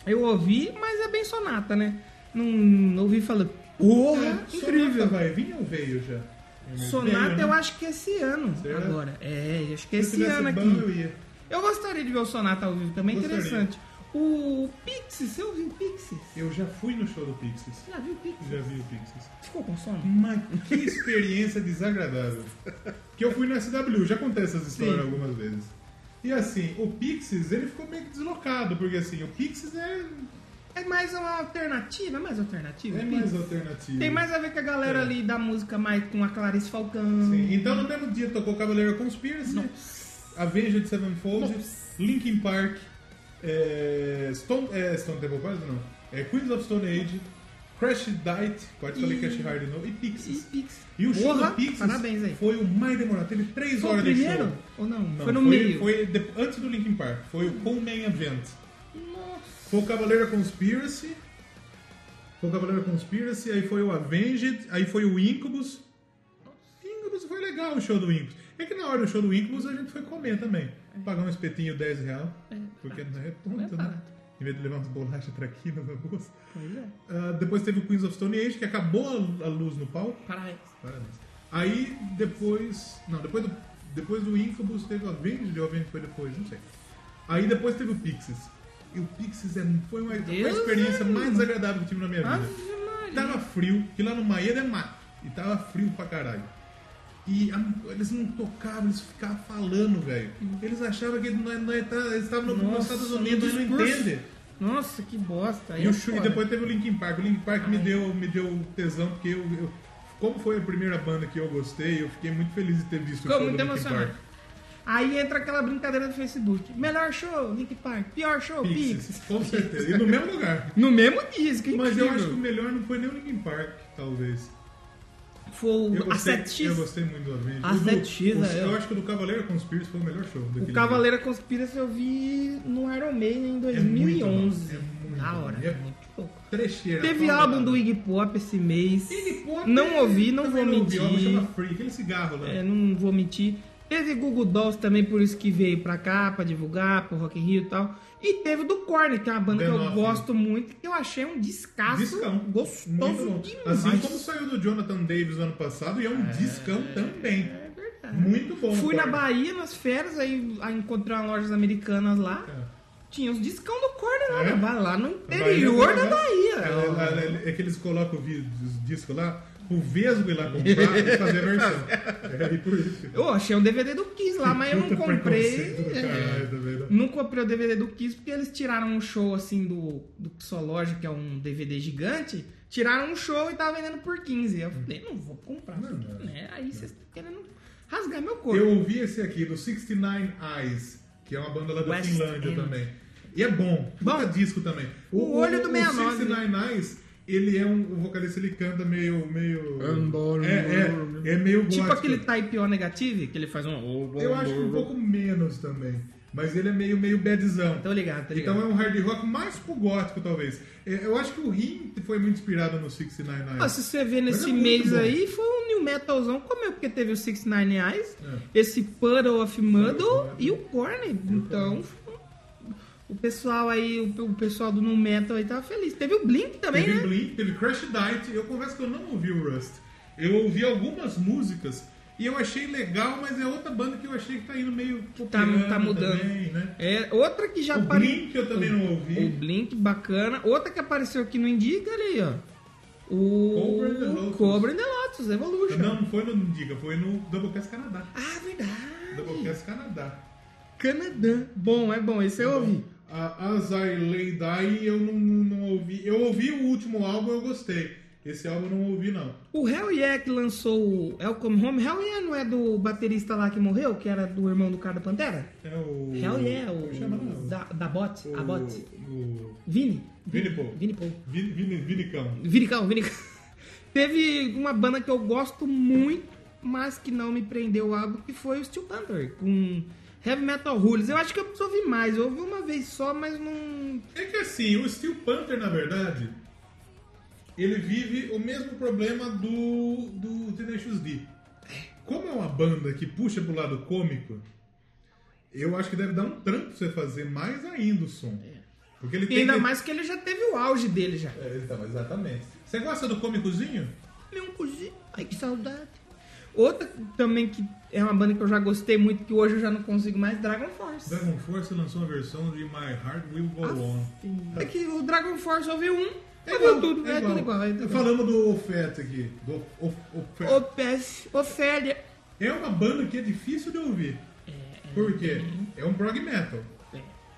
Speaker 2: eu ouvi, mas é bem Sonata, né? Não, não ouvi falar.
Speaker 3: É
Speaker 2: Porra,
Speaker 3: Sonata
Speaker 2: incrível.
Speaker 3: Vai vir ou veio já?
Speaker 2: tá Sonata
Speaker 3: Veio, né?
Speaker 2: eu acho que é esse ano
Speaker 3: Será?
Speaker 2: agora. É, eu acho que
Speaker 3: Se
Speaker 2: esse
Speaker 3: tivesse
Speaker 2: ano aqui.
Speaker 3: bom, eu ia.
Speaker 2: Eu gostaria de ver o Sonata ao vivo também, é
Speaker 3: Gostaria.
Speaker 2: interessante. O Pixies, você ouviu o Pixies?
Speaker 3: Eu já fui no show do Pixies.
Speaker 2: Já viu o Pixies?
Speaker 3: Já vi o Pixies.
Speaker 2: Ficou com sono?
Speaker 3: Mas que experiência desagradável. Que eu fui no SW, já contei essas histórias
Speaker 2: Sim.
Speaker 3: algumas vezes. E assim, o Pixies, ele ficou meio que deslocado, porque assim, o Pixies é,
Speaker 2: É mais uma alternativa, é mais alternativa.
Speaker 3: é
Speaker 2: o Pixies.
Speaker 3: mais alternativo.
Speaker 2: Tem mais a ver com a galera
Speaker 3: É.
Speaker 2: ali da música mais com a Clarice Falcão.
Speaker 3: Sim. Então no mesmo dia tocou Cavaleiro Conspiracy, Avenged Sevenfold, Linkin Park, é, Stone, é, Stone Temple Pilots, não. É, Queens of Stone Age, Crash Diet, quase falei
Speaker 2: E-
Speaker 3: Crash Hard de novo, e
Speaker 2: E
Speaker 3: Pixies.
Speaker 2: Pix.
Speaker 3: E o show
Speaker 2: Porra,
Speaker 3: do Pixies
Speaker 2: Parabéns aí.
Speaker 3: foi o mais demorado, teve 3
Speaker 2: Foi o
Speaker 3: horas de show.
Speaker 2: primeiro? Ou não?
Speaker 3: Não,
Speaker 2: Foi no meio.
Speaker 3: foi de- antes do Linkin Park. Foi o Coleman Event.
Speaker 2: Nossa.
Speaker 3: Foi o Cavaleiro Conspiracy. Foi o Cavaleiro Conspiracy, aí foi o Avenged, aí foi o Incubus. Incubus foi legal o show do Incubus. É que na hora do show do Incubus a gente foi comer também. Pagar um espetinho 10 real. Porque não é tonto, né?
Speaker 2: barato.
Speaker 3: Em vez de levar umas bolachas [LAUGHS] traquinas na bolsa.
Speaker 2: Pois é.
Speaker 3: Ah, depois teve o Queens of Stone Age, que acabou a- a luz no palco.
Speaker 2: Parabéns.
Speaker 3: Parabéns. Aí depois. Não, depois do, depois do Incubus teve o Avenged, ou o Avenged foi depois, não sei. Aí depois teve o Pixies. E o Pixies é, foi uma, foi a
Speaker 2: Deus Ah,
Speaker 3: experiência
Speaker 2: é
Speaker 3: mais agradável que tive na minha vida.
Speaker 2: Ave Maria.
Speaker 3: Tava frio, que lá no Maeda é mato. E tava frio pra caralho. E a- eles não tocavam, eles ficavam falando, velho. Eles achavam que nós, nós tá- eles estavam no- nos
Speaker 2: Uhum. Nossa, um
Speaker 3: Estados Unidos, nós não
Speaker 2: discurso.
Speaker 3: entendem.
Speaker 2: Nossa, que bosta. Aí
Speaker 3: E, o
Speaker 2: é
Speaker 3: show- e
Speaker 2: foda.
Speaker 3: depois teve o Linkin Park. O Linkin Park me deu, me deu um tesão, porque eu, eu- Como foi a primeira banda que eu gostei, eu fiquei muito feliz de ter visto o
Speaker 2: Ficou
Speaker 3: show
Speaker 2: muito
Speaker 3: do Linkin
Speaker 2: emocionado.
Speaker 3: Park.
Speaker 2: Aí entra aquela brincadeira do Facebook. Melhor show, Link Park. Pior show, Pix.
Speaker 3: Pixies, com certeza. E no
Speaker 2: [LAUGHS]
Speaker 3: mesmo lugar.
Speaker 2: No mesmo disco,
Speaker 3: Mas eu acho que o
Speaker 2: incrível.
Speaker 3: melhor não foi nem o Linkin Park, talvez.
Speaker 2: Foi
Speaker 3: Eu
Speaker 2: o a
Speaker 3: gostei,
Speaker 2: 7X.
Speaker 3: eu gostei muito do Avenged.
Speaker 2: A
Speaker 3: O do-
Speaker 2: 7X,
Speaker 3: o-
Speaker 2: é.
Speaker 3: Eu acho que o do Cavaleiro Conspiracy foi o melhor show.
Speaker 2: O
Speaker 3: daquele
Speaker 2: Cavaleira Conspiracy eu vi no Iron Maiden em
Speaker 3: É muito bom,
Speaker 2: 2011.
Speaker 3: é muito
Speaker 2: da
Speaker 3: bom.
Speaker 2: hora.
Speaker 3: É
Speaker 2: muito louco.
Speaker 3: dia. Trecheira.
Speaker 2: Teve
Speaker 3: toda.
Speaker 2: álbum do Iggy Pop esse mês.
Speaker 3: Iggy Pop, é
Speaker 2: Não ouvi, não
Speaker 3: também
Speaker 2: vou
Speaker 3: ouvi, o álbum
Speaker 2: mentir.
Speaker 3: chama Free, aquele cigarro lá.
Speaker 2: É, não vou mentir. Teve Google Dolls também, por isso que veio pra cá, pra divulgar, pro Rock in Rio e tal. E teve do Korn, que é uma banda
Speaker 3: Ben
Speaker 2: que eu
Speaker 3: Offering.
Speaker 2: gosto muito, que eu achei um descasso
Speaker 3: Discão. Muito
Speaker 2: gostoso
Speaker 3: bom.
Speaker 2: demais.
Speaker 3: Assim como saiu do Jonathan Davis ano passado, e é um discão também.
Speaker 2: É verdade.
Speaker 3: Muito bom.
Speaker 2: Fui na
Speaker 3: cara.
Speaker 2: Bahia, nas férias, aí, aí encontrei umas lojas americanas lá.
Speaker 3: É.
Speaker 2: Tinha os discão do Korn lá,
Speaker 3: É?
Speaker 2: né? Vai lá no
Speaker 3: A
Speaker 2: interior
Speaker 3: Bahia-
Speaker 2: da Bahia.
Speaker 3: É, lá- lá- É, que eles colocam os vídeos, os discos lá. o Vesgo ir lá comprar e fazer a
Speaker 2: [LAUGHS]
Speaker 3: versão. É aí por isso.
Speaker 2: Eu achei um DVD do Kiss lá, mas eu não
Speaker 3: Puta
Speaker 2: comprei. é.
Speaker 3: [LAUGHS] preconceito do caralho também, né?
Speaker 2: Não comprei o DVD do Kiss porque eles tiraram um show assim do, do Sológico, que é um DVD gigante. Tiraram um show e tava vendendo por 15. Eu falei, não vou comprar.
Speaker 3: Não, não.
Speaker 2: né? Aí vocês estão querendo rasgar meu corpo.
Speaker 3: Eu ouvi esse aqui, do 69 Eyes, que é uma banda lá da
Speaker 2: West
Speaker 3: Finlândia
Speaker 2: End.
Speaker 3: também. E é bom. Puta disco também.
Speaker 2: O Olho do 69,
Speaker 3: O 69 Eyes, ele é um o vocalista, ele canta meio... meio...
Speaker 7: Andor,
Speaker 3: É, é, é meio
Speaker 2: tipo
Speaker 3: gótico.
Speaker 2: aquele Type O negativo, que ele faz um.
Speaker 3: Eu acho que um pouco menos também. Mas ele é meio, meio badzão.
Speaker 2: Tô ligado, tô ligado.
Speaker 3: Então é um hard rock mais pro gótico, talvez. É, Eu acho que o Rim foi muito inspirado no 69 Eyes.
Speaker 2: Ah, se você vê
Speaker 3: Mas
Speaker 2: nesse
Speaker 3: é muito
Speaker 2: mês
Speaker 3: bom.
Speaker 2: aí, foi um New Metalzão comeu, porque teve o Six Nine Eyes,
Speaker 3: É.
Speaker 2: esse Puddle of Muddle e o Korn. Então, o pessoal aí, o o pessoal do New Metal aí tava feliz. Teve o Blink também,
Speaker 3: Teve
Speaker 2: né?
Speaker 3: Blink, teve Crash Diet. Eu confesso que eu não ouvi o Rust. Eu ouvi algumas músicas e eu achei legal, mas é outra banda que eu achei que tá indo meio.
Speaker 2: Tá,
Speaker 3: copiando
Speaker 2: tá mudando.
Speaker 3: Também, né?
Speaker 2: É, outra que já
Speaker 3: O
Speaker 2: apare-
Speaker 3: Blink eu também não ouvi.
Speaker 2: O Blink, bacana. Outra que apareceu aqui no Indica, olha aí, ó. O
Speaker 3: Cobra and the Lotus.
Speaker 2: Cobra and the Lotus, Evolution.
Speaker 3: Não, não foi no Indica, foi no Doublecast Canadá.
Speaker 2: Ah, verdade.
Speaker 3: Doublecast Canadá.
Speaker 2: Canadã. Bom, é bom, esse eu ouvi.
Speaker 3: A As I Lay Die eu não, não, não ouvi. Eu ouvi o último álbum eu gostei. Esse álbum eu não ouvi, não.
Speaker 2: O Hell Yeah que lançou o Elcome Home, Hell Yeah não é do baterista lá que morreu, que era do irmão do cara da Pantera?
Speaker 3: É o.
Speaker 2: Hell Yeah,
Speaker 3: como chama,
Speaker 2: o
Speaker 3: não?
Speaker 2: da, da Bot, a Bot.
Speaker 3: O.
Speaker 2: Vini.
Speaker 3: Vini Paul.
Speaker 2: Vini Paul.
Speaker 3: Vini, Vini, Vinicão.
Speaker 2: Vinicão, Vinicão. [LAUGHS] Teve uma banda que eu gosto muito, mas que não me prendeu algo, que foi o Steel Panther, com Heavy Metal Rules. Eu acho que eu preciso ouvir mais, eu ouvi uma vez só, mas não...
Speaker 3: É que assim, o Steel Panther, na verdade, ele vive o mesmo problema do, do Tenacious D. Como é uma banda que puxa pro lado cômico, eu acho que deve dar um trampo pra você fazer mais ainda o som. Porque ele
Speaker 2: É. E
Speaker 3: tem
Speaker 2: ainda
Speaker 3: que-
Speaker 2: mais que ele já teve o auge dele já.
Speaker 3: É, então, exatamente. Você gosta do cômicozinho?
Speaker 2: Meu cozinho, ai que saudade. Outra também que é uma banda que eu já gostei muito, que hoje eu já não consigo mais, Dragon Force.
Speaker 3: Dragon Force lançou uma versão de My Heart Will Go On.
Speaker 2: É que o Dragon Force eu ouvi um, é tudo, é, tudo igual. É tudo igual.
Speaker 3: Falamos do Ofeto aqui. Do Of- Ofeto.
Speaker 2: Opef, Ofélia.
Speaker 3: É uma banda que é difícil de ouvir. Por quê? É um prog metal.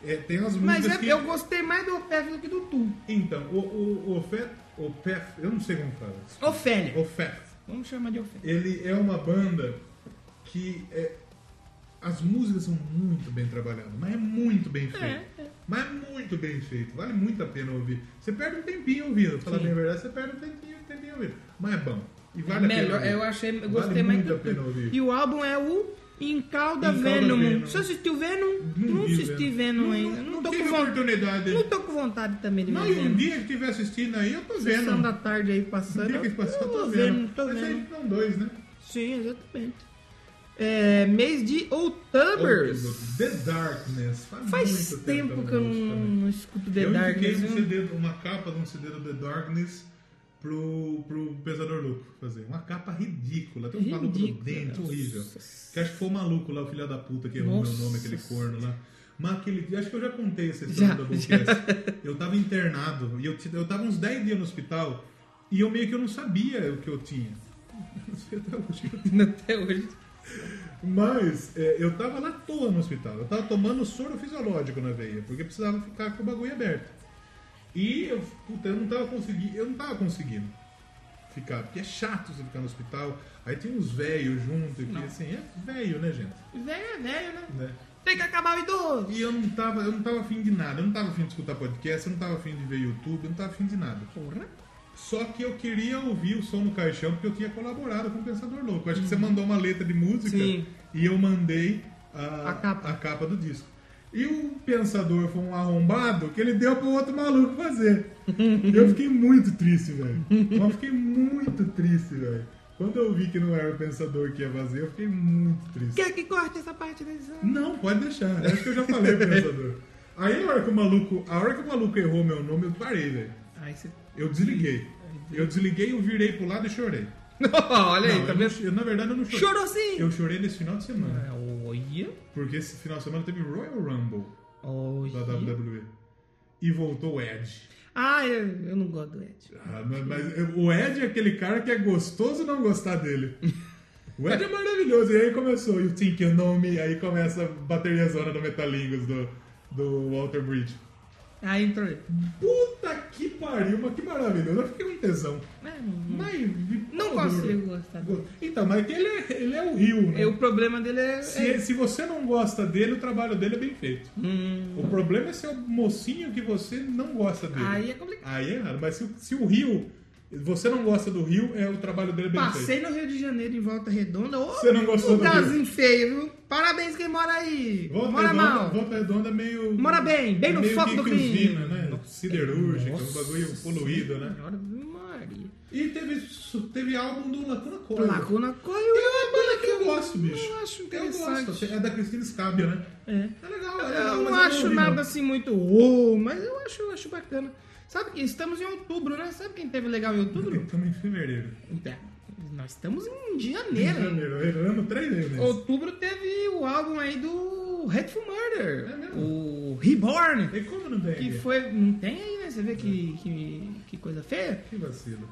Speaker 3: É, tem umas
Speaker 2: Mas
Speaker 3: músicas
Speaker 2: é-
Speaker 3: que...
Speaker 2: eu gostei mais do Opef do que do Tu.
Speaker 3: Então, o, o, o Feth... O Peth... Eu não sei como fala.
Speaker 2: Ofélia.
Speaker 3: O Feth.
Speaker 2: Vamos chamar de Ofélia.
Speaker 3: Ele é uma banda que... é- As músicas são muito bem trabalhadas. Mas é muito bem feito. Mas é muito bem feito. Vale muito a pena ouvir. Você perde um tempinho ouvindo. Falar bem a verdade, você perde um tempinho, um tempinho ouvindo. Mas é bom. E vale a
Speaker 2: Melhor,
Speaker 3: pena.
Speaker 2: eu
Speaker 3: ouvir.
Speaker 2: achei, eu
Speaker 3: Vale
Speaker 2: gostei mais
Speaker 3: muito
Speaker 2: do
Speaker 3: a pena
Speaker 2: Tu.
Speaker 3: ouvir.
Speaker 2: E o álbum é o Encalda
Speaker 3: Encalda
Speaker 2: Venom.
Speaker 3: Venom.
Speaker 2: Você assistiu Venom?
Speaker 3: Não
Speaker 2: Não
Speaker 3: vi
Speaker 2: assisti Venom ainda. Não tô
Speaker 3: tive
Speaker 2: com vontade.
Speaker 3: oportunidade.
Speaker 2: Não tô com vontade também de ver
Speaker 3: Não, e um
Speaker 2: Venom.
Speaker 3: dia que estiver assistindo aí, eu tô vendo.
Speaker 2: Sessão da
Speaker 3: Um
Speaker 2: tarde aí passando.
Speaker 3: dia que passou, eu tô vendo.
Speaker 2: tô
Speaker 3: Mas aí
Speaker 2: vendo.
Speaker 3: não dois, né?
Speaker 2: Sim, exatamente. É, mês de Outubers.
Speaker 3: The Darkness. Faz,
Speaker 2: Faz
Speaker 3: muito
Speaker 2: tempo, que eu não,
Speaker 3: também. tá
Speaker 2: não escuto The
Speaker 3: eu
Speaker 2: Darkness. né?
Speaker 3: indiquei um
Speaker 2: viu?
Speaker 3: CD, do- uma capa de um CD do The Darkness pro, pro Pesador Louco fazer. Uma capa ridícula.
Speaker 2: é
Speaker 3: Tem um maluco do
Speaker 2: Ridícula.
Speaker 3: dente, horrível. Que acho que foi o maluco lá, o filho da puta que errou
Speaker 2: Nossa.
Speaker 3: meu nome, aquele corno lá. Mas aquele. Acho que eu já contei essa
Speaker 2: Já,
Speaker 3: história do Doublecast. Eu tava internado e eu, ti- eu tava uns 10 dias no hospital e eu meio que eu não sabia o que eu tinha. Não sei até hoje o que
Speaker 2: [LAUGHS]
Speaker 3: eu
Speaker 2: Até hoje.
Speaker 3: mas é, eu tava lá à toa no hospital. Eu tava tomando soro fisiológico na veia, porque precisava ficar com o bagulho aberto. E eu, puta, eu não tava conseguindo, eu não tava conseguindo ficar, porque é chato você ficar no hospital. Aí tem uns velhos junto, que assim, é velho, né, gente?
Speaker 2: Velho é velho, né?
Speaker 3: Né?
Speaker 2: Tem que acabar o idoso.
Speaker 3: E eu não tava, eu não tava afim de nada, eu não tava afim de escutar podcast, eu não tava afim de ver YouTube, eu não tava afim de nada.
Speaker 2: Porra.
Speaker 3: Só que eu queria ouvir o som no caixão porque eu tinha colaborado com o Pensador Louco. Acho que você mandou uma letra de música
Speaker 2: Uhum. Sim.
Speaker 3: e eu mandei a,
Speaker 2: A capa.
Speaker 3: do disco. E o Pensador foi um arrombado que ele deu pro outro maluco fazer.
Speaker 2: [LAUGHS]
Speaker 3: eu fiquei muito triste, velho. Eu fiquei muito triste, velho. Quando eu vi que não era o Pensador que ia fazer, eu fiquei muito triste.
Speaker 2: Quer que corte essa parte da edição?
Speaker 3: Não, pode deixar. Acho que eu já falei pro Pensador. Aí a hora que o maluco, a hora que o maluco errou meu nome, eu parei, velho.
Speaker 2: Aí você.
Speaker 3: Eu desliguei. Eu desliguei, eu virei pro lado e chorei.
Speaker 2: [LAUGHS] Olha
Speaker 3: Não,
Speaker 2: aí, tá
Speaker 3: eu não
Speaker 2: vendo?
Speaker 3: cho- eu, na verdade, eu não chorei.
Speaker 2: Chorou sim!
Speaker 3: Eu chorei nesse final de semana.
Speaker 2: Olha.
Speaker 3: Porque esse final de semana teve Royal Rumble da
Speaker 2: Olha.
Speaker 3: WWE. E voltou o Edge.
Speaker 2: Ah, eu, eu não gosto do Ed.
Speaker 3: Ah, mas, mas eu- o Ed é aquele cara que é gostoso não gostar dele. O Ed é maravilhoso. E aí começou You Think You Know Me. Aí começa a bateria zona do Metalingus do, do Walter Bridge.
Speaker 2: Aí Ah, entrou ele.
Speaker 3: Puta que pariu, mas que maravilhoso. Eu fiquei com tesão.
Speaker 2: É, não-
Speaker 3: Mas,
Speaker 2: Não
Speaker 3: pô,
Speaker 2: consigo
Speaker 3: duro.
Speaker 2: gostar dele.
Speaker 3: Então, mas que ele é, ele é o Rio, né?
Speaker 2: É, O problema dele é. é-
Speaker 3: Se, se você não gosta dele, o trabalho dele é bem feito.
Speaker 2: Hum,
Speaker 3: O problema é ser o mocinho que você não gosta dele.
Speaker 2: aí é complicado.
Speaker 3: Aí é errado. Mas se, o- se o Rio, você não gosta do Rio, é o trabalho dele é bem feito.
Speaker 2: Passei no Rio de Janeiro em Volta Redonda. Ô,
Speaker 3: Você não gostou do
Speaker 2: lugarzinho feio, viu? Parabéns quem mora aí.
Speaker 3: Volta
Speaker 2: mora
Speaker 3: Redonda,
Speaker 2: mal.
Speaker 3: Volta Redonda é meio.
Speaker 2: Mora bem, bem no
Speaker 3: meio
Speaker 2: foco
Speaker 3: que
Speaker 2: do crime.
Speaker 3: usina, né? Siderúrgica, um bagulho poluído, né?
Speaker 2: Senhora, Maria.
Speaker 3: E teve, teve álbum do Lacuna Coil.
Speaker 2: Lacuna Coil.
Speaker 3: É uma banda que eu gosto, bicho.
Speaker 2: Eu acho
Speaker 3: Eu gosto.
Speaker 2: interessante.
Speaker 3: É da Cristina Scabia, né?
Speaker 2: É.
Speaker 3: É legal, é legal,
Speaker 2: Eu
Speaker 3: mas
Speaker 2: não
Speaker 3: ouvi,
Speaker 2: acho
Speaker 3: não.
Speaker 2: nada assim muito. uou, mas eu acho, eu acho bacana. Sabe que estamos em outubro, né? Sabe quem teve legal em outubro?
Speaker 3: Estamos em fevereiro.
Speaker 2: Então, nós estamos em janeiro.
Speaker 3: Fevereiro, erramos três vezes.
Speaker 2: Outubro teve o álbum aí do Hateful Murder,
Speaker 3: É mesmo?
Speaker 2: o Reborn.
Speaker 3: E como não tem?
Speaker 2: Que
Speaker 3: aqui?
Speaker 2: foi. Não tem aí, né? Você vê que, que, que coisa feia.
Speaker 3: Que vacilo.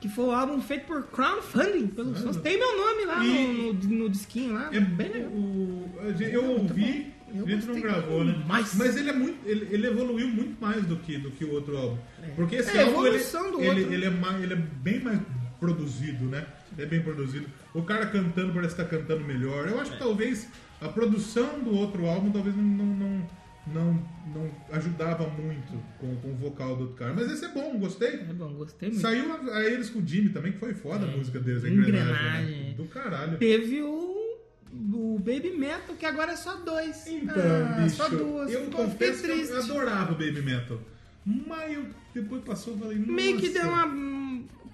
Speaker 2: Que foi o álbum feito por crowdfunding. Pelo fãs. Tem meu nome lá
Speaker 3: E-
Speaker 2: no, no, no disquinho lá.
Speaker 3: É
Speaker 2: bem legal.
Speaker 3: o, a gente- eu ouvi,
Speaker 2: Eu
Speaker 3: a gente não
Speaker 2: gostei
Speaker 3: gravou, né?
Speaker 2: demais.
Speaker 3: Mas ele é muito, ele, ele evoluiu muito mais do que do que o outro álbum. Porque esse
Speaker 2: É, a
Speaker 3: álbum ele,
Speaker 2: evolução do
Speaker 3: ele,
Speaker 2: outro.
Speaker 3: ele é mais, ele é bem mais produzido, né? Ele é bem produzido. O cara cantando parece que tá cantando melhor. Eu acho que talvez a produção do outro álbum talvez não não, não, não, não ajudava muito com, com o vocal do outro cara. Mas esse é bom, gostei.
Speaker 2: É bom, gostei muito.
Speaker 3: Saiu a, a eles com o Jimmy também, que foi foda
Speaker 2: É,
Speaker 3: a música deles, a
Speaker 2: Engrenagem,
Speaker 3: engrenagem. né?
Speaker 2: é.
Speaker 3: Do caralho.
Speaker 2: Teve o. O Baby Metal, que agora é só dois.
Speaker 3: Então,
Speaker 2: ah,
Speaker 3: bicho,
Speaker 2: só duas.
Speaker 3: eu
Speaker 2: Pô, fiquei
Speaker 3: confesso que
Speaker 2: triste.
Speaker 3: eu adorava o Baby Metal. Mas eu, depois passou e falei, nossa...
Speaker 2: Meio que deu uma.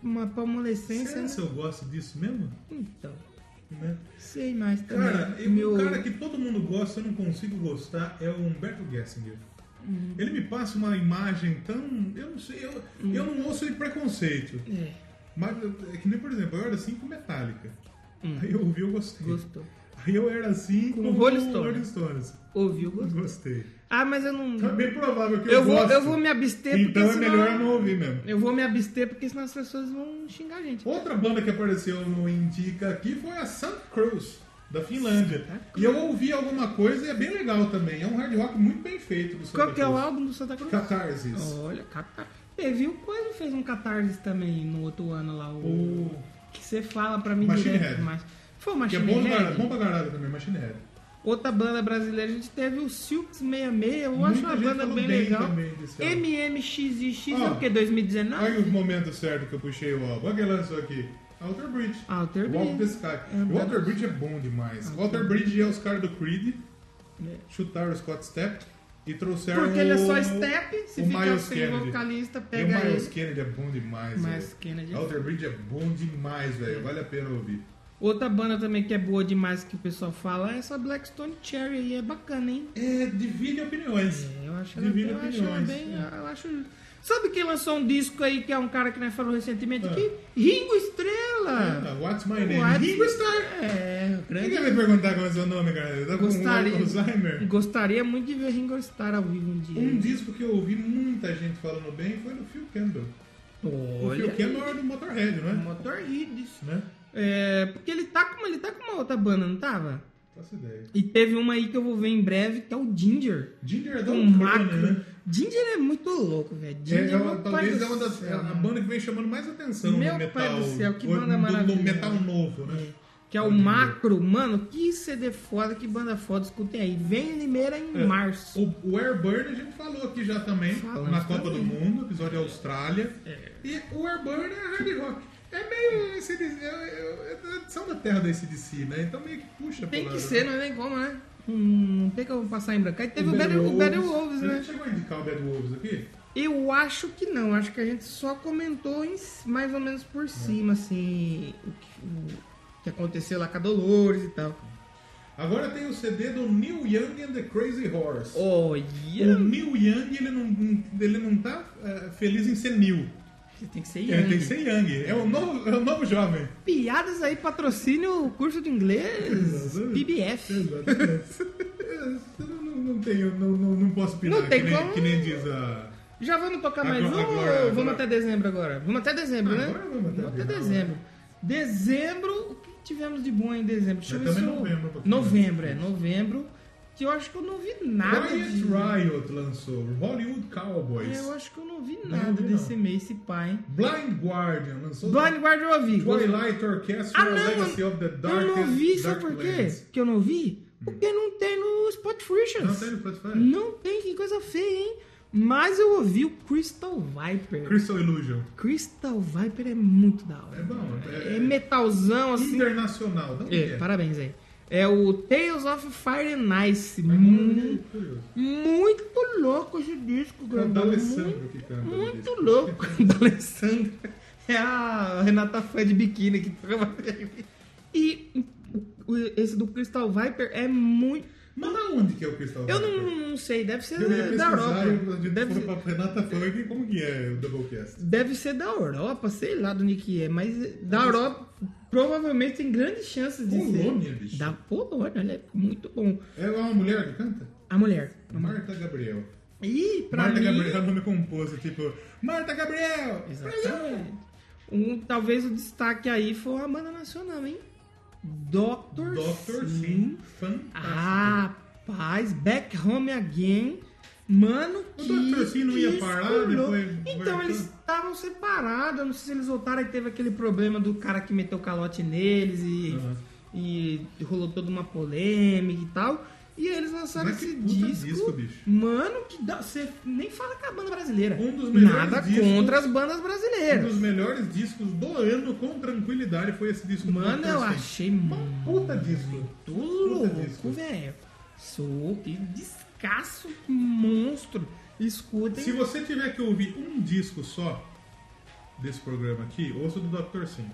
Speaker 2: Uma palmolescência.
Speaker 3: Será
Speaker 2: Né?
Speaker 3: se eu gosto disso mesmo?
Speaker 2: Então.
Speaker 3: Né?
Speaker 2: Sei mais também.
Speaker 3: Cara, eu-
Speaker 2: Meu-
Speaker 3: o cara que todo mundo gosta, eu não consigo gostar, é o Humberto Gessinger.
Speaker 2: Uhum.
Speaker 3: Ele me passa uma imagem tão... Eu não sei, eu, eu não ouço ele preconceito.
Speaker 2: É,
Speaker 3: Mas é que nem, por exemplo, eu era assim com Metallica. Aí eu ouvi, eu gostei.
Speaker 2: gostou.
Speaker 3: Aí eu era assim
Speaker 2: Uhum. Com
Speaker 3: com
Speaker 2: Rolling
Speaker 3: o
Speaker 2: Stones.
Speaker 3: Rolling Stones.
Speaker 2: Ouviu, gostou.
Speaker 3: Gostei.
Speaker 2: Ah, mas eu não.
Speaker 3: Tá bem provável que eu,
Speaker 2: Eu vou,
Speaker 3: goste.
Speaker 2: eu vou me abster porque
Speaker 3: Então é
Speaker 2: senão...
Speaker 3: melhor eu não ouvir mesmo.
Speaker 2: Eu vou me abster porque senão as pessoas vão xingar a gente.
Speaker 3: Outra banda que apareceu no Indica aqui foi a Santa Cruz, da Finlândia.
Speaker 2: Santa Cruz.
Speaker 3: E eu ouvi alguma coisa e é bem legal também. É um hard rock muito bem feito do Santa
Speaker 2: Qual que é o
Speaker 3: Cruz.
Speaker 2: álbum do Santa Cruz?
Speaker 3: Catarsis.
Speaker 2: Olha, catar. Teve o Coisa fez um catarse também no outro ano lá. O...
Speaker 3: O-
Speaker 2: Que você fala pra mim
Speaker 3: Machine
Speaker 2: direto.
Speaker 3: Head.
Speaker 2: Mas... Foi o
Speaker 3: Que é
Speaker 2: Machine
Speaker 3: bom, pra-
Speaker 2: Head.
Speaker 3: bom pra caralho também, Machine Head.
Speaker 2: Outra banda brasileira, a gente teve o Silks 66. Eu acho
Speaker 3: Muita
Speaker 2: uma
Speaker 3: gente
Speaker 2: banda
Speaker 3: falou
Speaker 2: bem
Speaker 3: bem
Speaker 2: legal.
Speaker 3: também desse álbum.
Speaker 2: MMXIX é
Speaker 3: Ó,
Speaker 2: o que? 2019?
Speaker 3: Olha o momento certo que eu puxei o álbum. Olha que lançou aqui. Outer Bridge.
Speaker 2: Outer
Speaker 3: Walk
Speaker 2: Bridge.
Speaker 3: the Sky.
Speaker 2: É um
Speaker 3: o Outer
Speaker 2: belo- um
Speaker 3: Bridge é bom demais. O Outer Bridge é os caras do Creed.
Speaker 2: É.
Speaker 3: Chutaram o Scott Stapp e trouxeram
Speaker 2: Porque ele é só
Speaker 3: o-
Speaker 2: step. Se
Speaker 3: o
Speaker 2: ficar
Speaker 3: Miles
Speaker 2: sem
Speaker 3: Kennedy.
Speaker 2: vocalista,
Speaker 3: E o
Speaker 2: pega ele.
Speaker 3: Miles Kennedy é bom demais.
Speaker 2: Miles
Speaker 3: velho.
Speaker 2: Kennedy. É.
Speaker 3: Outer Bridge é bom demais, velho. Vale a pena ouvir.
Speaker 2: Outra banda também que é boa demais que o pessoal fala é essa Blackstone Cherry aí, é bacana, hein?
Speaker 3: É, divide opiniões.
Speaker 2: É, eu acho ela,
Speaker 3: divide
Speaker 2: eu acho ela
Speaker 3: opiniões.
Speaker 2: bem.
Speaker 3: É.
Speaker 2: Eu acho... Sabe quem lançou um disco aí que é um cara que nós falamos recentemente aqui? Ringo Estrela!
Speaker 3: Ah, What's my
Speaker 2: O
Speaker 3: name?
Speaker 2: Ad-
Speaker 3: Ringo Starr.
Speaker 2: É, o É.
Speaker 3: Quem
Speaker 2: grande.
Speaker 3: quer me perguntar qual é o seu nome, cara? Tá com
Speaker 2: Gostaria, [LAUGHS]
Speaker 3: Alzheimer?
Speaker 2: gostaria muito de ver Ringo Starr ao vivo um dia.
Speaker 3: Um disco que eu ouvi muita gente falando bem foi do Phil Campbell. o Phil
Speaker 2: Olha,
Speaker 3: Campbell era do Motorhead, não é?
Speaker 2: Motorhead.
Speaker 3: Né?
Speaker 2: É, porque ele tá com ele tá com uma outra banda, não tava?
Speaker 3: Faço ideia.
Speaker 2: E teve uma aí que eu vou ver em breve, que é o Ginger.
Speaker 3: Ginger é da
Speaker 2: Com
Speaker 3: Ucrânia,
Speaker 2: macro.
Speaker 3: né?
Speaker 2: Ginger é muito louco, velho.
Speaker 3: É,
Speaker 2: Ginger
Speaker 3: é uma-
Speaker 2: meu pai
Speaker 3: talvez
Speaker 2: do
Speaker 3: é uma das é
Speaker 2: céu, né?
Speaker 3: a
Speaker 2: mano.
Speaker 3: banda que vem chamando mais atenção
Speaker 2: Meu
Speaker 3: no metal.
Speaker 2: pai do céu, que
Speaker 3: ou
Speaker 2: banda
Speaker 3: no-
Speaker 2: maravilhosa.
Speaker 3: No metal novo, né?
Speaker 2: Que é o Macro, mano. Que CD foda, que banda foda. Escutem aí. Vem em Limeira em
Speaker 3: É.
Speaker 2: março.
Speaker 3: O, o Airburn a gente falou aqui já também,
Speaker 2: Falamos
Speaker 3: na Copa
Speaker 2: também. É.
Speaker 3: do Mundo, episódio Austrália. E o Airburn é hard rock. É meio ACDC, é, é, é tradição da terra da ACDC, né? Então meio que puxa
Speaker 2: Tem
Speaker 3: pro
Speaker 2: que
Speaker 3: lado,
Speaker 2: ser,
Speaker 3: né?
Speaker 2: não tem como, né? Hum, não tem como passar em branco. Aí teve o Better, o Better Wolves,
Speaker 3: A
Speaker 2: né?
Speaker 3: gente chegou a indicar o Bad Wolves aqui?
Speaker 2: Eu acho que não. Acho que a gente só comentou em- mais ou menos por cima, assim. O que, o que aconteceu lá com a Dolores e tal.
Speaker 3: Agora tem o CD do Neil Young and the Crazy Horse.
Speaker 2: Olha!
Speaker 3: O Neil Young, ele não, ele não tá eh, feliz em ser Neil.
Speaker 2: Tem que ser
Speaker 3: Ele É, tem
Speaker 2: Yang.
Speaker 3: que ser Young. É o novo, é o novo jovem.
Speaker 2: Piadas aí, patrocínio o curso de inglês
Speaker 3: Exatamente.
Speaker 2: PBF.
Speaker 3: Eu não, não tenho, não, não, não posso pirar,
Speaker 2: Não tem
Speaker 3: que, nem,
Speaker 2: como.
Speaker 3: que nem diz a,
Speaker 2: Já vamos tocar
Speaker 3: Agora-
Speaker 2: mais um
Speaker 3: agora-
Speaker 2: ou vamos
Speaker 3: agora-
Speaker 2: até dezembro agora? Vamos até dezembro, né?
Speaker 3: Ah, Agora é vamos até
Speaker 2: dezembro. Dezembro, o que tivemos de bom em dezembro? Deixa eu
Speaker 3: Mas
Speaker 2: ver se
Speaker 3: É, também
Speaker 2: eu-
Speaker 3: novembro, porque-
Speaker 2: Novembro, é. Novembro, que eu acho que eu não vi nada
Speaker 3: Wyatt
Speaker 2: de...
Speaker 3: Riot lançou Hollywood
Speaker 2: É,
Speaker 3: Cowboys.
Speaker 2: eu acho que eu não vi
Speaker 3: Não
Speaker 2: nada
Speaker 3: vi,
Speaker 2: desse
Speaker 3: não.
Speaker 2: mês, esse pai, hein?
Speaker 3: Blind Guardian lançou
Speaker 2: Blind Guard eu ouvi.
Speaker 3: Twilight Orchestra
Speaker 2: Ah, não,
Speaker 3: Legacy of the Dark
Speaker 2: eu não vi, sabe
Speaker 3: Dark
Speaker 2: por quê?
Speaker 3: Lands.
Speaker 2: Que eu não vi? Porque não tem no Spotify.
Speaker 3: Não tem no Spotify?
Speaker 2: Não tem, que coisa feia, hein? Mas eu ouvi o Crystal Viper.
Speaker 3: Crystal Illusion.
Speaker 2: Crystal Viper é muito da
Speaker 3: É
Speaker 2: hora.
Speaker 3: bom.
Speaker 2: É,
Speaker 3: É,
Speaker 2: metalzão, assim.
Speaker 3: internacional. Dá um
Speaker 2: É,
Speaker 3: é,
Speaker 2: parabéns aí. É o Tales of Fire and Ice.
Speaker 3: É
Speaker 2: Mu-
Speaker 3: Curioso.
Speaker 2: Muito louco esse disco,
Speaker 3: É o
Speaker 2: grandão.
Speaker 3: D'Alessandro que canta. no
Speaker 2: Muito
Speaker 3: disco.
Speaker 2: louco. [LAUGHS] da Alessandra. É a Renata fã de biquíni que toca E o- o- esse do Crystal Viper é muito.
Speaker 3: Mas aonde que é o Crystal
Speaker 2: Eu
Speaker 3: Viper?
Speaker 2: não, não sei, deve ser
Speaker 3: Eu ia
Speaker 2: da
Speaker 3: pesquisar,
Speaker 2: Europa.
Speaker 3: eu, de
Speaker 2: Deve,
Speaker 3: Deve... Renata Funk, como que é o Doublecast?
Speaker 2: deve ser da Europa, sei lá do onde que é, mas da Europa provavelmente tem grandes chances de
Speaker 3: Polônia,
Speaker 2: ser.
Speaker 3: bicho.
Speaker 2: Da Polônia, ele é muito bom.
Speaker 3: É uma mulher que canta?
Speaker 2: A mulher.
Speaker 3: Marta Gabriel.
Speaker 2: E Hum. pra
Speaker 3: Marta
Speaker 2: mim.
Speaker 3: Gabriel é nome composto, tipo, Marta Gabriel!
Speaker 2: Exatamente. Um, talvez o destaque aí foi a banda nacional, hein? Doctor,
Speaker 3: Doctor
Speaker 2: Sim. Ah.
Speaker 3: Sim, fantástico.
Speaker 2: Rapaz, Back Home Again. Mano, que.
Speaker 3: Dr. Sim não ia
Speaker 2: disco
Speaker 3: parar,
Speaker 2: louco.
Speaker 3: depois
Speaker 2: Então,
Speaker 3: voltou.
Speaker 2: eles estavam separados. Eu não sei se eles voltaram e teve aquele problema do cara que meteu calote neles e,
Speaker 3: Aham.
Speaker 2: e rolou toda uma polêmica e tal. E eles lançaram
Speaker 3: Mas que
Speaker 2: esse
Speaker 3: puta
Speaker 2: disco.
Speaker 3: disco, bicho.
Speaker 2: Mano, que dá. Você nem fala que é a banda brasileira.
Speaker 3: Um dos melhores
Speaker 2: Nada
Speaker 3: discos-
Speaker 2: contra as bandas
Speaker 3: Um
Speaker 2: brasileiras.
Speaker 3: dos melhores discos do ano, com tranquilidade, foi esse disco
Speaker 2: Mano,
Speaker 3: do
Speaker 2: eu
Speaker 3: Dr. Sim.
Speaker 2: achei
Speaker 3: Uma puta disco.
Speaker 2: Tô
Speaker 3: Puta
Speaker 2: louco,
Speaker 3: disco.
Speaker 2: velho. Sou que descasso monstro. Escutem.
Speaker 3: Se você tiver que ouvir um disco só desse programa aqui, ouça o do Dr. Sim.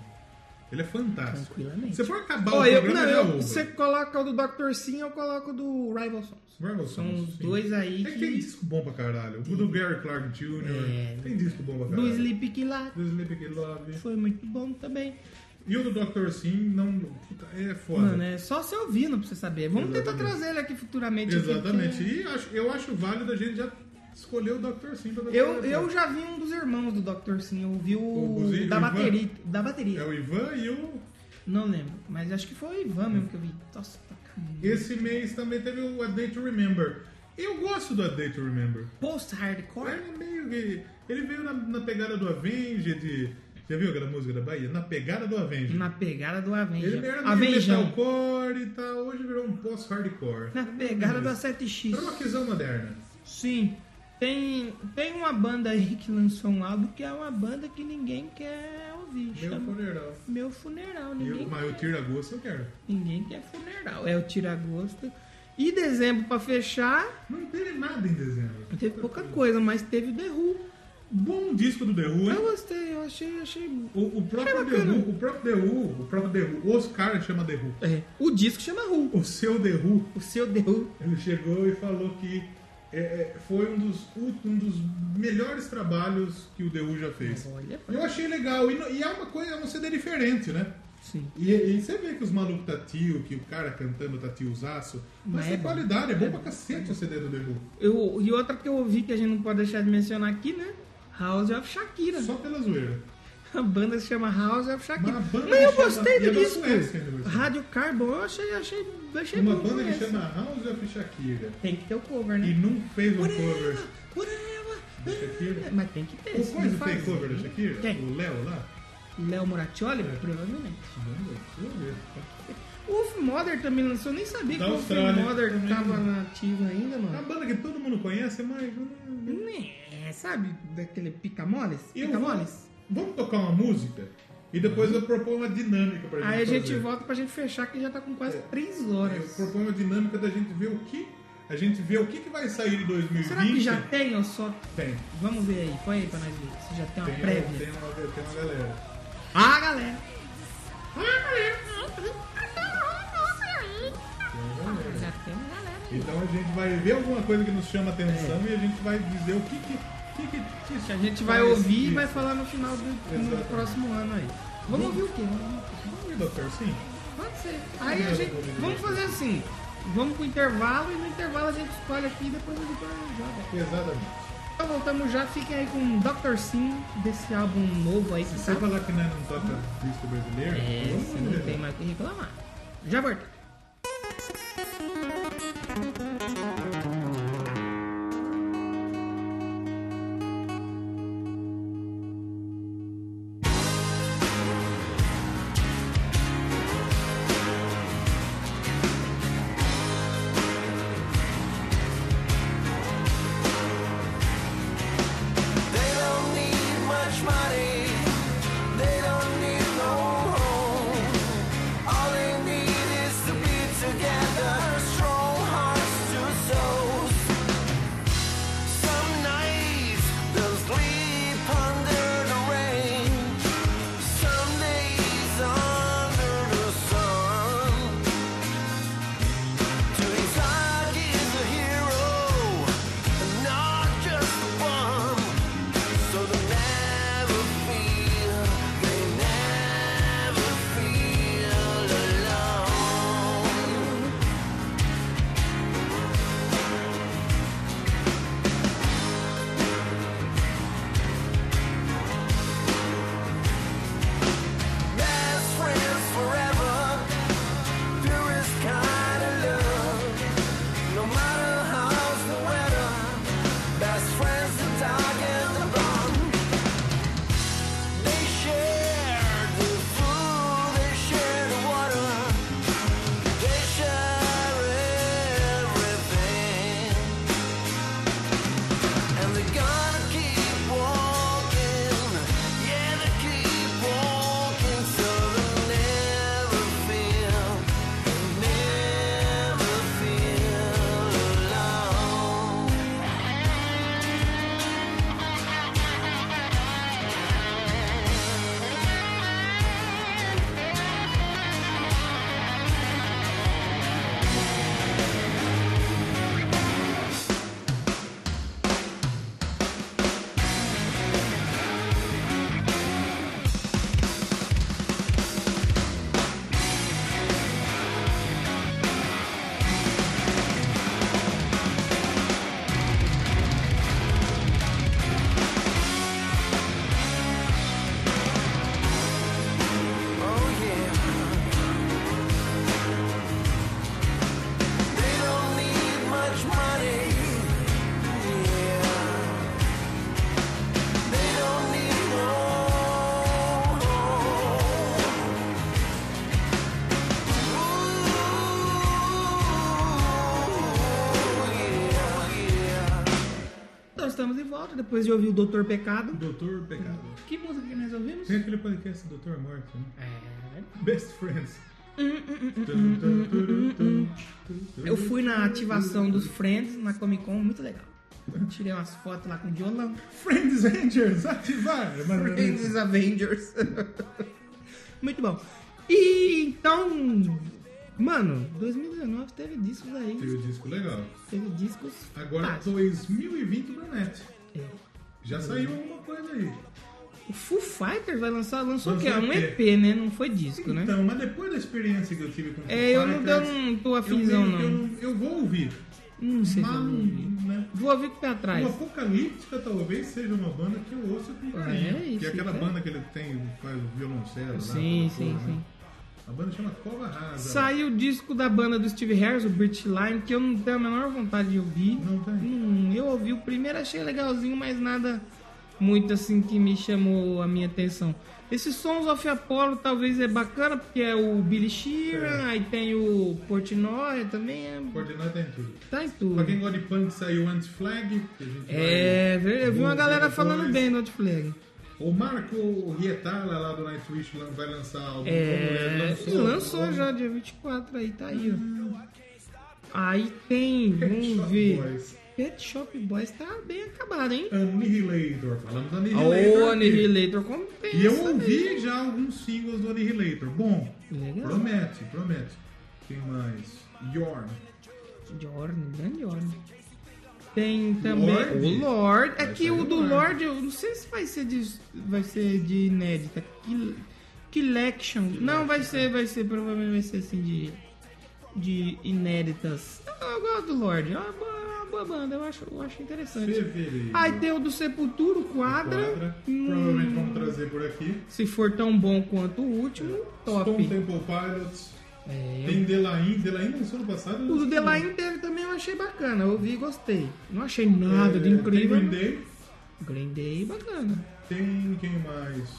Speaker 3: Ele é fantástico.
Speaker 2: Tranquilamente.
Speaker 3: Você é pode acabar
Speaker 2: Ó,
Speaker 3: o
Speaker 2: eu,
Speaker 3: programa
Speaker 2: não,
Speaker 3: já
Speaker 2: eu-
Speaker 3: ouve.
Speaker 2: você coloca o do Dr. Sim, eu coloco o do Rival Sons.
Speaker 3: Rival
Speaker 2: São
Speaker 3: Sons,
Speaker 2: os
Speaker 3: sim.
Speaker 2: dois aí
Speaker 3: É que
Speaker 2: que-
Speaker 3: tem disco bom pra caralho. O do Gary Clark Jr.
Speaker 2: É.
Speaker 3: Tem disco bom pra
Speaker 2: Do
Speaker 3: caralho.
Speaker 2: Sleep Killer
Speaker 3: Do Sleepy Love.
Speaker 2: foi muito bom também.
Speaker 3: E o do Dr. Sim, não. Puta, é foda.
Speaker 2: Mano, é só você ouvindo pra você saber. Vamos tentar
Speaker 3: Exatamente.
Speaker 2: trazer ele aqui futuramente. aqui,
Speaker 3: Exatamente.
Speaker 2: porque
Speaker 3: E acho- eu acho válido a gente já escolher o Dr. Sim pra
Speaker 2: Eu, eu já vi um dos irmãos do Dr. Sim, eu vi o,
Speaker 3: O Buzi-
Speaker 2: da,
Speaker 3: o Ivan?
Speaker 2: bateria, da bateria.
Speaker 3: É o Ivan e o.
Speaker 2: Não lembro, mas acho que foi o Ivan mesmo que eu vi. Nossa, tá caramba.
Speaker 3: Esse mês também teve o A Day to Remember. Eu gosto do A Day to Remember.
Speaker 2: Post-hardcore?
Speaker 3: Ele é meio que. Ele veio na, na pegada do Avenged. Já viu aquela música da Bahia? Na pegada do Avenged.
Speaker 2: Na pegada do
Speaker 3: Ele
Speaker 2: Avenger.
Speaker 3: era meio
Speaker 2: Avenger.
Speaker 3: metalcore e tal, hoje virou um pós-hardcore.
Speaker 2: Na pegada do
Speaker 3: Era
Speaker 2: 7X.
Speaker 3: uma questão moderna.
Speaker 2: Sim. Tem, tem uma banda aí que lançou um álbum que é uma banda que ninguém quer ouvir.
Speaker 3: Meu
Speaker 2: chama
Speaker 3: funeral.
Speaker 2: Meu funeral.
Speaker 3: E
Speaker 2: Ninguém,
Speaker 3: o, mas o
Speaker 2: quer,
Speaker 3: tiro a gosto eu quero.
Speaker 2: ninguém quer funeral. É o Tiragosto. E dezembro, pra fechar,
Speaker 3: Não teve nada em dezembro.
Speaker 2: teve pouca coisa, mas teve o The Who.
Speaker 3: Bom disco do The Who,
Speaker 2: Eu
Speaker 3: hein?
Speaker 2: gostei, eu achei. achei...
Speaker 3: O, o
Speaker 2: Tá É
Speaker 3: próprio The
Speaker 2: bacana.
Speaker 3: Who, o próprio The Who, o próprio The Who, os caras chama The Who.
Speaker 2: É, o disco chama Who.
Speaker 3: O seu The Who,
Speaker 2: O seu The Who.
Speaker 3: ele chegou e falou que é, é, foi um dos, ú- um dos melhores trabalhos que o The Who já fez.
Speaker 2: Olha,
Speaker 3: Eu achei legal, e, no- e é uma coisa, é um CD diferente, né?
Speaker 2: sim.
Speaker 3: E, e você vê que os malucos tá tio, que o cara cantando tá tiozaço. Mas
Speaker 2: Mas é
Speaker 3: tem
Speaker 2: bom.
Speaker 3: qualidade, é bom pra cacete o CD do The Who.
Speaker 2: Eu, e outra que eu ouvi que a gente não pode deixar de mencionar aqui, né? House of Shakira.
Speaker 3: Só pela zoeira.
Speaker 2: A banda se chama House of Shakira.
Speaker 3: Mas a banda
Speaker 2: Mas eu
Speaker 3: que chama-
Speaker 2: gostei
Speaker 3: e é
Speaker 2: do
Speaker 3: da
Speaker 2: disco.
Speaker 3: Suécia, ainda por cima.
Speaker 2: Rádio Carbon, eu achei, achei, achei
Speaker 3: Uma
Speaker 2: bom
Speaker 3: banda que
Speaker 2: esse.
Speaker 3: chama House of Shakira.
Speaker 2: Tem que ter o cover,
Speaker 3: E
Speaker 2: né?
Speaker 3: não fez um
Speaker 2: Whatever,
Speaker 3: cover.
Speaker 2: whatever,
Speaker 3: Shakira.
Speaker 2: é. Mas tem que ter.
Speaker 3: O
Speaker 2: se não
Speaker 3: Coisa
Speaker 2: faz,
Speaker 3: fez cover da
Speaker 2: né?
Speaker 3: Shakira? É.
Speaker 2: Quem?
Speaker 3: O Léo lá?
Speaker 2: Léo Moratioli? Provavelmente.
Speaker 3: Vamos ver, vamos ver.
Speaker 2: O Wolf Mother também lançou, eu nem sabia
Speaker 3: Da
Speaker 2: que o Wolf
Speaker 3: Austrália
Speaker 2: Mother
Speaker 3: também.
Speaker 2: tava nativo ainda,
Speaker 3: É uma
Speaker 2: mano.
Speaker 3: banda que todo mundo conhece, mas. não-
Speaker 2: É, sabe? Daquele pica-moles?
Speaker 3: Eu
Speaker 2: Pica-moles?
Speaker 3: Vamos tocar uma música? E depois eu proponho uma dinâmica pra gente.
Speaker 2: Aí a gente
Speaker 3: fazer.
Speaker 2: volta pra gente fechar que já tá com quase
Speaker 3: É.
Speaker 2: 3
Speaker 3: Eu
Speaker 2: horas.
Speaker 3: proponho uma dinâmica da gente ver o que. A gente ver o que, que vai sair de 2020.
Speaker 2: Será que já tem ou só.
Speaker 3: Tem.
Speaker 2: Vamos ver aí, põe aí pra nós ver se já tem uma
Speaker 3: Tem,
Speaker 2: tá prévia.
Speaker 3: tem, uma, tem uma galera.
Speaker 2: Ah, galera! Ah, Já tem uma galera aí.
Speaker 3: Então a gente vai ver alguma coisa que nos chama atenção e a gente vai dizer o que que. que, que,
Speaker 2: Que a gente vai
Speaker 3: parece
Speaker 2: ouvir e
Speaker 3: que-
Speaker 2: vai falar no final do no
Speaker 3: Exatamente.
Speaker 2: próximo ano aí. Vamos ouvir o quê? Vamos ouvir o quê?
Speaker 3: Vamos ver, doutor, sim.
Speaker 2: Pode ser. Aí
Speaker 3: É,
Speaker 2: a gente. Vamos fazer assim. Vamos pro intervalo e no intervalo a gente escolhe aqui e depois a gente joga.
Speaker 3: Exatamente.
Speaker 2: Então voltamos já, fiquem aí com Dr. Sim, desse álbum novo aí que
Speaker 3: Se você
Speaker 2: saiu.
Speaker 3: falar que né, não toca disco brasileiro,
Speaker 2: É,
Speaker 3: vamos
Speaker 2: você não
Speaker 3: ver.
Speaker 2: tem mais o que reclamar. Já volta.
Speaker 7: They don't need much money. They don't need no home. All they need is to be together. Strong hearts, two souls. Some nights they'll sleep under the rain. Some days under the sun. Today's hog is a hero, not just a bum. So they never feel, they never feel alone. Best friends forever, purest kind of love. No matter how's the weather, best friends the dog and the bone. They share the food, they share the water, they share everything. And they're gonna keep walking, yeah, they keep walking till they never feel, they never feel alone. Oh yeah. They don't need much money. Yeah. They don't need no.
Speaker 2: Então estamos de volta, depois de ouvir o Doutor Pecado. É,
Speaker 3: Doutor Pecado.
Speaker 2: Que música que nós ouvimos?
Speaker 3: Tem aquele podcast Doutor Morte, né?
Speaker 2: É.
Speaker 3: Best
Speaker 2: [LAUGHS]
Speaker 3: Friends.
Speaker 2: Eu fui na ativação dos Friends na Comic Con, muito legal. Tirei umas fotos lá com violão.
Speaker 3: Friends Rangers, [LAUGHS] ativar! é Mas-
Speaker 2: Friends Avengers. [LAUGHS] muito bom. E então, mano, 2019 teve discos aí.
Speaker 3: Teve o disco legal.
Speaker 2: Teve discos.
Speaker 3: Agora,
Speaker 2: fantásticos.
Speaker 3: 2020 pra net.
Speaker 2: É.
Speaker 3: Já saiu alguma coisa aí.
Speaker 2: O Foo Fighters vai lançar, lançou o quê?
Speaker 3: Lançou
Speaker 2: Um
Speaker 3: o quê?
Speaker 2: EP, né? Não foi disco, né?
Speaker 3: Então, mas depois da experiência que eu tive com o
Speaker 2: É, eu não, eu
Speaker 3: Fighters,
Speaker 2: não tô
Speaker 3: eu meio
Speaker 2: afinzão,
Speaker 3: que eu
Speaker 2: não.
Speaker 3: não- Eu vou ouvir.
Speaker 2: Não sei se eu
Speaker 3: Mas,
Speaker 2: vou ouvir.
Speaker 3: né?
Speaker 2: Vou ouvir com o pé atrás.
Speaker 3: O Apocalíptica talvez seja uma banda que eu ouço com carinho.
Speaker 2: É, isso,
Speaker 3: que é aquela
Speaker 2: é.
Speaker 3: banda que ele tem, faz o violoncelo. lá,
Speaker 2: Sim,
Speaker 3: aquela
Speaker 2: sim,
Speaker 3: coisa,
Speaker 2: sim.
Speaker 3: né? A banda chama Cova Rasa.
Speaker 2: Saiu o disco da banda do Steve Harris, o British Line, que eu não tenho a menor vontade de ouvir.
Speaker 3: Não tem?
Speaker 2: Hum, eu ouvi o primeiro, achei legalzinho, mas nada muito assim que me chamou a minha atenção. Esse Sons of Apollo talvez é bacana, porque é o Billy
Speaker 3: É.
Speaker 2: Sheehan, aí tem o Portnoy também, é...
Speaker 3: Coordenada em tudo.
Speaker 2: tá em tudo.
Speaker 3: Pra quem gosta de punk, saiu Anti-Flag. que a gente
Speaker 2: É,
Speaker 3: vai-
Speaker 2: ver- eu vi uma
Speaker 3: Vamos
Speaker 2: galera
Speaker 3: ver
Speaker 2: falando
Speaker 3: depois.
Speaker 2: bem do Hot Flag.
Speaker 3: O Marco Rietala lá do Nightwish lan- vai lançar álbum.
Speaker 2: É,
Speaker 3: como
Speaker 2: e
Speaker 3: ele
Speaker 2: lançou
Speaker 3: Como-
Speaker 2: já, dia 24, aí tá aí, ó. Aí tem, vamos
Speaker 3: Shop
Speaker 2: ver.
Speaker 3: Boys.
Speaker 2: Pet Shop Boys tá bem acabado, hein?
Speaker 3: Annihilator. Falamos do Annihilator.
Speaker 2: Ô,
Speaker 3: aqui.
Speaker 2: Annihilator, como tem
Speaker 3: E eu
Speaker 2: essa,
Speaker 3: ouvi já alguns singles do Annihilator. Bom,
Speaker 2: Legal.
Speaker 3: promete, promete. Tem mais. Yorn.
Speaker 2: né? Jordan, grande Jordan. Tem também
Speaker 3: Lorde.
Speaker 2: o Lorde.
Speaker 3: Vai
Speaker 2: É que
Speaker 3: sair
Speaker 2: o
Speaker 3: o
Speaker 2: do
Speaker 3: Lorde.
Speaker 2: Lorde, eu não sei se vai ser de, vai ser de inédita. Que, que lection. Não, vai ser, vai ser, provavelmente vai ser assim de, de inéditas. Eu, eu gosto do Lorde. É uma boa- é uma boa banda, eu acho, eu acho interessante.
Speaker 3: Fevereiro.
Speaker 2: Aí tem o do Sepultura, o Quadra.
Speaker 3: Quadra.
Speaker 2: Hum,
Speaker 3: Provavelmente vamos trazer por aqui.
Speaker 2: Se for tão bom quanto o último, top.
Speaker 3: É. Stone Temple Pilots.
Speaker 2: É,
Speaker 3: Tem Delain. Delain lançou no passado. né? É,
Speaker 2: O do The Line dele também eu achei bacana, eu ouvi e gostei. Não achei nada
Speaker 3: É,
Speaker 2: de é incrível.
Speaker 3: Tem Green Day.
Speaker 2: mas Green Day, bacana.
Speaker 3: Tem quem mais?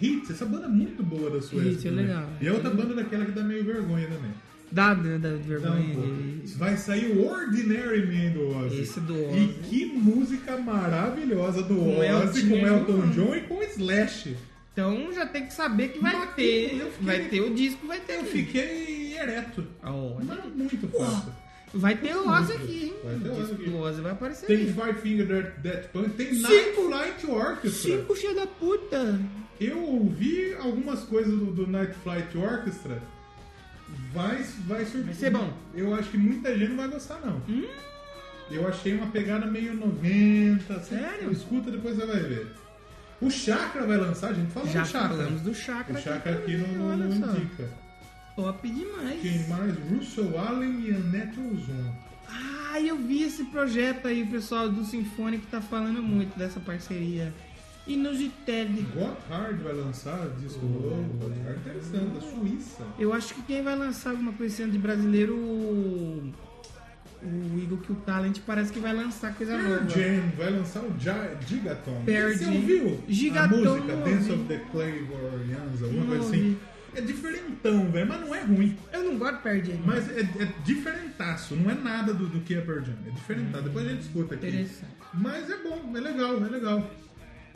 Speaker 3: Hits, essa banda é muito boa da Suécia.
Speaker 2: Hits, é
Speaker 3: também.
Speaker 2: legal.
Speaker 3: E é outra banda daquela que dá meio vergonha também.
Speaker 2: Dá, né, dá
Speaker 3: Dá um
Speaker 2: vergonha
Speaker 3: pouco.
Speaker 2: de.
Speaker 3: Vai sair o Ordinary Man do Ozzy.
Speaker 2: Esse do
Speaker 3: E
Speaker 2: Ozzy.
Speaker 3: que música maravilhosa do
Speaker 2: Com
Speaker 3: Ozzy
Speaker 2: Elton
Speaker 3: com
Speaker 2: John.
Speaker 3: Elton John e com Slash.
Speaker 2: Então já tem que saber que vai
Speaker 3: Mas
Speaker 2: ter.
Speaker 3: eu fiquei-
Speaker 2: Vai ter o disco, vai ter
Speaker 3: Eu
Speaker 2: o
Speaker 3: fiquei ereto.
Speaker 2: Olha.
Speaker 3: Mas muito fácil.
Speaker 2: Vai ter o Ozzy aqui, hein?
Speaker 3: Vai ter o
Speaker 2: O
Speaker 3: Ozzy
Speaker 2: disco
Speaker 3: aqui.
Speaker 2: do Ozzy vai aparecer
Speaker 3: Tem
Speaker 2: aí.
Speaker 3: Five Finger Death- Death Punch, tem
Speaker 2: Cinco.
Speaker 3: Nightlight Orchestra.
Speaker 2: Cinco filha da puta.
Speaker 3: Eu ouvi algumas coisas do, do Night Flight Orchestra. Vai, vai surpreender.
Speaker 2: Vai ser bom. Hum.
Speaker 3: Eu acho que muita gente não vai gostar, não. Eu achei uma pegada meio 90. assim,
Speaker 2: Sério?
Speaker 3: Escuta, depois você vai ver. O Chakra vai lançar, a gente falou
Speaker 2: Já
Speaker 3: do Chakra.
Speaker 2: falamos do Chakra
Speaker 3: o Chakra aqui
Speaker 2: aqui
Speaker 3: não,
Speaker 2: também,
Speaker 3: não- não
Speaker 2: olha só.
Speaker 3: indica.
Speaker 2: Top demais.
Speaker 3: Quem mais? Russell Allen e Annette Ozon.
Speaker 2: Ah, eu vi esse projeto aí, o pessoal do Sinfônico tá falando muito dessa parceria. Inusited.
Speaker 3: Got Hard vai lançar disco novo. Got Hard interessante, da Suíça.
Speaker 2: Eu acho que quem vai lançar alguma coisa esse ano de brasileiro, o, o Eagle Kill Talent parece que vai lançar coisa
Speaker 3: Pearl
Speaker 2: nova.
Speaker 3: Jam vai lançar o Ja- Gigaton.
Speaker 2: Pearl
Speaker 3: Você
Speaker 2: Jam.
Speaker 3: ouviu
Speaker 2: Gigaton,
Speaker 3: a música
Speaker 2: não
Speaker 3: Dance
Speaker 2: ouvi.
Speaker 3: of the Claymore Yanza, alguma
Speaker 2: Não
Speaker 3: coisa assim?
Speaker 2: ouvi.
Speaker 3: É diferentão, velho, mas não é ruim.
Speaker 2: Eu não gosto de perder.
Speaker 3: Mas é, é diferentaço, não é nada do, do que é Pearl Jam. É diferentado, depois a gente escuta aqui.
Speaker 2: é Interessante.
Speaker 3: Mas é bom, é legal, é legal.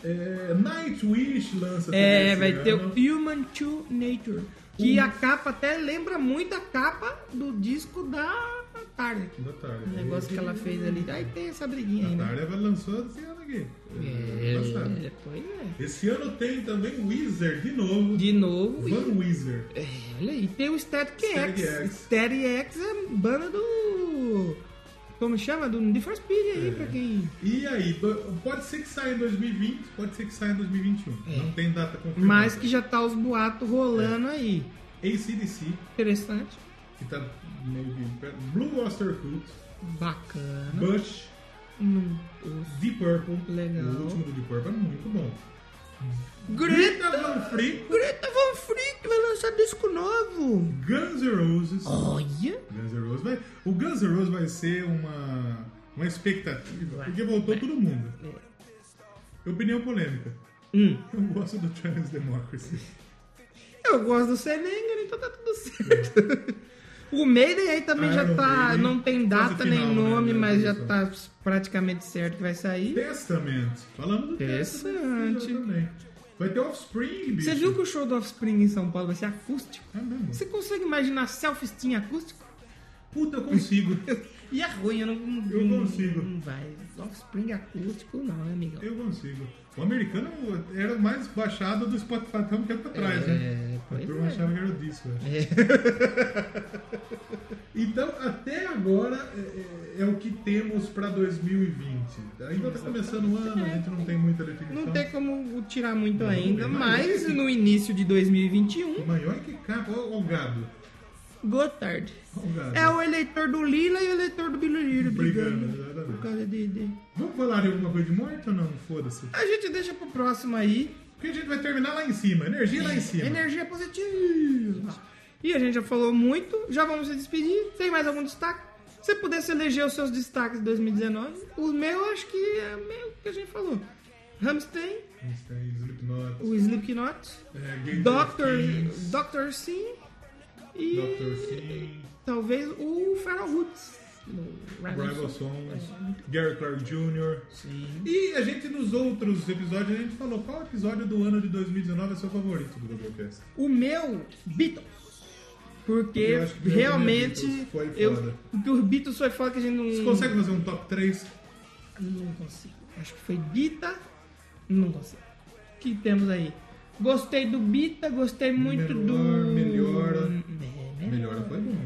Speaker 3: É, Nightwish lança também
Speaker 2: É,
Speaker 3: esse
Speaker 2: vai ter o
Speaker 3: ano.
Speaker 2: Human to Nature.
Speaker 3: Hum.
Speaker 2: Que a capa até lembra muito a capa do disco da Tarde. é
Speaker 3: Da Tarja.
Speaker 2: O Um negócio que ela fez ali. Aí tem essa briguinha aí,
Speaker 3: A
Speaker 2: né?
Speaker 3: Tarja vai lançou esse ano aqui.
Speaker 2: É,
Speaker 3: Passado.
Speaker 2: é, pois é.
Speaker 3: Esse ano tem também Wizard de novo.
Speaker 2: De novo, e, é,
Speaker 3: Van Wizard.
Speaker 2: olha aí, tem o Static X.
Speaker 3: Static X.
Speaker 2: Static X é banda do. Como chama? Do Need for Speed
Speaker 3: É.
Speaker 2: aí, pra quem.
Speaker 3: E aí, po- pode ser que saia em 2020, pode ser que saia em 2021. Não tem data confirmada.
Speaker 2: Mas É. que já tá os boatos rolando aí.
Speaker 3: ACDC,
Speaker 2: Interessante.
Speaker 3: que tá meio que... perto, Blue Oyster Cult,
Speaker 2: Bacana.
Speaker 3: Bush,
Speaker 2: Hum, os-
Speaker 3: Deep Purple.
Speaker 2: Legal.
Speaker 3: O último do Deep Purple é muito bom.
Speaker 2: Greta!
Speaker 3: Van Free,
Speaker 2: Greta Van Fleet vai lançar disco novo.
Speaker 3: Guns N' Roses.
Speaker 2: Olha!
Speaker 3: Guns N' Roses vai... O Guns N' Roses vai ser uma, uma expectativa, porque voltou todo mundo.
Speaker 2: É.
Speaker 3: Opinião polêmica. Eu gosto do Chinese Democracy.
Speaker 2: Hum. Eu gosto do Serenga, então tá tudo [LAUGHS] certo. o Maiden aí também já
Speaker 3: Iron
Speaker 2: tá.
Speaker 3: Ah, Maiden,
Speaker 2: não tem
Speaker 3: quase
Speaker 2: data
Speaker 3: final,
Speaker 2: nem nome,
Speaker 3: né,
Speaker 2: mas
Speaker 3: da
Speaker 2: já
Speaker 3: produção.
Speaker 2: tá praticamente certo que vai sair.
Speaker 3: Testament. Falamos do Testament
Speaker 2: Interessante.
Speaker 3: também. Vai ter Offspring, bicho.
Speaker 2: Você viu que o show do Offspring em São Paulo vai ser acústico?
Speaker 3: É mesmo.
Speaker 2: Você consegue imaginar self-steam acústico?
Speaker 3: Puta, eu consigo.
Speaker 2: E é ruim, eu não.
Speaker 3: Eu
Speaker 2: não-
Speaker 3: consigo.
Speaker 2: Não vai. Offspring acústico não, né, amigão?
Speaker 3: [LAUGHS] eu consigo. O americano era o mais baixado do Spotify até um tempo atrás, né?
Speaker 2: pois
Speaker 3: A turma
Speaker 2: é.
Speaker 3: achava que era o disco. né? [LAUGHS] então, até agora é, é- é o que temos pra 2020. Ainda tá começando o ano, a gente não tem muita definição.
Speaker 2: Não tem como tirar muito ainda,
Speaker 3: tem mais.
Speaker 2: mas no início de 2021,
Speaker 3: Maior que capa. Ó, ó o gado.
Speaker 2: Gotthard.
Speaker 3: Ó o gado.
Speaker 2: É o eleitor do Lila e o eleitor do Biliriro brigando.
Speaker 3: Brigando, exatamente.
Speaker 2: Por causa de, de-
Speaker 3: Vamos falar de alguma coisa de morte ou não? Foda-se.
Speaker 2: A gente deixa pro próximo aí.
Speaker 3: Porque a gente vai terminar lá em cima. Energia lá em cima.
Speaker 2: Energia positiva. E a gente já falou muito, já vamos se despedir. Tem mais algum destaque? Se você pudesse eleger os seus destaques de 2019, o meu acho que é o meio que a gente falou. Hamstein,
Speaker 3: Einstein, Slipknot,
Speaker 2: o Slipknot,
Speaker 3: é, Game
Speaker 2: Doctor,
Speaker 3: Kings,
Speaker 2: Doctor Sim e
Speaker 3: Dr. Sim,
Speaker 2: talvez o Feral Roots. no Rival
Speaker 3: Rival
Speaker 2: Song.
Speaker 3: Sons, Gary Clark Jr.
Speaker 2: Sim.
Speaker 3: E a gente, nos outros episódios, a gente falou qual episódio do ano de 2019 é seu favorito do Doublecast.
Speaker 2: O meu, Beatles. Porque
Speaker 3: Eu acho que o meu
Speaker 2: realmente.
Speaker 3: também é Beatles, foi
Speaker 2: eu-
Speaker 3: foda.
Speaker 2: porque os Beatles foi foda que a gente não.
Speaker 3: Você consegue fazer um top 3?
Speaker 2: Não consigo. Acho que foi Bita. Não consigo. O que temos aí? Gostei do Bita, gostei muito
Speaker 3: Melhor,
Speaker 2: do.
Speaker 3: melhora.
Speaker 2: É,
Speaker 3: Melhora foi bom.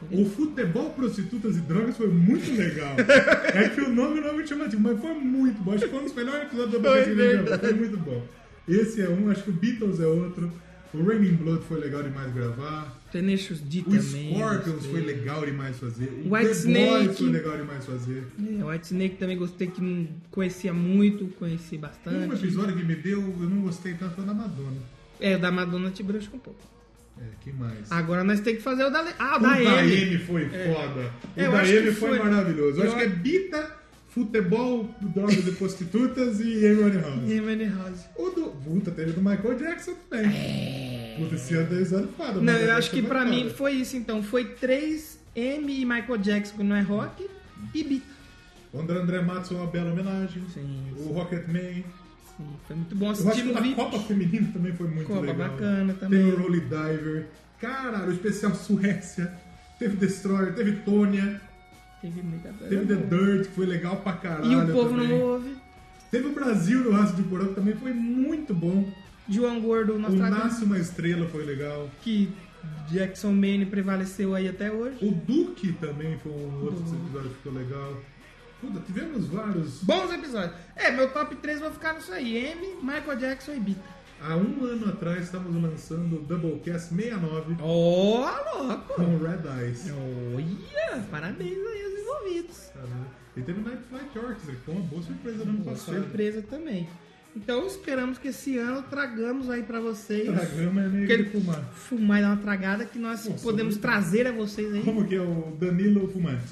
Speaker 2: foi
Speaker 3: O futebol, prostitutas e drogas foi
Speaker 2: [LAUGHS]
Speaker 3: muito legal. é que o nome não é muito chamativo, mas foi muito bom. Acho que foi um dos melhores episódios do Doublecast. que a gente gravou. Foi muito bom. Esse é um, acho que o Beatles é outro. O Raining Blood foi legal demais gravar.
Speaker 2: Tenacious D
Speaker 3: O
Speaker 2: também.
Speaker 3: Scorpions
Speaker 2: gostei.
Speaker 3: foi legal demais fazer. O
Speaker 2: White
Speaker 3: The Boys
Speaker 2: Snake.
Speaker 3: foi legal demais fazer. Um
Speaker 2: É, White Snake também gostei, que não conhecia muito, conheci
Speaker 3: Um
Speaker 2: bastante.
Speaker 3: episódio que me deu, eu não gostei tanto, foi da Madonna.
Speaker 2: É, o da Madonna te bruxa um pouco.
Speaker 3: É, que mais?
Speaker 2: Agora nós temos que fazer o da... Le- Ah, o
Speaker 3: o
Speaker 2: da
Speaker 3: da
Speaker 2: Amy.
Speaker 3: M foi foda.
Speaker 2: É, eu
Speaker 3: o da
Speaker 2: acho que
Speaker 3: M
Speaker 2: foi.
Speaker 3: foi, maravilhoso. Eu
Speaker 2: Eu
Speaker 3: acho que é
Speaker 2: acho-
Speaker 3: Bita, Futebol, Drogas e Prostitutas e Amy House.
Speaker 2: Amy House.
Speaker 3: O do. Puta, teve do Michael Jackson também. Puta, esse ano é foda.
Speaker 2: Não,
Speaker 3: Michael
Speaker 2: eu acho
Speaker 3: Jackson
Speaker 2: que
Speaker 3: foi
Speaker 2: pra
Speaker 3: foda.
Speaker 2: mim foi isso, então. Foi 3M e Michael Jackson, que não é rock, e Beat.
Speaker 3: O André André Matos foi uma bela homenagem.
Speaker 2: Sim,
Speaker 3: O Rocketman.
Speaker 2: Sim, foi muito bom
Speaker 3: Eu acho
Speaker 2: assistir
Speaker 3: que
Speaker 2: no
Speaker 3: a
Speaker 2: vídeo.
Speaker 3: Copa Feminina também foi muito
Speaker 2: Copa
Speaker 3: legal.
Speaker 2: bacana
Speaker 3: Teve
Speaker 2: também.
Speaker 3: o Rolly Diver. Caralho, o especial Suécia. Teve Destroyer, teve Tônia,
Speaker 2: Teve muita coisa
Speaker 3: teve The
Speaker 2: boa.
Speaker 3: Dirt, que foi legal pra caralho.
Speaker 2: E o povo
Speaker 3: também.
Speaker 2: não ouve.
Speaker 3: Teve o Brasil no Raço de Porão, que também foi muito bom.
Speaker 2: João Gordo,
Speaker 3: o
Speaker 2: nosso
Speaker 3: Nasce uma Estrela foi legal.
Speaker 2: que Jackson Maine prevaleceu aí até hoje.
Speaker 3: O Duque também foi um outro
Speaker 2: Uhum.
Speaker 3: episódio que ficou legal. Puta, tivemos vários.
Speaker 2: Bons episódios. É, meu top 3 vai ficar nisso aí. M, Michael Jackson e Bita.
Speaker 3: Há um ano atrás estávamos lançando o Doublecast 69
Speaker 2: Ô, louco!
Speaker 3: com Red
Speaker 2: É.
Speaker 3: Eyes.
Speaker 2: Olha! Parabéns aí aos envolvidos.
Speaker 3: Caralho. E teve o Night Flight Orchestra, que foi uma boa surpresa no ano
Speaker 2: Uma
Speaker 3: passado.
Speaker 2: surpresa também. Então esperamos que esse ano tragamos aí pra vocês.
Speaker 3: Dragama é meio
Speaker 2: Aquele-
Speaker 3: que fumar.
Speaker 2: Fumar e dar uma tragada que nós
Speaker 3: Nossa,
Speaker 2: podemos
Speaker 3: muito
Speaker 2: trazer a vocês aí.
Speaker 3: Como que é o Danilo Fumante?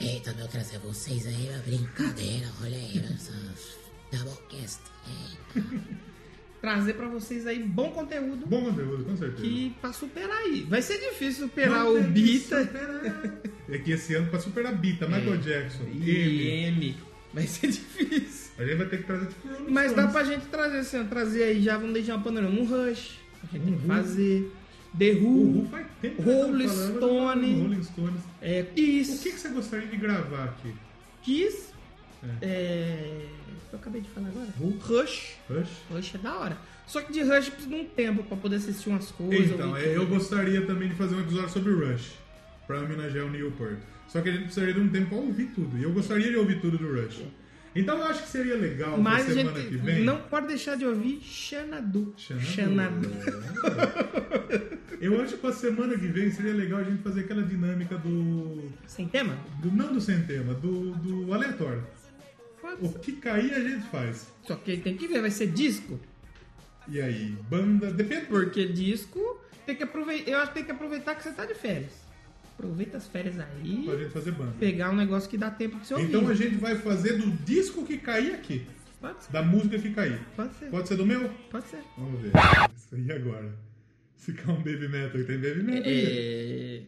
Speaker 8: Então eu trazer vocês aí uma brincadeira, olha aí, essas Doublecast.
Speaker 2: Trazer pra vocês aí bom conteúdo
Speaker 3: Bom conteúdo, com certeza.
Speaker 2: que pra superar aí. Vai ser difícil superar
Speaker 3: Não
Speaker 2: o
Speaker 3: tem que
Speaker 2: Bita. É.
Speaker 3: superar. É que esse ano pra superar a Bita, Michael Jackson,
Speaker 2: E
Speaker 3: M.
Speaker 2: M. Vai ser difícil.
Speaker 3: A gente vai ter que trazer tipo Rolling
Speaker 2: Mas dá
Speaker 3: Stones.
Speaker 2: pra gente trazer assim, ó, trazer aí, já vamos deixar uma panorama. Um Rush, a gente tem
Speaker 3: Uhum.
Speaker 2: que fazer. The Who,
Speaker 3: O Ru faz tempo que nós
Speaker 2: Rolling
Speaker 3: estamos falando,
Speaker 2: Stone.
Speaker 3: Rolling Stones.
Speaker 2: é,
Speaker 3: O
Speaker 2: Kiss,
Speaker 3: que, que você gostaria de gravar aqui?
Speaker 2: Kiss, é, Eu acabei de falar agora.
Speaker 3: Who?
Speaker 2: Rush.
Speaker 3: Rush?
Speaker 2: Rush é da hora. Só que de Rush precisa de um tempo pra poder assistir umas coisas. tipo
Speaker 3: Então,
Speaker 2: ouvir
Speaker 3: é, eu
Speaker 2: tudo.
Speaker 3: gostaria também de fazer um episódio sobre Rush, pra homenagear o Newport. Só que a gente precisaria de um tempo pra ouvir tudo. E eu gostaria de ouvir tudo do Rush. Então eu acho que seria legal pra
Speaker 2: Mas a
Speaker 3: semana
Speaker 2: gente
Speaker 3: que vem.
Speaker 2: não pode deixar de ouvir Xanadu.
Speaker 3: Xanadu.
Speaker 2: Xanadu.
Speaker 3: [LAUGHS] Eu acho que pra semana que vem seria legal a gente fazer aquela dinâmica do.
Speaker 2: Sem tema?
Speaker 3: do- não do sem tema, do, do aleatório.
Speaker 2: Pode
Speaker 3: O
Speaker 2: ser.
Speaker 3: que cair a gente faz.
Speaker 2: Só que tem que ver, vai ser disco?
Speaker 3: E aí, banda. Depende por
Speaker 2: Porque disco tem que aproveitar. Eu acho que tem que aproveitar que você tá de férias. Aproveita as férias aí.
Speaker 3: pra gente fazer banda.
Speaker 2: Pegar um negócio que dá tempo de você ouvir.
Speaker 3: Então a gente vai fazer do disco que cair aqui.
Speaker 2: Pode ser.
Speaker 3: Da música que cair.
Speaker 2: Pode ser.
Speaker 3: Pode ser do meu?
Speaker 2: Pode ser.
Speaker 3: Vamos ver. Isso aí agora. Se cair um baby metal, tem baby metal. aí.
Speaker 2: É...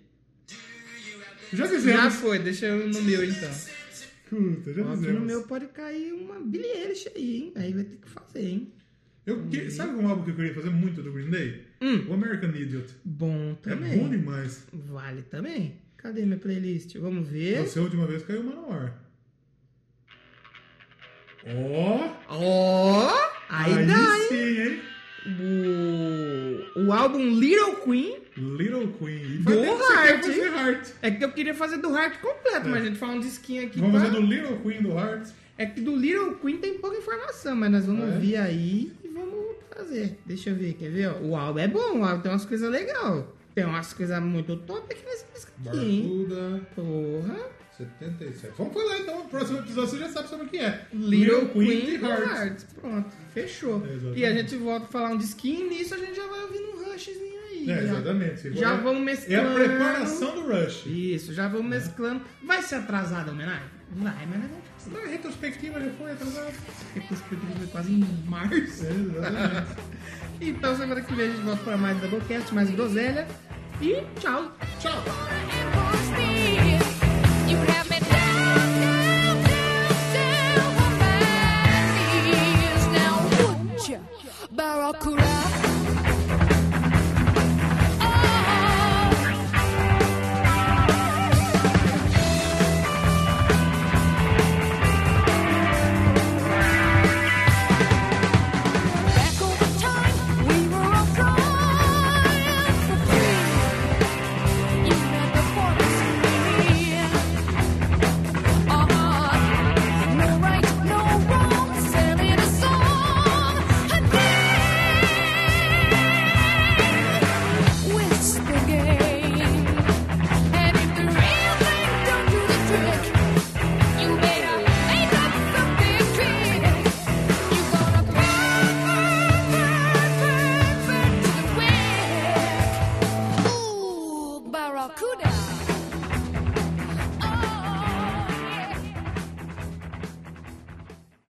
Speaker 3: Já
Speaker 2: Já
Speaker 3: fizemos.
Speaker 2: foi, deixa eu no meu então.
Speaker 3: Puta, já
Speaker 2: Aqui no
Speaker 3: fizemos.
Speaker 2: meu pode cair uma Billie Eilish aí, hein? Aí vai ter que fazer, hein?
Speaker 3: Eu que- Sabe um álbum que eu queria fazer muito do Green Day?
Speaker 2: Hum.
Speaker 3: O American Idiot.
Speaker 2: Bom
Speaker 3: É
Speaker 2: também.
Speaker 3: bom demais.
Speaker 2: Vale também. Cadê minha playlist? Vamos ver.
Speaker 3: Você a última vez caiu o Manowar. Ó!
Speaker 2: Ó! aí,
Speaker 3: aí
Speaker 2: dá, hein?
Speaker 3: sim, hein?
Speaker 2: O... o álbum Little Queen
Speaker 3: Little Queen. E
Speaker 2: Do
Speaker 3: vai ter
Speaker 2: Heart,
Speaker 3: que ser tempo de ser Heart.
Speaker 2: é que eu queria fazer do Heart completo, mas a gente fala um disquinho aqui.
Speaker 3: É. Vamos
Speaker 2: pra-
Speaker 3: fazer do Little Queen do Heart.
Speaker 2: É que do Little Queen tem pouca informação, mas nós vamos
Speaker 3: Ah, é?
Speaker 2: ouvir aí e vamos fazer. Deixa eu ver, quer ver? ó? O álbum é bom, o álbum tem umas coisas legais. Tem umas coisas muito top aqui nesse disco aqui, hein?
Speaker 3: Barbuda
Speaker 2: Porra!
Speaker 3: 77. Vamos falar então. No próximo episódio você já sabe sobre o que é.
Speaker 2: Little Queen
Speaker 3: do
Speaker 2: do Heart. Pronto, fechou.
Speaker 3: É, exatamente.
Speaker 2: e a gente volta a falar um disquinho e nisso a gente já vai ouvir um rushzinho aí.
Speaker 3: É,
Speaker 2: já.
Speaker 3: exatamente.
Speaker 2: Já
Speaker 3: Agora
Speaker 2: vamos
Speaker 3: É
Speaker 2: mesclando.
Speaker 3: a preparação do Rush.
Speaker 2: Isso, já vamos mesclando. Vai ser atrasada a homenagem? Vai, mas nós vamos fazer.
Speaker 3: Na é retrospectiva já foi atrasado. É,
Speaker 2: Porque esse período foi quase em março.
Speaker 3: Exatamente.
Speaker 2: Então semana que vem a gente volta para mais Doublecast, mais groselha. E tchau!
Speaker 3: Tchau.
Speaker 9: You have